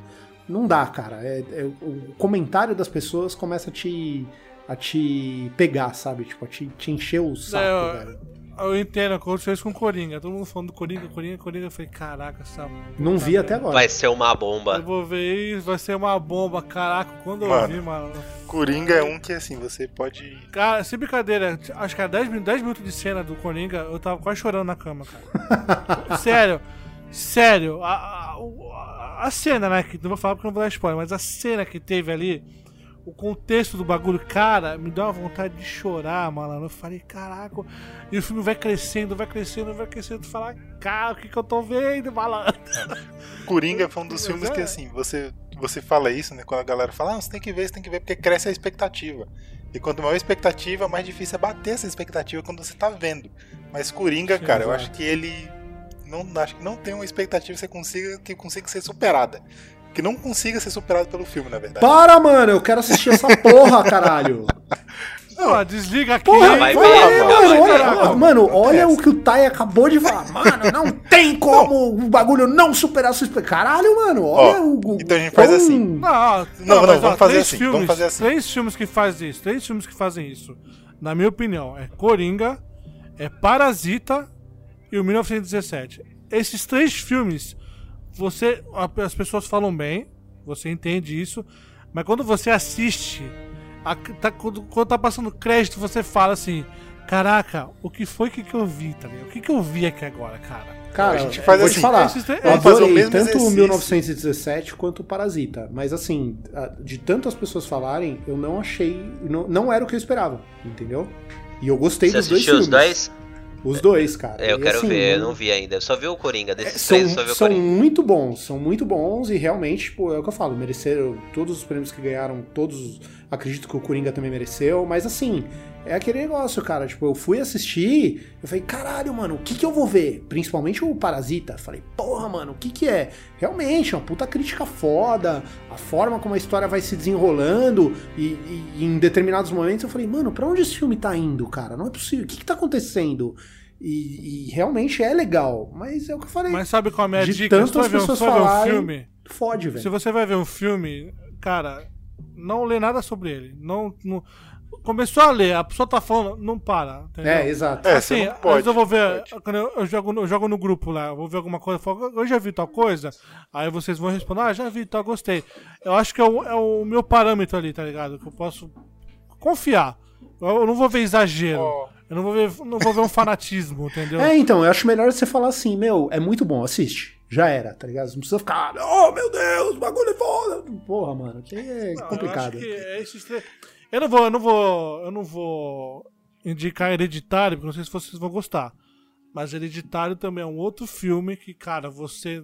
S6: não dá, cara. É- é- o comentário das pessoas começa a te. A te pegar, sabe? Tipo, a te, te encher o saco,
S3: eu-
S6: velho.
S3: Eu entendo, aconteceu isso com Coringa. Todo mundo falando do Coringa, Coringa, Coringa. Eu falei, caraca, essa.
S6: Não
S3: tá
S6: vi até agora.
S4: Vai ser uma
S3: Eu
S4: bomba.
S3: vou ver isso, vai ser uma bomba. Caraca, quando eu
S5: Mano.
S3: vi, mano.
S5: Coringa é um que, assim, você pode
S3: Cara, sem brincadeira, acho que há 10, min- 10 minutos de cena do Coringa, eu tava quase chorando na cama, cara. sério, sério. A, a- o- a- a cena, né? Que não vou falar porque não vou dar spoiler, mas a cena que teve ali, o contexto do bagulho, cara, me deu uma vontade de chorar, malandro. Eu falei, caraca. E o filme vai crescendo, vai crescendo, vai crescendo. Tu fala, cara, o que que eu tô vendo, malandro?
S5: Coringa foi um dos
S3: Mas
S5: filmes que
S3: é.
S5: assim, você, você fala isso, né? Quando a galera fala, ah, você tem que ver, você tem que ver, porque cresce a expectativa. E quanto maior a expectativa, mais difícil é bater essa expectativa quando você tá vendo. Mas Coringa,
S3: Sim,
S5: cara, eu
S6: exato.
S5: acho que ele. Não, acho que não tem uma expectativa que você consiga, que consiga ser superada. Que não consiga ser superada pelo filme, na verdade.
S6: Para, mano, eu quero assistir essa porra, caralho.
S3: Ó, desliga aqui.
S6: Porra,
S4: vai
S6: vai
S4: ver,
S6: ver,
S4: vai
S6: mano,
S4: ver,
S6: olha,
S5: vai ver.
S6: mano, olha
S5: Acontece.
S6: o que o Tai acabou de falar. Mano, não
S5: [LAUGHS]
S6: tem como o bagulho não superar sua expectativa. Caralho, mano, olha o. o-
S5: então a gente faz
S6: quão-
S5: assim.
S3: Não,
S5: Não, não,
S3: mas, ó,
S5: vamos fazer
S3: três
S5: assim,
S3: Filmes,
S5: vamos fazer assim.
S3: Três filmes que fazem isso, três filmes que fazem isso. Na minha opinião, é Coringa, é Parasita e o 1917. Esses três filmes, você, a- as pessoas falam bem, você entende isso, mas quando você assiste, a- tá- quando, quando tá passando crédito, você fala assim: Caraca, o que foi que, que eu vi também? O que, que eu vi aqui agora, cara?
S6: Cara,
S5: A gente faz
S6: eu vou
S5: assim,
S6: te falar.
S3: esses três-
S6: Eu
S5: vamos fazer o
S6: adorei
S5: mesmo
S6: tanto o
S5: exercício.
S6: 1917 quanto o Parasita. Mas assim, a- de tantas pessoas falarem, eu não achei. Não, não era o que eu esperava, entendeu? E eu gostei
S4: Você
S6: dos dois
S4: assistiu os
S6: filmes.
S4: dois?
S6: Os dois, cara.
S4: É, eu
S6: E,
S4: quero
S6: assim,
S4: ver, eu não vi ainda. Eu só vi o Coringa, desses
S6: É, são,
S4: três eu só vi o
S6: são
S4: Coringa.
S6: muito bons, são muito bons e realmente, tipo, é o que eu falo, mereceram todos os prêmios que ganharam, todos. Acredito que o Coringa também mereceu, mas assim, é aquele negócio, cara. Tipo, eu fui assistir, eu falei, caralho, mano, o que que eu vou ver? Principalmente o Parasita. Eu Falei, porra, mano, o que que é? Realmente, é uma puta crítica foda, a forma como a história vai se desenrolando e, e- e em determinados momentos eu falei, mano, pra onde esse filme tá indo, cara? Não é possível, o que que tá acontecendo? E, e realmente é legal, mas é o que eu falei
S3: Mas sabe qual é a minha
S6: De
S3: dica?
S6: tanto
S3: Você vai
S6: as
S3: ver um-
S6: pessoas
S3: você vai ver um
S6: falarem-
S3: filme.
S6: fode,
S3: Se
S6: velho.
S3: você vai ver um filme, cara, não lê nada sobre ele. Não, não- Começou a ler, a pessoa tá falando, não para. Entendeu?
S6: É, exato.
S5: É, você
S3: Assim,
S5: não
S3: às
S5: pode.
S3: vezes eu vou ver,
S5: pode.
S3: quando eu, eu jogo, no- eu jogo no grupo lá, eu vou ver alguma coisa, eu falo, eu já vi tal coisa, aí vocês vão responder, ah, já vi tal, gostei. Eu acho que é o, é o meu parâmetro ali, tá ligado? Que eu posso confiar. Eu, eu não vou ver exagero, eu não vou ver, não vou ver um fanatismo, entendeu?
S6: É, então, eu acho melhor você falar assim, meu, é muito bom, assiste. Já era, tá ligado? Você Não precisa ficar, oh meu Deus, o bagulho é foda. Porra, mano, que é
S3: Não,
S6: complicado.
S3: Eu, acho que é esses três- Eu não vou, eu não vou, eu não vou indicar Hereditário, porque não sei se vocês vão gostar. Mas Hereditário também é um outro filme que, cara, você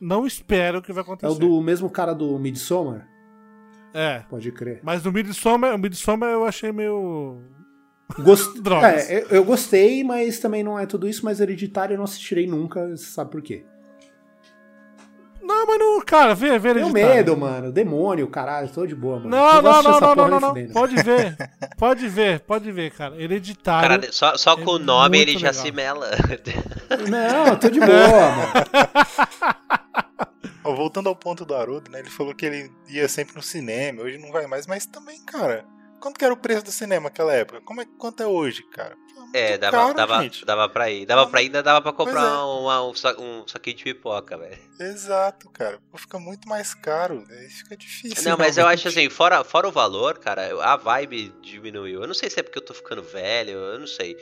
S3: não espera o que vai
S6: É
S3: acontecer.
S6: o do mesmo cara do Midsommar?
S3: É.
S6: Pode crer.
S3: Mas no Midsommar, o Midsommar eu achei meio
S6: Gost...
S3: Drogas.
S6: É, eu, eu gostei, mas também não é tudo isso, mas hereditário eu não assistirei nunca, você sabe por quê?
S3: Não, mas não, cara, vê, vê
S6: Tenho
S3: Hereditário.
S6: um medo, mano. Demônio, caralho, tô de boa, mano.
S3: Não,
S6: vou
S3: não,
S6: assistir
S3: não, não,
S6: essa
S3: não,
S6: porra
S3: não,
S6: nem
S3: não.
S6: fudendo.
S3: Pode ver. Pode ver, pode ver, cara. Hereditário.
S4: Cara, só, só
S3: é
S4: com o nome ele
S3: muito
S4: já
S3: legal.
S4: se mela. [LAUGHS]
S6: Não, tô de
S3: [LAUGHS]
S6: boa, mano.
S5: Ó, voltando ao ponto do Haroldo, né? Ele falou que ele ia sempre no cinema, hoje não vai mais, mas também, cara. Quanto que era o preço do cinema naquela época? Como é, quanto é hoje, cara? Muito
S4: É, dava,
S5: caro,
S4: dava,
S5: gente.
S4: dava pra ir. Dava pra ir, ainda dava pra
S5: Pois
S4: comprar
S5: é.
S4: uma- um, sa- um saquinho de pipoca, velho.
S5: Exato, cara. Pô, Fica muito mais caro, aí fica difícil.
S4: Não, mas eu
S5: realmente.
S4: acho assim, fora, fora o valor, cara, eu- a vibe diminuiu. Eu não sei se é porque eu tô ficando velho, eu não sei.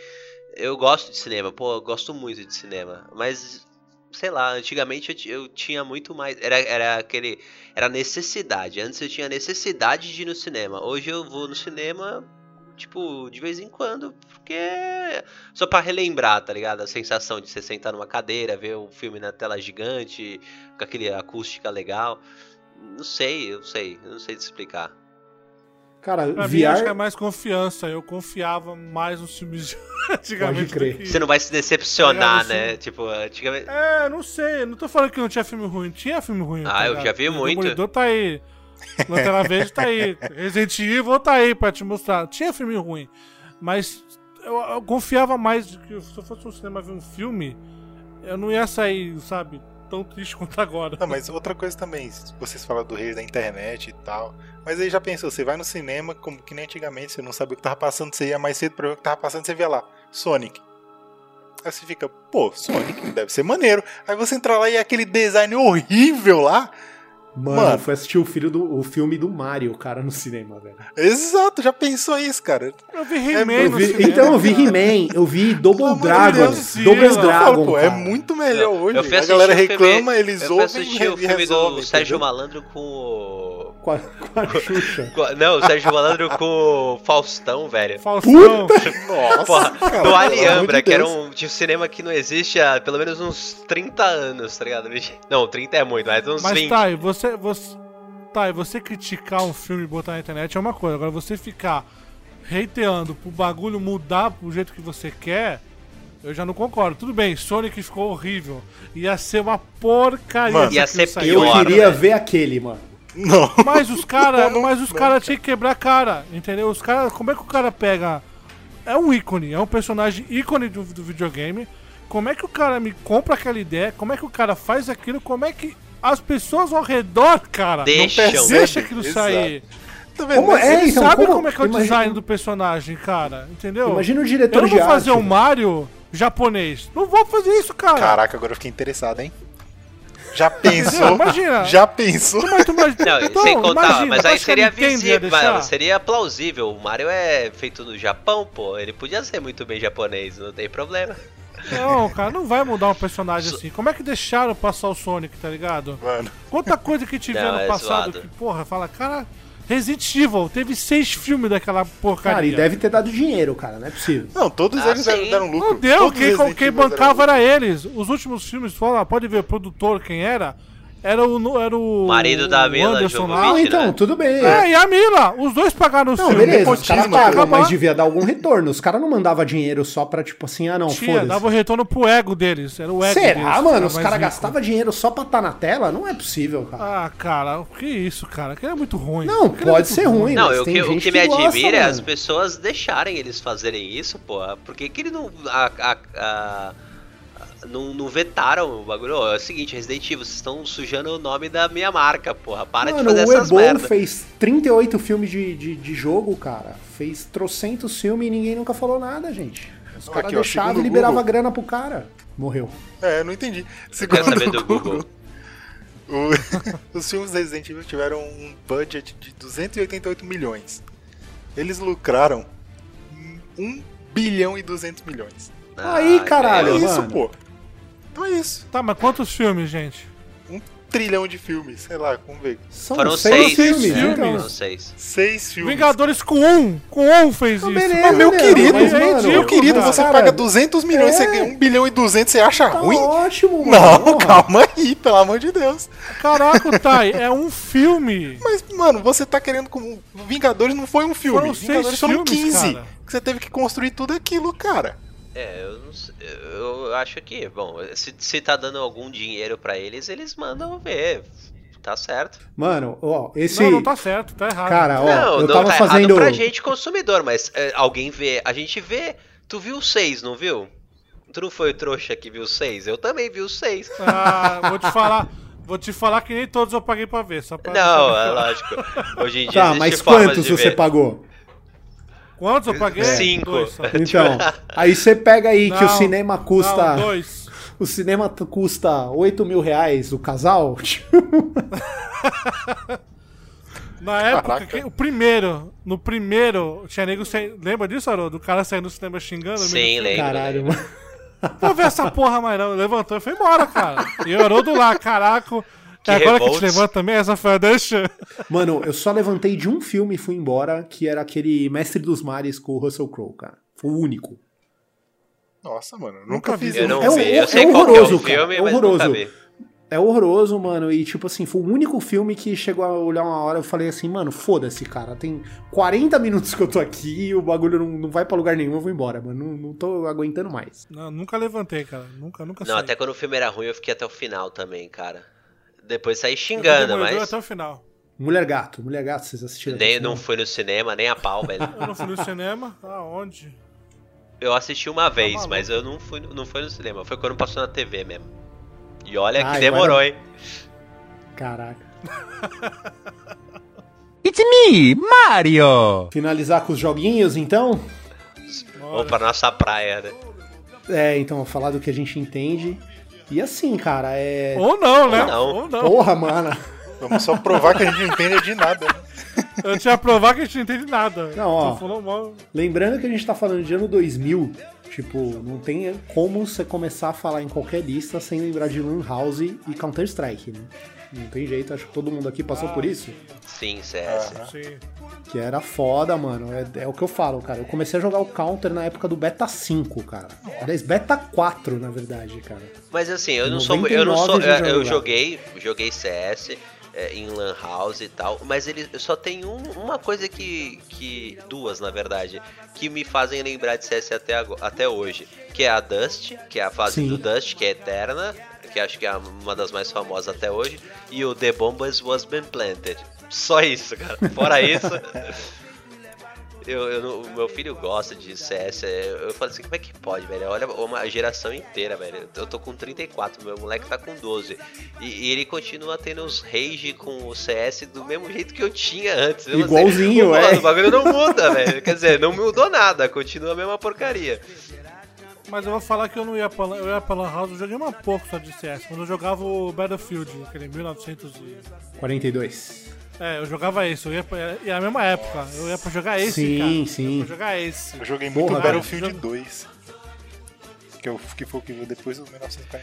S4: Eu gosto de cinema, pô, eu gosto muito de cinema. Mas sei lá, antigamente eu, ti- eu tinha muito mais. Era, era aquele. Era necessidade. Antes eu tinha necessidade de ir no cinema. Hoje eu vou no cinema, tipo, de vez em quando, porque. Só pra relembrar, tá ligado? A sensação de você sentar numa cadeira, ver um filme na tela gigante, com aquele acústica legal. Não sei, eu sei, eu não sei te explicar.
S6: Cara,
S3: Pra mim, acho que é
S6: VR.
S3: mais confiança. Eu confiava mais nos filmes de- [LAUGHS] antigamente.
S6: Pode crer.
S3: do que-
S4: Você não vai se decepcionar,
S3: Tá ligado,
S4: né?
S3: sim.
S4: Tipo, antigamente.
S3: É, não sei. Não tô falando que não tinha filme ruim. Tinha filme ruim.
S4: Ah, eu já vi muito.
S3: O Demolidor tá aí. Lanterna Verde tá aí. Resident Evil tá aí pra te mostrar. Tinha filme ruim. Mas eu, eu confiava mais de que se eu fosse no cinema ver um filme, eu não ia sair, sabe, tão triste quanto agora.
S5: Não, mas outra coisa também, vocês falam do rei da internet e tal. Mas aí já pensou, você vai no cinema, como que nem antigamente, você não sabia o que tava passando, você ia mais cedo pra ver o que tava passando, você via lá, Sonic. Aí você fica, pô, Sonic deve ser maneiro. Aí você entra lá e é aquele design horrível lá.
S6: Mano,
S5: Mano.
S6: foi assistir o, filho do, o filme do Mario, cara, no cinema, velho.
S5: Exato, já pensou isso, cara?
S3: Eu vi
S5: É,
S3: He-Man
S5: eu
S6: Eu
S3: no
S6: vi-
S3: cinema.
S6: então eu vi
S3: cara.
S6: He-Man, eu vi Double
S5: Pelo amor de
S6: Dragon.
S5: Deus,
S3: sim,
S6: Double
S3: eu
S5: Eu falo,
S6: Dragon.
S5: pô,
S6: cara.
S5: é muito melhor hoje.
S4: eu fui
S5: A
S4: assistir
S5: galera
S4: o filme-
S5: reclama, eles
S4: Eu fui
S5: ouvem e
S4: assistir o
S5: re-
S4: filme
S5: resolvem.
S4: do Sérgio
S5: entendeu?
S4: Malandro com o.
S6: Com a, com a Xuxa.
S4: com a- Não, o Sérgio Malandro com o Faustão, velho.
S3: Faustão.
S5: Nossa,
S4: Porra,
S5: cara,
S4: do
S5: pelo amor
S4: Aliambra,
S5: de
S4: que era
S5: Deus.
S4: um de cinema que não existe há pelo menos uns 30 anos, tá ligado? bicho? Não, 30 é muito, mas uns
S3: Mas
S4: 20.
S3: tá, e você, você. Tá, e você criticar um filme e botar na internet é uma coisa. Agora você ficar reiteando pro bagulho mudar pro jeito que você quer, eu já não concordo. Tudo bem, Sonic ficou horrível. Ia ser uma porcaria.
S5: Mano,
S3: se
S4: Ia
S3: aquilo
S4: ser
S3: sair.
S6: Eu
S4: Pior,
S6: queria
S4: velho.
S6: ver aquele, mano.
S4: [LAUGHS]
S5: Não.
S3: Mas os caras,
S5: Não,
S3: mas os
S5: não,
S3: caras tinham que quebrar a cara, entendeu? Os caras, como é que o cara pega é um ícone, é um personagem ícone do, do videogame. Como é que o cara me compra aquela ideia? Como é que o cara faz aquilo? Como é que as pessoas ao redor, cara,
S4: Deixam.
S3: não deixa aquilo
S5: Exato.
S3: sair?
S5: Tá vendo?
S6: Como
S5: Mas
S6: É,
S4: assim.
S3: Ele
S6: então,
S3: sabe
S6: como-
S3: como, é que é o
S6: imagina-
S3: design do personagem, cara, entendeu?
S6: Imagina o
S3: Eu
S6: diretor
S3: não
S6: de
S3: vou fazer
S6: arte,
S3: um Mario japonês. Não vou fazer isso, cara.
S5: Caraca, agora eu fiquei interessado, hein? Já
S3: Não,
S5: pensou?
S3: imagina.
S5: Já pensou?
S3: Mas tu imagina-
S4: Não,
S3: então,
S4: sem contar,
S3: imagina,
S4: mas
S3: tu
S4: aí
S3: acha que a
S4: seria
S3: Nintendo ia
S4: visível,
S3: deixar?
S4: mas seria plausível. O Mario é feito no Japão, pô. Ele podia ser muito bem japonês, não tem problema.
S3: Não, cara, não vai mudar um personagem assim. Como é que deixaram passar o Sonic, tá ligado?
S5: Mano,
S3: Quanta coisa que tiveram
S4: Não, é
S3: passado
S4: zoado.
S3: que, porra, fala, cara, Resident Evil, teve seis filmes daquela porcaria.
S6: Cara, e deve ter dado dinheiro, cara, não é possível.
S5: não, todos
S4: Ah,
S5: eles deram,
S4: sim.
S5: deram lucro.
S3: Não deu,
S5: Todos
S3: quem,
S5: Resident
S3: quem
S5: Evil deram
S3: bancava
S5: lucro.
S3: era eles. Os últimos filmes, fala, pode ver, produtor, quem era? Era o. Era o
S4: Marido da
S3: o
S4: Mila
S3: Anderson lá.
S6: Ah,
S4: Jovovich.
S6: então,
S4: né?
S6: tudo bem.
S3: É, e a Mila, os dois pagaram o
S6: Não,
S3: filme.
S6: beleza, os
S5: nepotismo,
S6: caras
S5: cara.
S6: pagam, mas
S3: Acabar-
S6: devia dar algum retorno. Os caras não mandavam dinheiro só pra, tipo assim, ah, não,
S3: Tinha, dava um o
S6: foda-se.
S3: retorno pro ego deles. Era o ego deles.
S6: Será,
S3: que
S6: mano?
S3: era
S6: Os
S3: mais
S6: caras
S3: rico.
S6: gastavam dinheiro só pra estar na tela? Não é possível, cara.
S3: Ah, cara, o que isso, cara? Aquilo é muito ruim.
S6: Não,
S3: Aquilo é
S6: pode
S3: muito
S6: ser ruim,
S4: Não,
S6: mas
S4: eu- o
S6: tem
S4: que, o
S6: gente
S4: que me
S6: gosta,
S4: admira é
S6: mano.
S4: as pessoas deixarem eles fazerem isso, pô. Por que, que ele não, a- a- a- a- não. não vetaram o bagulho? Ó, É o seguinte, Resident Evil, vocês estão sujando o nome da minha marca, porra. Para de
S6: Mano,
S4: fazer
S6: o
S4: essas
S6: Ebon
S4: merdas.
S6: fez 38 filmes de, de, de jogo, cara. Fez trocentos filmes e ninguém nunca falou nada, gente. Os caras
S5: Aqui, ó,
S6: deixavam e
S5: segundo
S6: liberavam a
S5: Google.
S6: grana pro cara. Morreu.
S5: É, não entendi.
S4: Quer
S5: Segundo
S4: saber do
S5: o
S4: Google?
S5: Google, o- [LAUGHS] os filmes Resident Evil tiveram um budget de 288 milhões. Eles lucraram 1 bilhão e 200 milhões.
S4: Ah,
S6: Aí,
S5: Olha
S6: caralho.
S4: ganhou.
S5: isso,
S6: mano.
S5: pô. Então é isso.
S3: Tá, mas quantos filmes, gente?
S5: Um trilhão de filmes, sei lá, vamos ver.
S6: São
S4: Foram
S6: seis,
S4: seis.
S6: filmes.
S4: né?
S6: então.
S4: Foram seis.
S5: Seis filmes.
S3: Vingadores com um, com um fez
S6: Então,
S3: isso.
S6: beleza,
S5: Mas, meu
S6: né?
S5: querido,
S6: Mas,
S3: meu
S6: mano,
S5: Meu querido,
S3: é cara.
S5: você
S6: cara,
S5: paga 200 milhões, você
S6: é.
S5: ganha 1 bilhão e 200, você acha
S6: Tá
S5: ruim? [LAUGHS]
S6: ótimo, mano.
S5: Não, calma aí, pelo amor de Deus.
S3: Caraca, Thay, é um filme.
S5: Mas, mano, você tá querendo como. Vingadores não foi um filme.
S3: Foram seis
S5: Vingadores foram
S3: filmes,
S5: 15.
S3: cara.
S5: Que você teve que construir tudo aquilo, cara.
S4: É, eu não sei, eu acho que, bom, se, se tá dando algum dinheiro pra eles, eles mandam ver. Tá certo.
S6: Mano, ó, esse...
S3: Não, não tá certo, tá errado.
S6: Cara, ó,
S4: não,
S6: eu
S4: não
S6: tava
S4: tá
S6: fazendo...
S4: errado pra gente consumidor, mas é, alguém vê, a gente vê. Tu viu seis, não viu? Tu não foi o trouxa que viu seis? Eu também vi os seis.
S3: Ah, vou te falar, vou te falar que nem todos eu paguei pra ver, só pra
S4: [LAUGHS] Não, é lógico. Hoje em dia
S6: Tá,
S4: existe
S6: mas
S4: formas
S6: quantos
S4: de
S6: você
S4: ver. [LAUGHS]
S6: pagou?
S3: Quantos eu paguei?
S4: Cinco.
S3: Dois só.
S4: Tipo,
S6: Então, aí você pega aí que o
S3: Não,
S6: cinema custa...
S3: Não, dois.
S6: O cinema t- custa 8 mil reais o casal? [LAUGHS]
S3: Na época,
S5: Caraca.
S3: que, o primeiro, no primeiro, tinha nego sem... Lembra disso, Haroldo? Do cara saindo do cinema xingando? amigo?
S4: Sim, lembro.
S6: Caralho,
S4: lembro.
S6: mano.
S3: Vou ver essa porra mais não. Levantou e foi embora, cara. E o Haroldo lá, caraca.
S4: Que
S3: é agora que
S4: revolts.
S3: te levanta também, essa foi a deixa.
S6: Mano, eu só levantei de um filme e fui embora, que era aquele Mestre dos Mares com o Russell Crowe, cara. Foi o único.
S5: Nossa, mano, eu nunca
S3: vi.
S5: fiz
S4: Eu
S5: um.
S4: não
S6: É um-
S4: vi.
S6: é
S4: Eu sei qual que é o
S6: horroroso, cara.
S4: filme,
S6: É
S4: mas
S6: horroroso.
S4: nunca vi.
S6: É horroroso, mano. E tipo assim, foi o único filme que chegou a olhar uma hora eu falei assim, mano, foda-se, cara. Tem 40 minutos que eu tô aqui e o bagulho não, não vai pra lugar nenhum, eu vou embora, mano. Não, não tô aguentando mais.
S3: Não, nunca levantei, cara. Nunca, nunca
S4: Não,
S3: saí.
S4: até quando o filme era ruim eu fiquei até o final também, cara. Depois saí
S3: Eu
S4: xingando,
S3: demorei
S4: mas
S3: até o final.
S6: Mulher Gato, Mulher Gato, vocês assistiram?
S4: nem,
S6: esse
S4: não
S6: filme?
S4: fui no cinema, nem a pau, velho.
S3: [LAUGHS] Eu não fui no cinema. Aonde?
S4: Eu assisti uma vez,
S3: maluco.
S4: mas eu não fui, não foi no cinema, foi quando passou na TV mesmo. E olha
S6: Ai,
S4: que demorou,
S6: vai
S4: hein?
S6: Caraca.
S7: [LAUGHS] It's me, Mario!
S6: Finalizar com os joguinhos, então?
S4: Vamos pra nossa praia, né?
S6: É, então, vou falar do que a gente entende. E assim, cara, é.
S3: Ou não, né?
S4: Ou não.
S3: Ou não.
S6: Porra, mano.
S5: Vamos só provar que a gente não entende de nada. né?
S3: Eu tinha provar que a gente não entende nada.
S6: Não, ó.
S3: Tu falou mal.
S6: Lembrando que a gente tá falando de ano 2000, tipo, não tem como você começar a falar em qualquer lista sem lembrar de Lan House e Counter-Strike, né? Não tem jeito, acho que todo mundo aqui passou por isso.
S4: Sim, CS.
S3: Sim.
S6: Que era foda, mano. É, é o que eu falo, cara. Eu comecei a jogar o Counter na época do Beta 5, cara. Aliás, Beta 4, na verdade, cara.
S4: Mas assim, eu não sou,
S6: 99
S4: eu não sou,
S6: a gente
S4: eu, eu
S6: jogava.
S4: joguei, joguei CS é, em lan house e tal, mas ele só tem um- uma coisa que, que duas na verdade, que me fazem lembrar de CS até ago- até hoje, que é a Dust, que é a fase
S6: Sim.
S4: do Dust, que é eterna, que acho que é uma das mais famosas até hoje, e o The Bombas Was Been Planted. Só isso, cara. Fora isso. Eu, eu não- o meu filho gosta de CS. é, Eu falo assim, como é que pode, velho? Olha uma geração inteira, velho. Eu tô com 34, meu moleque tá com 12. E, e ele continua tendo os rage com o CS do mesmo jeito que eu tinha antes. Eu não sei,
S6: Igualzinho,
S4: mano,
S6: é.
S4: O bagulho não muda, velho. Quer dizer, não mudou nada, continua a mesma porcaria.
S3: Mas eu vou falar que eu não ia pra, lan- eu ia pra Lan House, eu joguei uma pouco só de CS. Quando eu jogava o Battlefield, aquele 1900 e...
S6: 42.
S3: É, eu jogava esse, eu ia pra, e é a mesma época. Eu ia pra jogar esse,
S6: Sim,
S3: cara. Eu
S6: sim.
S3: ia pra jogar esse.
S5: Eu joguei muito
S6: Porra,
S5: Battlefield
S3: cara.
S5: 2. Que, eu, que foi o que veio depois do 1942.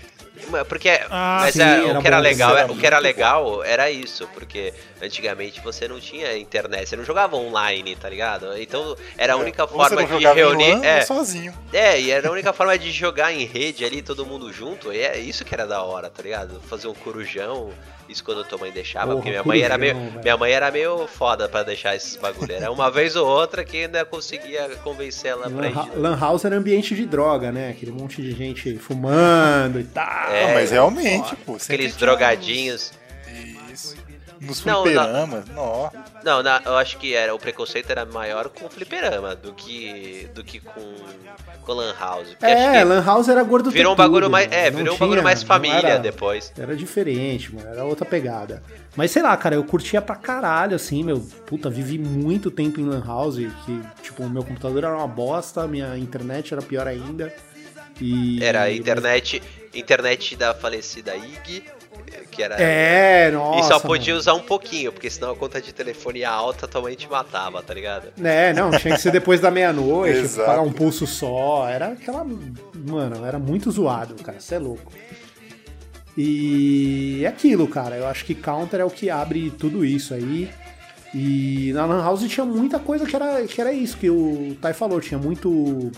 S4: Mas Porque
S3: Ah,
S4: mas
S6: sim,
S4: é,
S6: era
S4: o que era
S6: bom,
S4: legal,
S5: era
S4: é- o que era legal era isso, porque antigamente você não tinha internet, você não jogava online, tá ligado? Então era a única
S5: Ou É, você
S4: forma
S5: não
S4: de
S5: jogava em
S4: reunir,
S5: LAN,
S4: é,
S5: sozinho.
S4: é, e era a única forma de jogar em rede ali todo mundo junto, e é isso que era da hora, tá ligado? Fazer um corujão, isso quando a tua mãe deixava,
S6: Porra,
S4: porque
S5: um
S4: minha mãe era meio,
S6: corujão, velho.
S4: minha mãe era meio foda pra deixar esses bagulho, era uma vez ou outra que ainda conseguia convencer ela pra
S6: Lan,
S4: ir.
S6: Hou- Lan House era ambiente de droga, né? Aquele monte de gente fumando e tal.
S4: É,
S5: Ah, mas realmente, pô. sempre
S4: Aqueles
S5: tinha
S4: drogadinhos.
S5: uns-
S6: É,
S5: Isso.
S6: tá
S5: Nos
S4: Não, não.
S5: fliperamas, nossa.
S4: Não, na- eu acho que era, o preconceito era maior com o fliperama do que, do que com, com Lan House. Porque acho
S6: É,
S4: que
S6: Lan House era gordo
S4: virou um
S6: tetudo,
S4: bagulho mais.
S6: mano.
S4: É,
S6: Não
S4: virou um
S6: tinha-
S4: bagulho mais
S6: não
S4: família
S6: era-
S4: depois.
S6: Era diferente, mano. Era outra pegada. Mas sei lá, cara, eu curtia pra caralho, assim, meu. Puta, vivi muito tempo em Lan House, que, tipo, o meu computador era uma bosta, minha internet era pior ainda. E.
S4: Era a internet, internet da falecida IG, que era.
S6: É, nossa.
S4: e só podia
S6: mano.
S4: usar um pouquinho, porque senão a conta de telefonia alta também te matava, tá ligado?
S6: É, não, tinha que ser depois
S4: [LAUGHS]
S6: da meia-noite,
S5: Exato.
S6: pagar um pulso só. Era aquela. Mano, era muito zoado, cara. Você é louco. E é aquilo, cara. Eu acho que Counter é o que abre tudo isso aí. E na Lan House tinha muita coisa que era, que era isso, que o Tai falou. Tinha muito.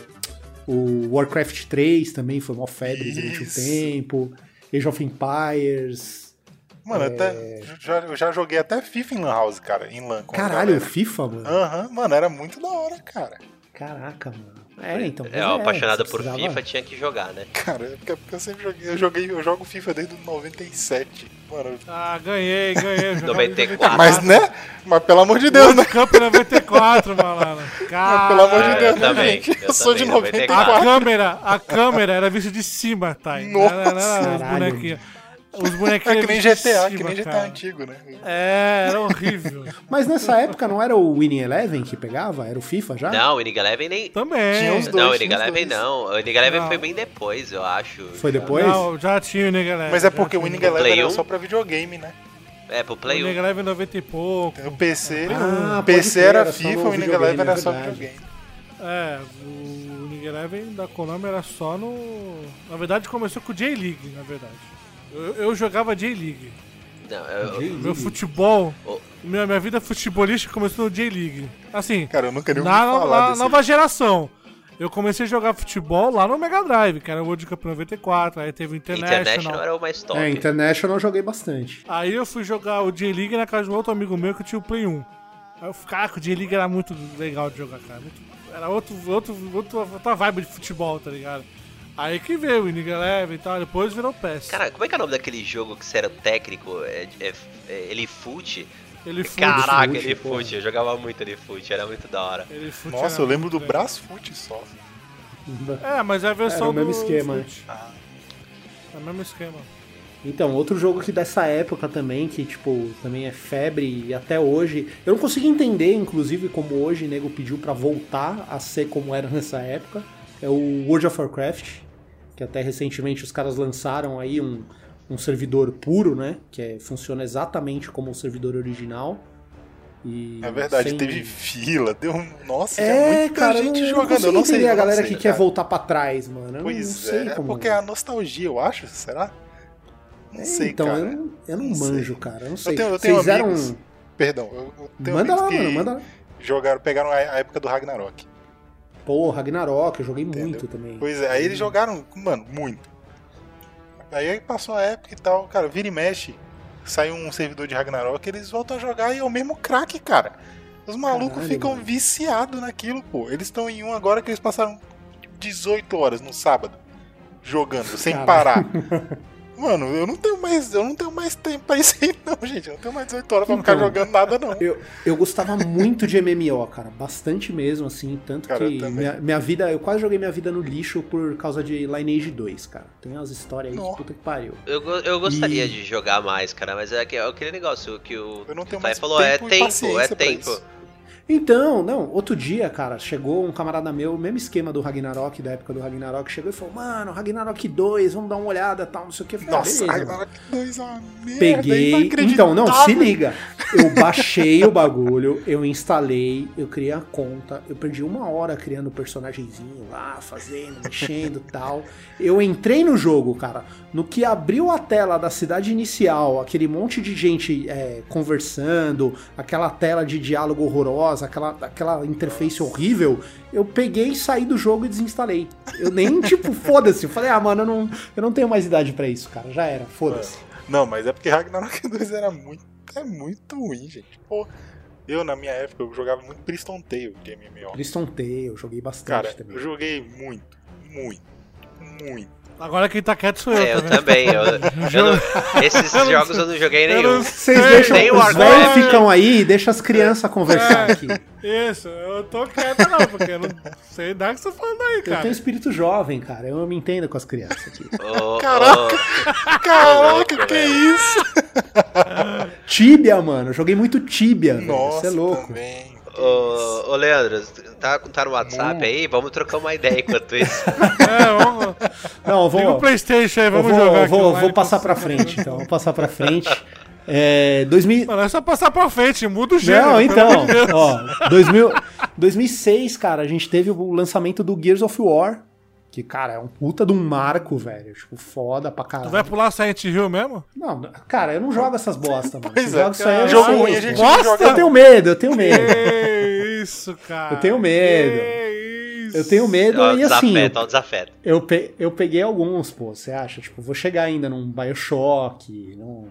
S6: O Warcraft 3 também foi uma febre durante
S5: Isso.
S6: um tempo. Age of Empires. É.
S5: Mano, até, já, eu já joguei até FIFA em Lan House, cara. Em Lan.
S4: é
S5: com a
S6: Caralho,
S5: galera.
S6: FIFA, mano.
S5: Aham, mano, era muito da hora, cara.
S6: Caraca, mano. É, então.
S4: É, eu apaixonado
S6: você
S4: por
S6: precisava-
S4: FIFA tinha que jogar, né?
S5: Cara, é porque, porque eu sempre joguei. Eu joguei, eu jogo FIFA desde o 97. Mano,
S3: Ah, ganhei, ganhei. eu jogava em
S4: 94.
S5: mas né? Mas pelo amor de Deus, né? Ah,
S3: World Cup em 94, malandro. Cara,
S5: pelo amor de
S4: eu
S5: Deus, né,
S4: também,
S5: gente? Eu,
S4: É, tá eu
S5: sou de
S4: também,
S5: 94.
S3: A câmera, a câmera era vista de cima, Thay.
S5: Nossa.
S3: Era- era os
S6: Caralho.
S3: bonequinhos. Os bonequinhos.
S5: É que nem
S3: eram vistos de
S5: GTA, que
S3: cima,
S5: nem GTA
S3: cara.
S5: antigo, né?
S3: É, era
S5: [LAUGHS]
S3: horrível.
S6: Mas nessa época não era o Winning Eleven que pegava? Era o FIFA já?
S4: Não, o Iniga Eleven nem.
S6: Então,
S5: Tinha
S3: Também.
S5: os dois,
S4: não, o
S5: tinha
S4: Iniga
S5: os
S4: Eleven
S5: dois.
S4: não. O Iniga Eleven
S3: Não.
S4: foi bem depois, eu acho.
S6: Foi depois?
S3: Não, já tinha o Nigga Leve.
S5: Mas é porque o Winning Eleven
S4: Play
S5: era
S4: um?
S5: só pra videogame, né? Então,
S4: É, pro
S3: O
S4: Play 1.
S3: Nigga Leve 90 e pouco.
S5: O PC,
S6: Ah,
S5: o
S6: pode
S5: PC
S6: crer,
S5: era
S6: era só
S5: FIFA,
S6: no
S5: o Winning
S6: videogame,
S5: Eleven
S6: é
S5: era só
S6: verdade.
S5: videogame.
S3: É, o Nigga Wing Eleven da Konami era só no. Na verdade, começou com J-League, na verdade. Eu, eu jogava J-League.
S4: Não, eu- eu-
S3: Meu futebol.
S4: Oh.
S3: Minha, minha vida futebolística começou no J-League. Assim,
S5: Cara, eu nunca nem ouvi
S3: na,
S5: falar
S3: na-
S5: desse-
S3: nova geração. Eu comecei a jogar futebol lá no Mega Drive, que era o World Cup 94, aí teve o International.
S4: International era o mais top.
S6: É, International eu joguei bastante.
S3: Aí eu fui jogar o J-League na casa de um outro amigo meu que tinha o Play 1. Aí eu, caraca, o J-League era muito legal de jogar, cara. Muito- era outro, outro, outro, outra vibe de futebol, tá ligado? Aí que veio o Winning Eleven e tal, depois virou PES.
S4: Cara, como é que é o nome daquele jogo que você era o técnico? É, é, é, ele fute?
S3: ele fute,
S4: Caraca,
S6: fute,
S4: ele
S6: porra.
S4: fute. Eu jogava muito ele fute, era muito da hora.
S3: ele fute
S5: Nossa,
S3: era
S5: eu lembro do
S3: muito legal.
S5: braço fute só.
S3: É, mas é a versão
S6: Era o mesmo
S3: do
S6: esquema.
S3: fute. É o mesmo esquema.
S6: Então, outro jogo que dessa época também, que tipo, também é febre e até hoje. Eu não consigo entender, inclusive, como hoje o nego pediu pra voltar a ser como era nessa época. É o World of Warcraft, que até recentemente os caras lançaram aí um, um servidor puro, né? Que é- funciona exatamente como o servidor original. E
S5: É verdade,
S6: sem-
S5: teve fila, deu um. Nossa, tinha
S6: É,
S5: muita
S6: cara, eu
S5: gente
S6: não,
S5: jogando.
S6: consigo
S5: eu não sei
S6: entender a
S5: eu não
S6: galera
S5: sei,
S6: que quer
S5: cara.
S6: voltar pra trás, mano. Eu não
S5: Pois
S6: sei
S5: é,
S6: como.
S5: é porque é a nostalgia, eu acho, será? Não
S6: É,
S5: sei,
S6: então,
S5: cara.
S6: eu não, eu não
S5: Não sei.
S6: manjo, cara. Eu não sei.
S5: tenho- eu tenho
S6: Vocês eram.
S5: amigos- Perdão, eu, eu tenho
S6: Manda lá,
S5: amigos que
S6: mano, manda lá.
S5: jogaram, pegaram a, a época do Ragnarok.
S6: Pô, Ragnarok, eu joguei
S5: Entendeu?
S6: muito também.
S5: Pois é, aí eles jogaram, mano, muito. Aí passou a época e tal, cara, vira e mexe, saiu um servidor de Ragnarok, eles voltam a jogar e é o mesmo craque, cara. Os malucos
S6: Caralho,
S5: ficam
S6: mano.
S5: viciados naquilo, pô. Eles estão em um agora que eles passaram 18 horas no sábado jogando, sem
S6: Caralho. [LAUGHS]
S5: parar. Mano, eu não tenho mais, eu não tenho mais tempo pra isso aí, não, gente. Eu não tenho mais 18 horas pra ficar
S6: Então.
S5: jogando nada, não.
S6: Eu, eu gostava muito de MMO, cara. Bastante mesmo, assim. Tanto
S5: Cara, eu
S6: que
S5: também.
S6: minha, minha vida. Eu quase joguei minha vida no lixo por causa de Lineage 2, cara. Tem umas histórias aí
S5: Nó.
S6: de puta que pariu.
S4: Eu, go- eu gostaria
S6: E-
S4: de jogar mais, cara, mas é aquele, é aquele negócio que o
S5: Eu não
S4: Thay
S5: tenho mais
S4: falou,
S5: tempo e
S4: é tempo, é
S5: paciência pra
S4: tempo.
S5: isso.
S6: Então, não, outro dia, cara, chegou um camarada meu, mesmo esquema do Ragnarok, da época do Ragnarok, chegou e falou, mano, Ragnarok 2, vamos dar uma olhada tal, não sei o que. Eu falei, ah,
S5: Nossa,
S6: beleza, mano.
S5: Ragnarok 2 é uma merda.
S6: Peguei. Então, não, se
S5: inacreditável.
S6: liga. Eu baixei o bagulho, eu instalei, eu criei a conta, eu perdi uma hora criando o personagemzinho lá, fazendo, mexendo e tal. Eu entrei no jogo, cara. No que abriu a tela da cidade inicial, aquele monte de gente é, conversando, aquela tela de diálogo horrorosa, aquela, aquela interface horrível, eu peguei, saí do jogo e desinstalei. Eu nem, tipo, foda-se. Eu falei, ah, mano, eu não, eu não tenho mais idade pra isso, cara. Já era, foda-se.
S5: Não, mas é porque Ragnarok [LAUGHS] 2 era muito, é muito ruim, gente. Pô, eu na minha época eu jogava muito Priston Tale de MMO.
S6: Priston T, eu joguei bastante
S5: Cara,
S6: também.
S5: eu joguei muito, muito,
S6: [LAUGHS]
S5: muito.
S3: Agora quem tá quieto sou eu,
S4: É, eu
S3: tá vendo?
S4: também. eu- eu não- esses jogos eu não joguei
S3: Eu
S4: nenhum.
S3: não
S6: Vocês
S3: sei,
S6: deixam
S4: nem o
S6: os
S4: Warcraft.
S6: velhos ficam aí e deixam as crianças
S3: É,
S6: conversar aqui.
S3: Isso, eu tô quieto não, porque eu não sei nada que você tá falando aí,
S6: Eu tenho
S3: cara.
S6: espírito jovem, cara. Eu me entendo com as crianças aqui.
S4: Ô, ô,
S5: Caraca.
S6: Ah,
S5: Caraca,
S4: louco,
S5: que
S4: velho.
S5: isso?
S6: Tíbia, mano. Eu joguei muito tíbia, velho. Você
S5: Nossa,
S6: é louco.
S5: também. que isso.
S4: Ô, ô Leandro, tá, tá no WhatsApp aí? Vamos trocar uma ideia enquanto isso.
S3: É, vamos.
S6: Não, eu
S3: Liga o
S6: vou,
S3: Playstation aí,
S6: eu
S3: um vamos
S6: vou,
S3: jogar.
S6: eu
S3: aqui
S6: vou,
S3: online.
S6: vou passar pra frente, então. Vou passar
S3: [LAUGHS]
S6: pra frente. É, 2000,
S3: Mano, é só passar pra frente, muda o gênero.
S6: Não,
S3: pelo
S6: então,
S3: amor de Deus.
S6: ó, 2000, 2006, cara, a gente teve o lançamento do Gears of War, que, cara, é um puta de um marco, velho, tipo, foda pra
S3: Tu
S6: caralho.
S3: vai pular Silent Hill
S6: [LAUGHS]
S3: mesmo?
S6: Não, cara, eu não jogo essas bosta, mano.
S5: Pois
S6: Esses
S5: é,
S6: jogos isso aí, eu
S5: jogo
S6: não sei,
S5: ruim a gente
S6: mano.
S5: não joga.
S6: Eu tenho medo, eu tenho medo.
S3: Que É isso, cara.
S6: Eu tenho medo.
S3: Que isso.
S6: Eu tenho medo
S5: Ah,
S4: Ó,
S6: e assim,
S4: desafeto, ó, desafeto.
S6: eu, pe- eu peguei alguns, pô, você acha? Tipo, vou chegar ainda num Bioshock, num,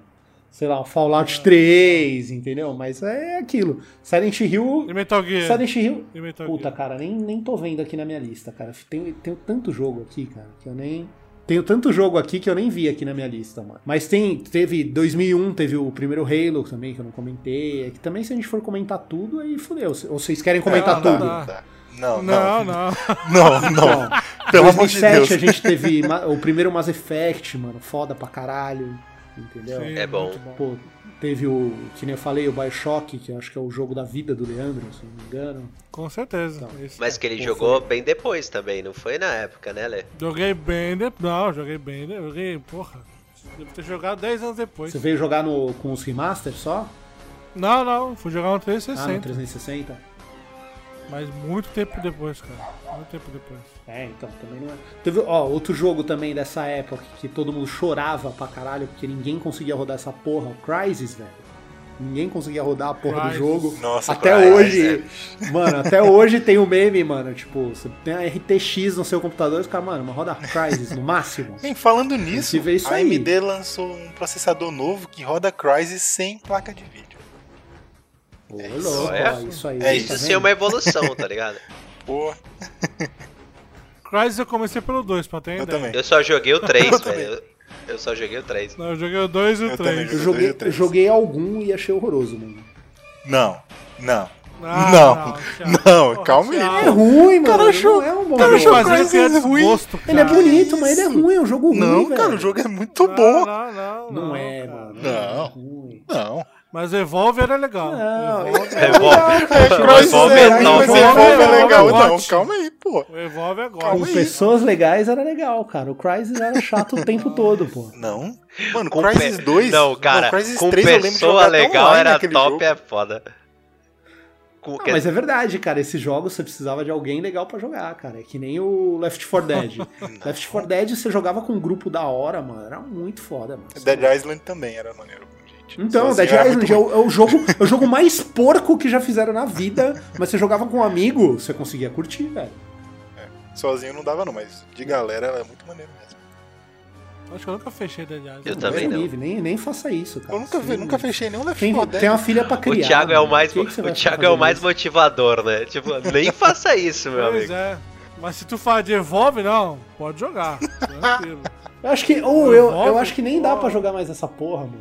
S6: sei lá, um Fallout
S5: Ah.
S6: 3, entendeu? Mas é aquilo. Silent Hill...
S3: E Metal Gear.
S6: Silent Hill
S3: E Metal
S6: Puta,
S3: Gear.
S6: cara, nem, nem tô vendo aqui na minha lista, cara. Tenho, tenho tanto jogo aqui, cara, que eu nem. Tenho tanto jogo aqui que eu nem vi aqui na minha lista, mano. Mas tem, teve 2001, teve o primeiro Halo também, que eu não comentei. É que também, se a gente for comentar tudo, aí fudeu. Ou vocês querem comentar
S3: Não, não,
S6: tudo?
S3: não.
S5: Tá. Não,
S3: Não,
S5: [LAUGHS] não,
S3: não.
S5: não, não. Pelo amor de
S6: 2007
S5: Deus.
S6: a gente teve ma- o primeiro Mass Effect, mano. Foda pra caralho. Entendeu?
S3: Sim,
S4: É bom.
S3: muito
S6: Pô, teve o, que nem eu falei, o Bioshock, que eu acho que é o jogo da vida do Leandro, se não me engano.
S3: Com certeza.
S6: Então.
S3: É Isso.
S4: Mas que ele
S6: Pô,
S4: jogou bem depois também, não foi na época, né, Lê?
S3: Joguei bem depois. Não, joguei bem depois. Joguei, porra. Devo ter jogado 10 anos depois.
S6: Você veio jogar no, com os remasters só?
S3: Não, não. Fui jogar no
S6: Ah, no
S3: 360.
S6: 360?
S3: Mas muito tempo depois, cara. Muito tempo depois.
S6: É, então, também não é. Teve, ó, outro jogo também dessa época que todo mundo chorava pra caralho porque ninguém conseguia rodar essa porra, o Crysis, velho. Ninguém conseguia rodar a porra
S3: Crysis.
S6: do jogo.
S5: Nossa,
S6: até
S5: Crysis,
S6: hoje,
S4: é.
S6: mano, até hoje tem o meme, mano, tipo, você tem a RTX no seu computador e os caras, mano, mas roda Crysis
S4: [LAUGHS]
S6: no máximo.
S5: Bem, falando nisso,
S6: que ver isso
S5: a
S6: aí.
S5: AMD lançou um processador novo que roda Crysis sem placa de vídeo.
S6: Ô, louco,
S4: é?
S6: ó, isso aí.
S5: É
S6: tá
S4: Isso
S6: vendo?
S4: sim é uma evolução, tá ligado?
S5: Pô,
S3: Crysis eu comecei pelo 2, pra ter
S5: eu
S3: ideia.
S6: é.
S5: também.
S4: Eu só joguei o 3,
S5: Eu também.
S4: velho. Eu- Eu só joguei o 3.
S3: Não, eu joguei o 2 e o
S5: Eu também
S3: 3.
S6: Eu
S5: dois e
S6: joguei,
S5: o
S6: eu
S5: três.
S6: joguei algum e achei horroroso, mano.
S5: Não, não.
S3: Ah,
S5: não,
S3: Thiago.
S5: não,
S3: Porra,
S5: calma aí.
S6: É
S3: Thiago.
S6: ruim, mano.
S5: Cara,
S6: ele
S5: achou-
S6: não é um bom
S5: cara,
S6: jogo.
S5: achou
S3: Mas aí
S5: Crysis
S3: tem
S5: é
S3: a
S5: ruim.
S3: desgosto, cara.
S6: Ele é bonito, mas ele é
S5: isso?
S6: ruim, é um jogo ruim.
S5: Não,
S6: velho.
S5: cara, o jogo é muito
S3: Não,
S5: bom.
S3: Não, não, não.
S6: Não é,
S3: cara.
S6: mano.
S5: Não.
S6: É ruim.
S5: Não.
S3: Mas Evolve era legal.
S6: Não,
S3: Evolve-
S4: é.
S3: é.
S5: Crysis
S4: Evolve
S5: é
S4: é
S5: ruim,
S4: legal,
S5: mas
S3: Evolve
S5: Evolve é
S3: é
S5: legal.
S3: ótimo.
S5: Não, calma aí, pô.
S3: O Evolve é
S5: Calma
S3: agora.
S6: Com pessoas legais era legal, cara. O Crysis era chato o tempo todo, pô.
S5: Não. Mano,
S4: Com
S5: Crysis
S4: pe-
S5: 2.
S4: Não, cara,
S5: Crysis
S4: com
S5: 3 eu lembro de
S4: pessoa
S5: jogar até
S4: legal
S5: online
S4: era top,
S5: aquele jogo.
S4: é foda. Com,
S6: Ah,
S4: quer-
S6: mas é verdade, cara. Esses jogos você precisava de alguém legal pra jogar, cara. É que nem o Left 4 Dead.
S4: [LAUGHS]
S6: Left 4 Dead você jogava com um grupo da hora, mano. Era muito foda, mano.
S5: Dead Island também era maneiro, gente.
S6: Então,
S5: Sozinho
S6: Dead
S5: era
S6: Island
S5: muito
S6: é
S5: ruim.
S6: o, é o jogo, é o jogo mais porco que já fizeram na vida, mas você jogava com um amigo, você conseguia curtir, velho.
S5: Sozinho não dava, não, mas de galera era muito maneiro mesmo.
S3: Acho que eu nunca fechei Dead Island.
S4: Eu também
S6: Deus
S4: não.
S6: livre, nem, nem faça isso, cara.
S5: Eu nunca,
S6: Sim,
S5: vi, nunca fechei nenhum Left né?
S6: Tem,
S5: 4
S6: tem
S5: Dead.
S6: uma filha pra
S4: o
S6: criar.
S4: Thiago é o
S6: mano.
S4: mais,
S6: Que que você
S4: o
S6: vai
S4: Thiago
S6: fazer
S4: é o mais
S6: isso?
S4: motivador, né? Tipo, nem faça isso, meu
S3: Pois
S4: amigo.
S3: é. Mas se tu falar de Evolve, não, pode jogar.
S6: [LAUGHS]
S3: Tranquilo.
S6: Eu acho que, ou eu, eu
S3: Evolve?
S6: acho que nem dá pra jogar mais essa porra, mano.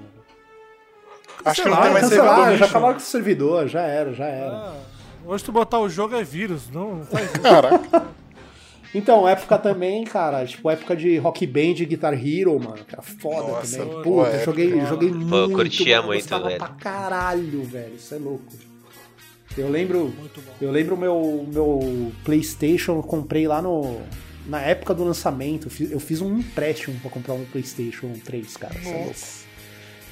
S5: Acho que
S3: Sei
S5: não
S3: lá,
S5: tem mais
S3: cancelar,
S5: servidor.
S6: Ah, cancelaram, então, já
S3: lixo.
S6: acabaram com o servidor, já era, já era.
S3: Ah, Hoje tu botar o jogo é vírus, não, não faz isso.
S5: Caraca.
S6: Então, época também, cara, tipo, época de Rock Band e Guitar Hero, mano, que era foda
S5: Nossa,
S6: também.
S5: boa
S6: Puta,
S5: época.
S6: joguei, joguei muito.
S4: eu curtia
S6: mano,
S4: muito,
S6: gostava
S4: velho.
S6: pra caralho, velho, isso é louco. Eu lembro,
S3: Muito bom.
S6: eu lembro o meu, meu Playstation, eu comprei lá no... Na época do lançamento, eu fiz, eu fiz um empréstimo pra comprar um Playstation 3, cara, isso é louco.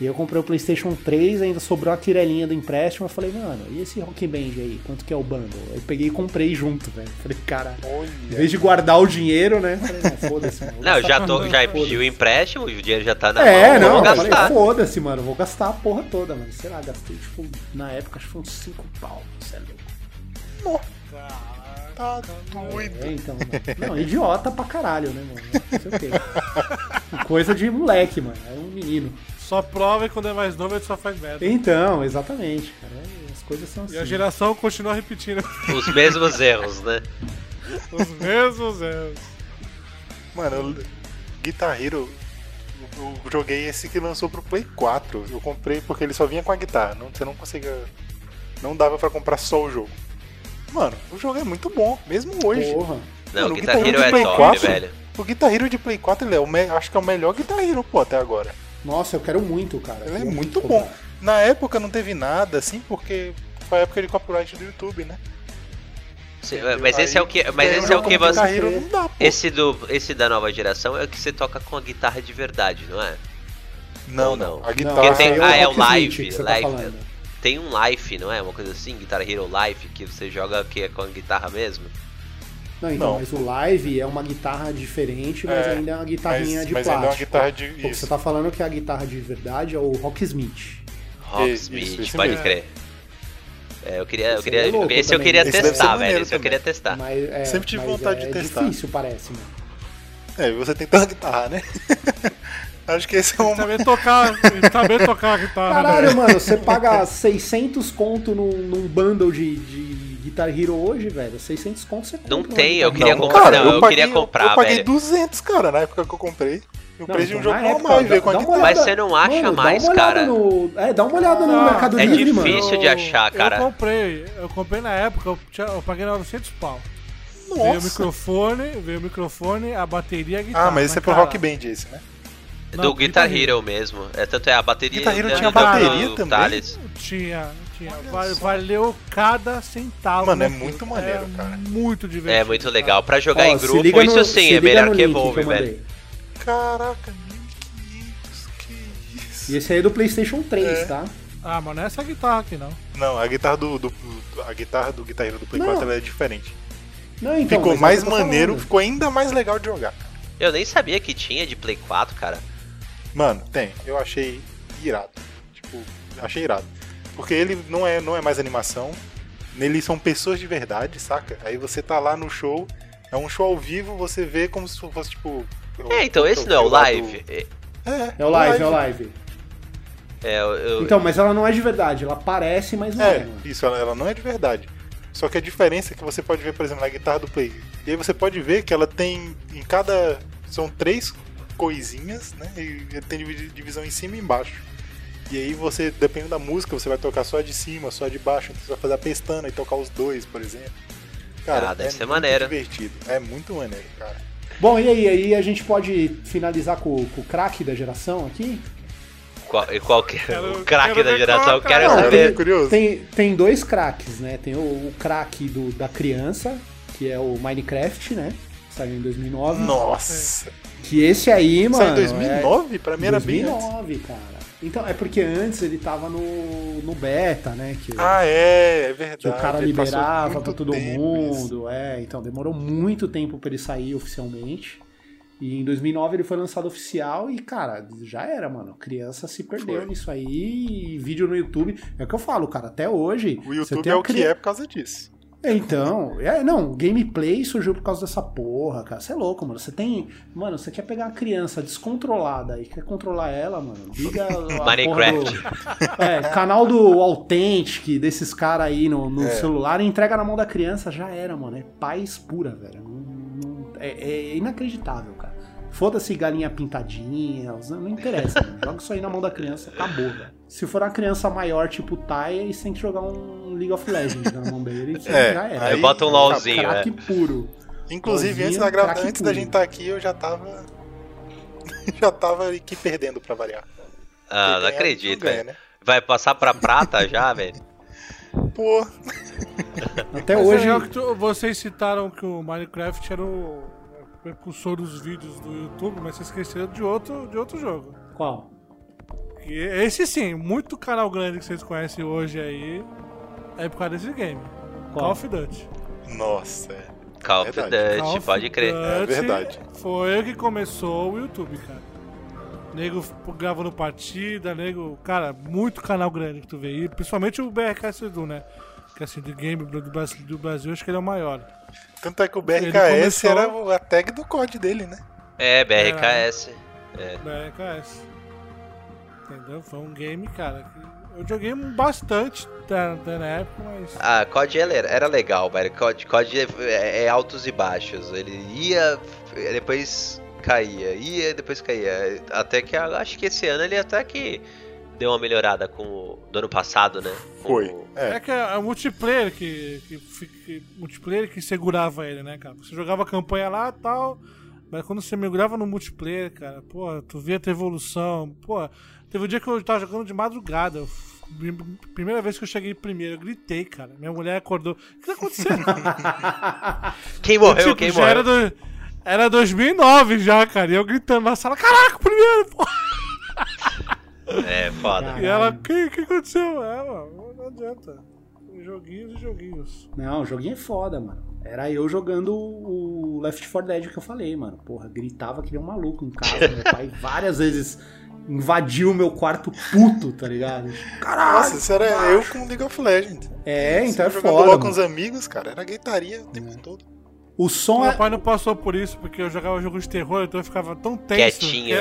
S6: E eu comprei o PlayStation 3, ainda sobrou a tirelinha do empréstimo. Eu falei, mano, e esse Rock Band aí? Quanto que é o bundle? Eu peguei e comprei junto, velho. Falei, cara, em
S5: Olha.
S6: vez de guardar o dinheiro, né? Falei, não, foda-se, mano. vou
S4: Não, eu já,
S6: gastar
S4: tô,
S6: tudo,
S4: já
S6: foda-se.
S4: pedi o empréstimo, o dinheiro já tá na
S6: É,
S4: mão,
S6: não,
S4: vamos
S6: eu falei,
S4: gastar.
S6: foda-se, mano. Vou gastar a porra toda, mano. Sei lá, gastei, tipo, na época, acho que foi uns 5 pau. Isso é louco.
S5: Tá doido.
S6: É, então, mano. Não, idiota pra caralho, né, mano? Não sei o quê. Coisa de moleque, mano. É um menino.
S3: Só prova e quando é mais novo ele só faz merda.
S6: Então, exatamente, cara. As coisas são assim.
S3: E a geração continua repetindo [LAUGHS]
S4: Os mesmos erros, né?
S3: os mesmos erros.
S5: Mano, eu... Guitar Hero, eu eu joguei esse que lançou pro Play 4. Eu comprei porque ele só vinha com a guitarra. Não, você não conseguia. Não dava pra comprar só o jogo. Mano, o jogo é muito bom, mesmo hoje.
S6: Porra.
S4: Não, o
S5: Mano,
S4: Guitar Hero
S5: de
S4: é
S5: Play
S4: top,
S5: 4,
S4: velho.
S5: O Guitar Hero de Play 4, ele é o me... acho que é o melhor Guitar Hero, pô, até agora.
S6: Nossa, eu quero muito, cara.
S5: Ele é
S6: Queria
S5: muito
S6: comprar.
S5: bom. Na época não teve nada, assim, porque foi a época de copyright do YouTube, né?
S4: Sim, Mas esse é o que, mas
S5: Aí,
S4: esse é o
S5: jogo
S4: que
S5: com Guitar
S4: você,
S5: Hero não dá, pô.
S4: esse do, esse da nova geração é o que você toca com a guitarra de verdade, não é?
S5: Não,
S4: Ou
S5: não.
S4: não.
S5: A
S6: Não,
S5: guitarra
S4: Porque tem-
S6: aí
S4: ah, é o
S6: Rock
S4: live,
S6: Smith que você
S4: live,
S6: tá falando.
S4: Tem um Life, não é? Uma coisa assim, Guitar Hero Life, que você joga que é com a guitarra mesmo.
S6: Não, então,
S5: Não.
S6: mas o live é uma guitarra diferente, mas
S5: É,
S6: ainda é uma guitarrinha
S5: mas,
S6: de
S5: mas ainda é
S6: plástico.
S5: uma guitarra de.
S6: O que você
S5: Isso.
S6: tá falando que é a guitarra de verdade é o Rock Smith.
S5: Isso,
S4: Rocksmith,
S5: isso
S4: pode
S5: mesmo.
S4: crer. É, eu queria, eu
S6: Esse
S4: queria,
S6: é louco
S4: esse eu
S6: também.
S4: queria
S5: Esse deve ser
S4: testar, velho.
S5: maneiro
S4: Esse eu
S5: também.
S4: queria testar.
S6: Mas, é,
S5: Sempre tive
S6: mas
S5: vontade
S6: é
S5: de testar.
S6: difícil, parece, mano.
S5: É, você tem que ter uma guitarra, né? [LAUGHS] Acho que esse é um.
S3: Saber tocar, saber tocar a
S5: Ah,
S3: guitarra.
S6: Caralho,
S3: né?
S6: mano, você paga [LAUGHS] 600 conto num, num bundle de, de Guitar Hero hoje, velho. 600 conto você compra.
S4: Não
S6: uma
S4: tem, eu
S6: guitarra.
S4: queria
S5: Não,
S4: comprar.
S5: cara,
S4: não, eu,
S5: paguei-
S4: queria comprar,
S5: Eu paguei
S4: velho.
S5: 200, cara, na época que eu comprei. E o
S6: Não,
S5: preço de um
S6: então,
S5: jogo
S6: na
S5: normal,
S6: época,
S5: e veio com a
S6: dá uma
S5: guitarra.
S4: Mas
S6: olhada-
S4: você não acha
S6: Mano, dá
S4: mais,
S6: uma olhada
S4: cara?
S6: No, é, dá uma olhada no
S3: Ah,
S6: Mercado
S4: é
S6: Livre, mano.
S4: difícil de achar, cara.
S3: Eu comprei, eu comprei na época, eu, tinha- eu paguei 900 pau. Veio o
S5: Nossa.
S3: microfone, veio o microfone, a bateria e a guitarra.
S5: Ah, mas esse é pro
S3: cara,
S5: Rock Band, esse, né?
S3: não,
S4: do Guitar,
S3: Guitar
S4: Hero mesmo. É, tanto é a bateria
S5: Guitar Hero
S4: do-
S5: tinha
S4: do-
S5: bateria
S4: do
S5: também?
S4: Thales.
S3: Tinha, tinha. Val- valeu cada centavo.
S5: Mano, é
S3: daquilo.
S5: muito maneiro,
S3: É
S5: cara.
S3: Muito divertido.
S4: É muito legal. Pra jogar
S6: Ó,
S4: em
S6: se
S4: grupo,
S6: liga
S4: isso
S6: no-
S4: sim,
S6: se
S4: é
S6: liga no
S4: melhor que
S6: link eu
S4: Evolve, velho.
S6: mandei.
S5: Caraca, 1500, que isso.
S6: E esse aí é do PlayStation 3,
S5: É.
S6: tá?
S3: Ah, mas não é essa guitarra aqui, não.
S5: Não, a guitarra do, do- do- a guitarra do guitarrista do Play
S6: Não.
S5: 4 ela é diferente.
S6: Não, então,
S5: ficou
S6: mas é o que
S5: mais
S6: eu tô falando.
S5: maneiro, ficou ainda mais legal de jogar. cara.
S4: Eu nem sabia que tinha de Play 4, cara.
S5: Mano, tem. Eu achei irado. Tipo, achei irado. Porque ele não é, não é mais animação. Nele são pessoas de verdade, saca? Aí você tá lá no show, é um show ao vivo, você vê como se fosse tipo. o-
S4: É, então esse não é o
S5: lá do-
S4: live. É,
S5: É,
S6: É o live, é o live.
S4: é, eu- eu-
S6: Então, mas ela não é de verdade, ela parece, mas não é.
S5: É, isso, ela, ela não é de verdade. Só que a diferença é que você pode ver, por exemplo, na guitarra do Play. E aí você pode ver que ela tem em cada. São três coisinhas, né? E tem divi- divisão em cima e embaixo. E aí você, dependendo da música, você vai tocar só a de cima, só a de baixo. Então você vai fazer a pestana e tocar os dois, por exemplo. Cara,
S4: Ah, deve
S5: é
S4: ser
S5: muito
S4: maneiro.
S5: divertido. É muito maneiro, cara.
S6: Bom, e aí? Aí a gente pode finalizar com, com o craque da geração aqui?
S4: qual, e qual que é
S3: Quero-
S4: o craque
S3: quero
S4: da
S3: ver
S4: geração?
S3: qual,
S4: Eu quero
S5: Não, eu
S4: saber.
S5: fiquei curioso.
S6: Tem, tem dois craques, né? Tem o, o craque do- da criança, que é o Minecraft, né? Saiu em 2009.
S5: Nossa!
S6: Que esse aí, mano. é
S5: Saiu é em 2009? Pra mim era bem antes.
S6: 2009, cara. Então, é porque antes ele tava no, no beta, né? Que,
S5: Ah, é, é verdade.
S6: que o cara
S5: Ele passou
S6: liberava
S5: muito
S6: pra todo
S5: tempo isso.
S6: mundo. É, então demorou muito tempo pra ele sair oficialmente. E em 2009 ele foi lançado oficial e, cara, já era, mano. Criança se perdeu
S5: Foi.
S6: nisso aí. E vídeo no YouTube. É o que eu falo, cara. Até hoje.
S5: O
S6: você
S5: YouTube
S6: tem
S5: é
S6: a
S5: o que
S6: cri-
S5: é por causa disso.
S6: Então, é, não, gameplay surgiu por causa dessa porra, cara. Você é louco, mano. Você tem. Mano, você quer pegar uma criança descontrolada e quer controlar ela, mano. Liga. a porra
S4: Minecraft.
S6: do- [LAUGHS] é, canal do Authentic, desses caras aí no, no celular, entrega na mão da criança, já era, mano. É paz pura, velho. Não- não- é, é inacreditável, cara. Foda-se galinha pintadinha, não não interessa, mano. Joga isso aí na mão da criança, acabou, velho. Se for uma criança maior, tipo Taia, aí você tem que jogar um League of Legends na mão dele, que
S5: É,
S6: já era.
S5: aí
S4: Eu boto um
S5: acabou.
S4: LOLzinho, né?
S6: Craque puro.
S5: Inclusive,
S6: Bonzinho,
S5: antes da, grava...
S6: um craque
S5: antes da
S6: puro.
S5: gente estar aqui, eu já tava. [LAUGHS] já tava aqui perdendo pra variar.
S4: Ah,
S5: Quem
S4: não
S5: ganha,
S4: acredito,
S5: ganha,
S4: velho.
S5: né?
S4: Vai passar
S5: [LAUGHS]
S4: pra prata já, velho?
S5: Pô,
S6: Até
S3: Mas é
S6: hoje.
S3: legal que tu- vocês citaram que o Minecraft era o precursor dos vídeos do YouTube, mas vocês esqueceram de outro, de outro jogo.
S6: Qual? [LAUGHS]
S3: E esse sim, muito canal grande que vocês conhecem hoje aí é por causa desse game. Call of Duty.
S5: nossa. é.
S4: Call of
S5: Verdade.
S3: Call
S4: Duty,
S3: of
S4: pode crer.
S3: Duty
S5: É verdade.
S3: Foi o que começou o YouTube, cara. Nego f- gravando partida, nego. Cara, muito canal grande que tu vê. E principalmente o BRKS Edu, né? Que assim, do game do Brasil, do Brasil, acho que ele é o maior.
S5: Tanto é que o
S3: Ele
S5: BRKS
S3: começou-
S5: era o- a tag do COD dele, né?
S4: É, BRKS.
S3: BRKS. Entendeu? Foi um game, cara. que Eu joguei bastante da- da- na época, mas.
S4: Ah, COD ele era, era legal, velho. COD, COD é, é- é altos e baixos. Ele ia, depois caía, ia, depois caía. Até que eu acho que esse ano ele até que deu uma melhorada com o do ano passado, né? Com
S5: Foi.
S4: o-
S5: É.
S3: É que é o multiplayer que, que, fi- que- multiplayer que segurava ele, né, cara? Você jogava a campanha lá e tal, mas quando você migrava no multiplayer, cara, pô, tu via a evolução, pô. Teve um dia que eu tava jogando de madrugada. eu f- prim- primeira vez que eu cheguei primeiro, eu gritei, cara. Minha mulher acordou. O que tá
S6: [LAUGHS]
S3: acontecendo?
S4: Quem morreu,
S3: Tipo,
S4: quem
S3: já era,
S4: morreu?
S3: do, era 2009 já, cara. E eu gritando na sala, caraca, primeiro, pô.
S4: É, foda.
S3: E ela, o que, que aconteceu? É, mano, não adianta. Joguinhos e joguinhos.
S6: Não, o joguinho é foda, mano. Era eu jogando o Left 4 Dead que eu falei, mano. Porra, gritava que nem um maluco em casa. Meu pai várias vezes invadiu o meu quarto puto, tá ligado?
S5: Nossa, isso era eu com League of Legends.
S6: É, então é
S5: eu jogando LOL
S6: foda.
S5: com os
S6: mano. Hum.
S5: amigos, cara. Era gritaria o tempo todo.
S6: O som
S3: Meu
S6: é.
S3: pai não passou por isso, porque eu jogava jogo de terror, então eu ficava tão tenso.
S4: Quietinho.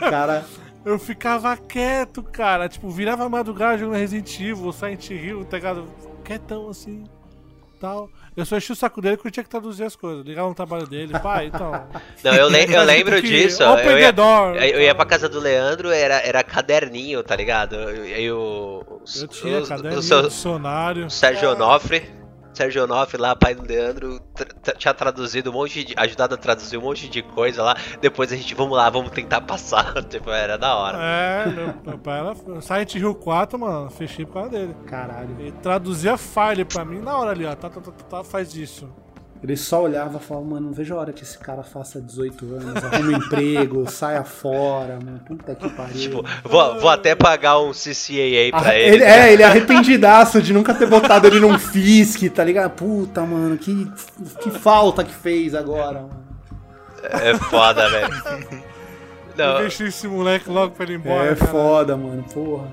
S6: Cara,
S3: Eu ficava quieto, cara. Tipo, virava madrugada jogando Resident Evil, Silent Hill, tá ligado? Quietão assim. Tal. Eu só enchi o saco dele que eu tinha que traduzir as coisas. Ligava no trabalho dele, pai, então.
S4: Não, [LAUGHS]
S3: [LAUGHS]
S4: eu, lem- eu lembro
S3: Tem que-
S4: disso. ó,
S3: Open
S4: Eu
S3: the
S4: ia,
S3: door.
S4: eu ia pra casa do Leandro, era, era caderninho, tá ligado? Eu, eu, os-
S3: Eu tinha
S4: os-
S3: caderno,
S4: os seus-
S3: dicionário.
S4: O Sérgio Onofre. Sérgio Onofre lá, pai do Leandro, tra- tra- tinha traduzido um monte de. ajudado a traduzir um monte de coisa lá. Depois a gente, vamos lá, vamos tentar passar. [LAUGHS] Tipo, era da hora.
S3: É, meu, meu pai era. Silent Hill 4, mano, fechei por causa dele.
S6: caralho.
S3: Ele traduzia file pra mim na hora ali, ó. Tá, tá, tá, tá, tá, faz isso.
S6: Ele só olhava e falava, mano, não vejo a hora que esse cara faça 18 anos, arruma um emprego, [LAUGHS] saia fora, mano. Puta que pariu.
S4: Tipo, vou, vou até pagar um CCAA pra
S6: Arre-
S3: Ah,
S4: ele. né?
S6: ele- é, ele é arrependidaço de nunca ter botado ele num FISC, tá ligado? Puta, mano, que, que falta que fez agora, mano.
S4: É
S3: [LAUGHS]
S4: foda, velho. Não,
S3: Deixa esse moleque logo pra ele ir embora.
S6: É
S3: cara.
S6: foda, mano, porra.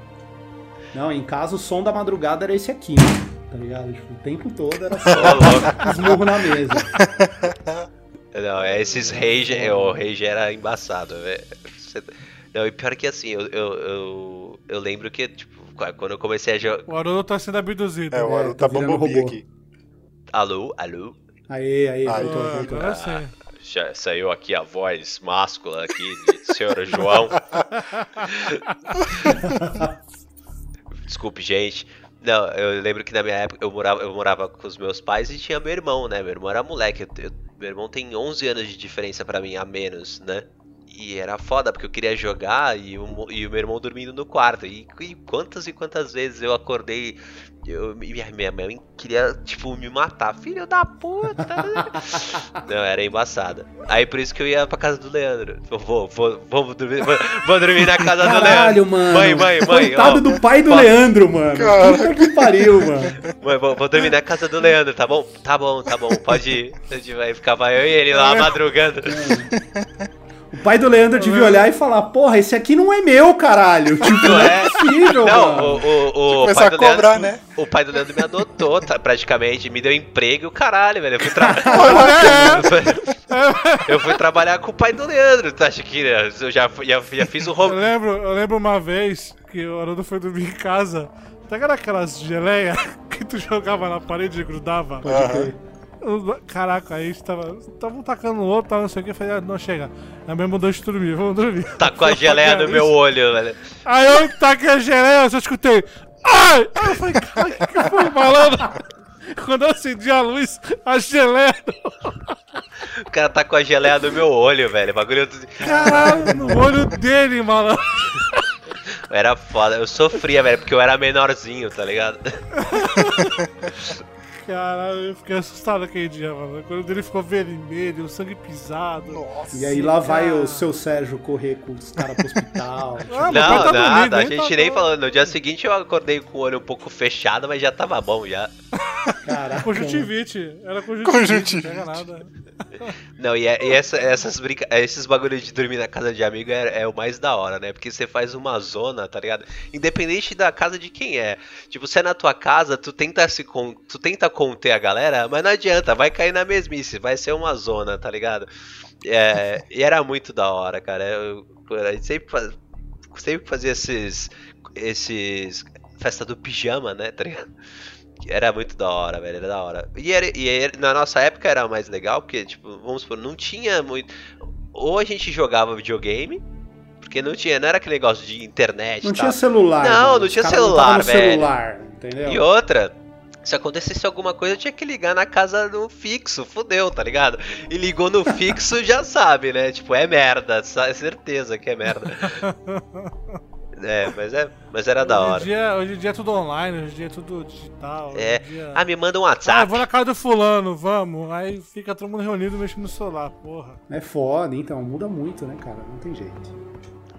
S6: Não, em casa o som da madrugada era esse aqui, mano, tá ligado? Tipo, o tempo todo era
S4: Ô,
S6: só
S4: louco.
S6: esmurro na mesa.
S4: Não, é esses rage. é, O rage era embaçado, velho. Você- Não, e pior que assim, eu, eu, eu, eu lembro que, tipo, quando eu comecei a jogar.
S3: O Haroldo tá sendo abduzido.
S5: É, o
S6: É,
S5: Aru
S6: tá
S5: tá
S6: virando
S5: bombobi
S6: robô.
S5: aqui.
S4: Alô, alô?
S6: Aê, aê,
S5: Ah,
S6: voltou,
S3: Ah,
S6: voltou.
S3: agora sim.
S4: Já saiu aqui a voz máscula aqui de senhor João. Desculpe, gente. Não, eu lembro que na minha época eu morava, eu morava com os meus pais e tinha meu irmão, né? Meu irmão era moleque. eu- eu- meu irmão tem 11 anos de diferença pra mim, a menos, né? E era foda, porque eu queria jogar e o, mo- e o meu irmão dormindo no quarto. E, e quantas e quantas vezes eu acordei. Eu, minha, minha mãe queria, tipo, me matar. Filho da puta! [LAUGHS] Não, era embaçada. Aí por isso que eu ia pra casa do Leandro. Eu Vou, vou, vou dormir, vou, vou dormir na casa do Leandro.
S6: Caralho, mano.
S4: Mãe, mãe, mãe.
S6: Coitado
S4: ó.
S6: do pai do
S4: Ó.
S6: Leandro, mano. Puta que pariu, mano.
S4: Mãe, vou, vou dormir na casa do Leandro, tá bom? Tá bom, tá bom, pode ir. A gente vai ficar vai eu e ele
S5: É.
S4: lá madrugando.
S6: O pai do Leandro devia olhar e falar, porra, esse aqui não é
S4: [LAUGHS]
S6: meu, caralho. Tipo, não é
S4: é.
S6: possível,
S4: Não,
S6: mano.
S4: o, o, o pai
S5: Tinha que começar
S4: do
S5: a cobrar,
S4: Leandro.
S5: né?
S4: O pai do Leandro me adotou, tá, praticamente. Me deu emprego e o caralho, velho. Eu fui,
S5: [LAUGHS]
S4: tra-
S5: é.
S4: eu fui trabalhar com o pai do Leandro, tá, acha que Eu já, fui- já, já fiz o
S3: Eu
S4: home.
S3: lembro, eu lembro uma vez que o Haroldo foi dormir em casa. Tá ligado aquelas geleia [LAUGHS] que tu jogava na parede e grudava? Eu- Caraca, aí a gente tava, tava um tacando o outro, tava não sei o que, eu falei, ah, não, chega. Aí mesmo deixa eu dormir, vamos dormir. [LAUGHS]
S4: Tá com a geleia no meu olho, velho.
S3: Aí eu taquei a geleia, eu só escutei. Ai! Aí eu falei, cara, o que foi falando? [LAUGHS] Quando eu acendi a luz, a geleia.
S4: O cara tá com a geleia no meu olho, velho. Bagulho. do-
S3: Caralho, [LAUGHS] no olho dele, malandro.
S4: Era foda. Eu sofria, velho, porque eu era menorzinho, tá ligado?
S3: Caralho, eu fiquei assustado aquele dia, mano. Quando o dele ficou vermelho, o sangue pisado.
S5: Nossa.
S6: E aí lá vai o seu Sérgio correr com os caras pro hospital. tipo,
S4: [LAUGHS]
S3: Ah, mas
S4: Não,
S3: tá dormindo,
S4: nada, a
S3: hein?
S4: gente
S3: Tá-
S4: nem falou. No dia seguinte eu acordei com o olho um pouco fechado, mas já tava bom já.
S6: Caraca.
S3: Conjuntivite, era conjuntivite.
S5: Conjuntivite.
S3: Não pega nada.
S4: Não, e, é- e essa- essas brinca... esses bagulhos de dormir na casa de amigo é, é o mais da hora, né? Porque você faz uma zona, tá ligado? Independente da casa de quem é. Tipo, você é na tua casa, tu tenta se con... tu tenta conter a galera, mas não adianta, vai cair na mesmice, vai ser uma zona, tá ligado? É, e era muito da hora, cara. Eu- a gente sempre, faz... sempre fazia esses. esses. Festa do pijama, né? Tá ligado? Era muito da hora, velho, era da hora. E, era- e era- na nossa época era mais legal, porque, tipo, vamos supor, não tinha muito. Ou a gente jogava videogame, porque não tinha, não era aquele negócio de internet
S6: Não
S4: e tal.
S6: tinha celular.
S4: Tá. Não,
S6: mano.
S4: não
S6: Os
S4: tinha
S6: caras não
S4: celular,
S6: tavam no
S4: velho.
S6: celular, entendeu?
S4: E outra, se acontecesse alguma coisa, tinha que ligar na casa do fixo, fudeu, tá ligado? E ligou no
S3: [LAUGHS]
S4: fixo, já sabe, né? Tipo, é merda, sa- certeza que
S3: [LAUGHS]
S4: é merda. é, mas é, mas era da
S3: Hoje
S4: hora.
S3: em, dia, hoje em dia é tudo online, hoje em dia é tudo digital. hoje em
S4: É.
S3: dia-
S4: Ah, me manda um
S3: Ah,
S4: WhatsApp.
S3: vou na casa do fulano, vamos. Aí fica todo mundo reunido mexendo no celular, porra.
S6: É foda, então. Muda muito, né, cara? Não tem jeito.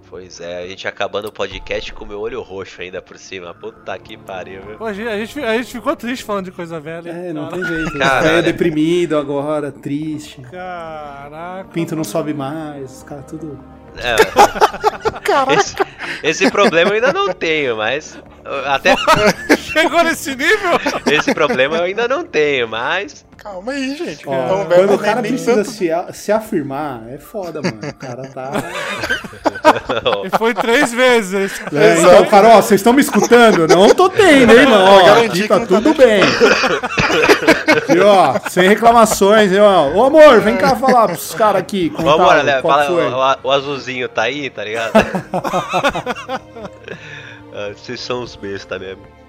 S4: Pois é, a gente acabando o podcast com meu olho roxo ainda por cima. Puta que pariu, viu?
S3: Pô, a, gente, a, gente, a gente ficou triste falando de coisa velha.
S6: É,
S3: hein,
S6: não
S3: cara.
S6: tem jeito.
S4: Caralho.
S6: Cara, é deprimido agora, triste.
S3: Caraca.
S6: Pinto não sobe mais, os caras tudo.
S4: É. esse, esse problema eu ainda não tenho, mas.
S3: [LAUGHS]
S4: uh, Até
S3: Chegou nesse
S6: [LAUGHS]
S3: nível?
S4: esse problema eu ainda não tenho, mas. [LAUGHS]
S5: Calma aí, gente.
S6: Ó,
S5: Então,
S6: quando o
S5: velho,
S6: cara
S5: nem, nem
S6: precisa
S5: tanto.
S6: se, a- se afirmar, é foda, mano. O cara tá.
S5: [LAUGHS]
S3: E foi três vezes.
S6: É, então, cara, ó, vocês estão me escutando? Não tô tendo, hein,
S5: [LAUGHS]
S6: irmão? Ó,
S5: garanti
S6: aqui
S5: que
S6: tá
S5: não tá
S6: tudo bem. E, ó, sem reclamações, hein, ó. Ô, amor, vem cá falar pros caras aqui. contar
S4: Vamos embora, Léo.
S6: qual
S4: Fala,
S6: foi.
S4: o- o, o azulzinho [LAUGHS]
S6: [LAUGHS]
S4: tá aí, tá ligado? Ah, Vocês são os besta mesmo.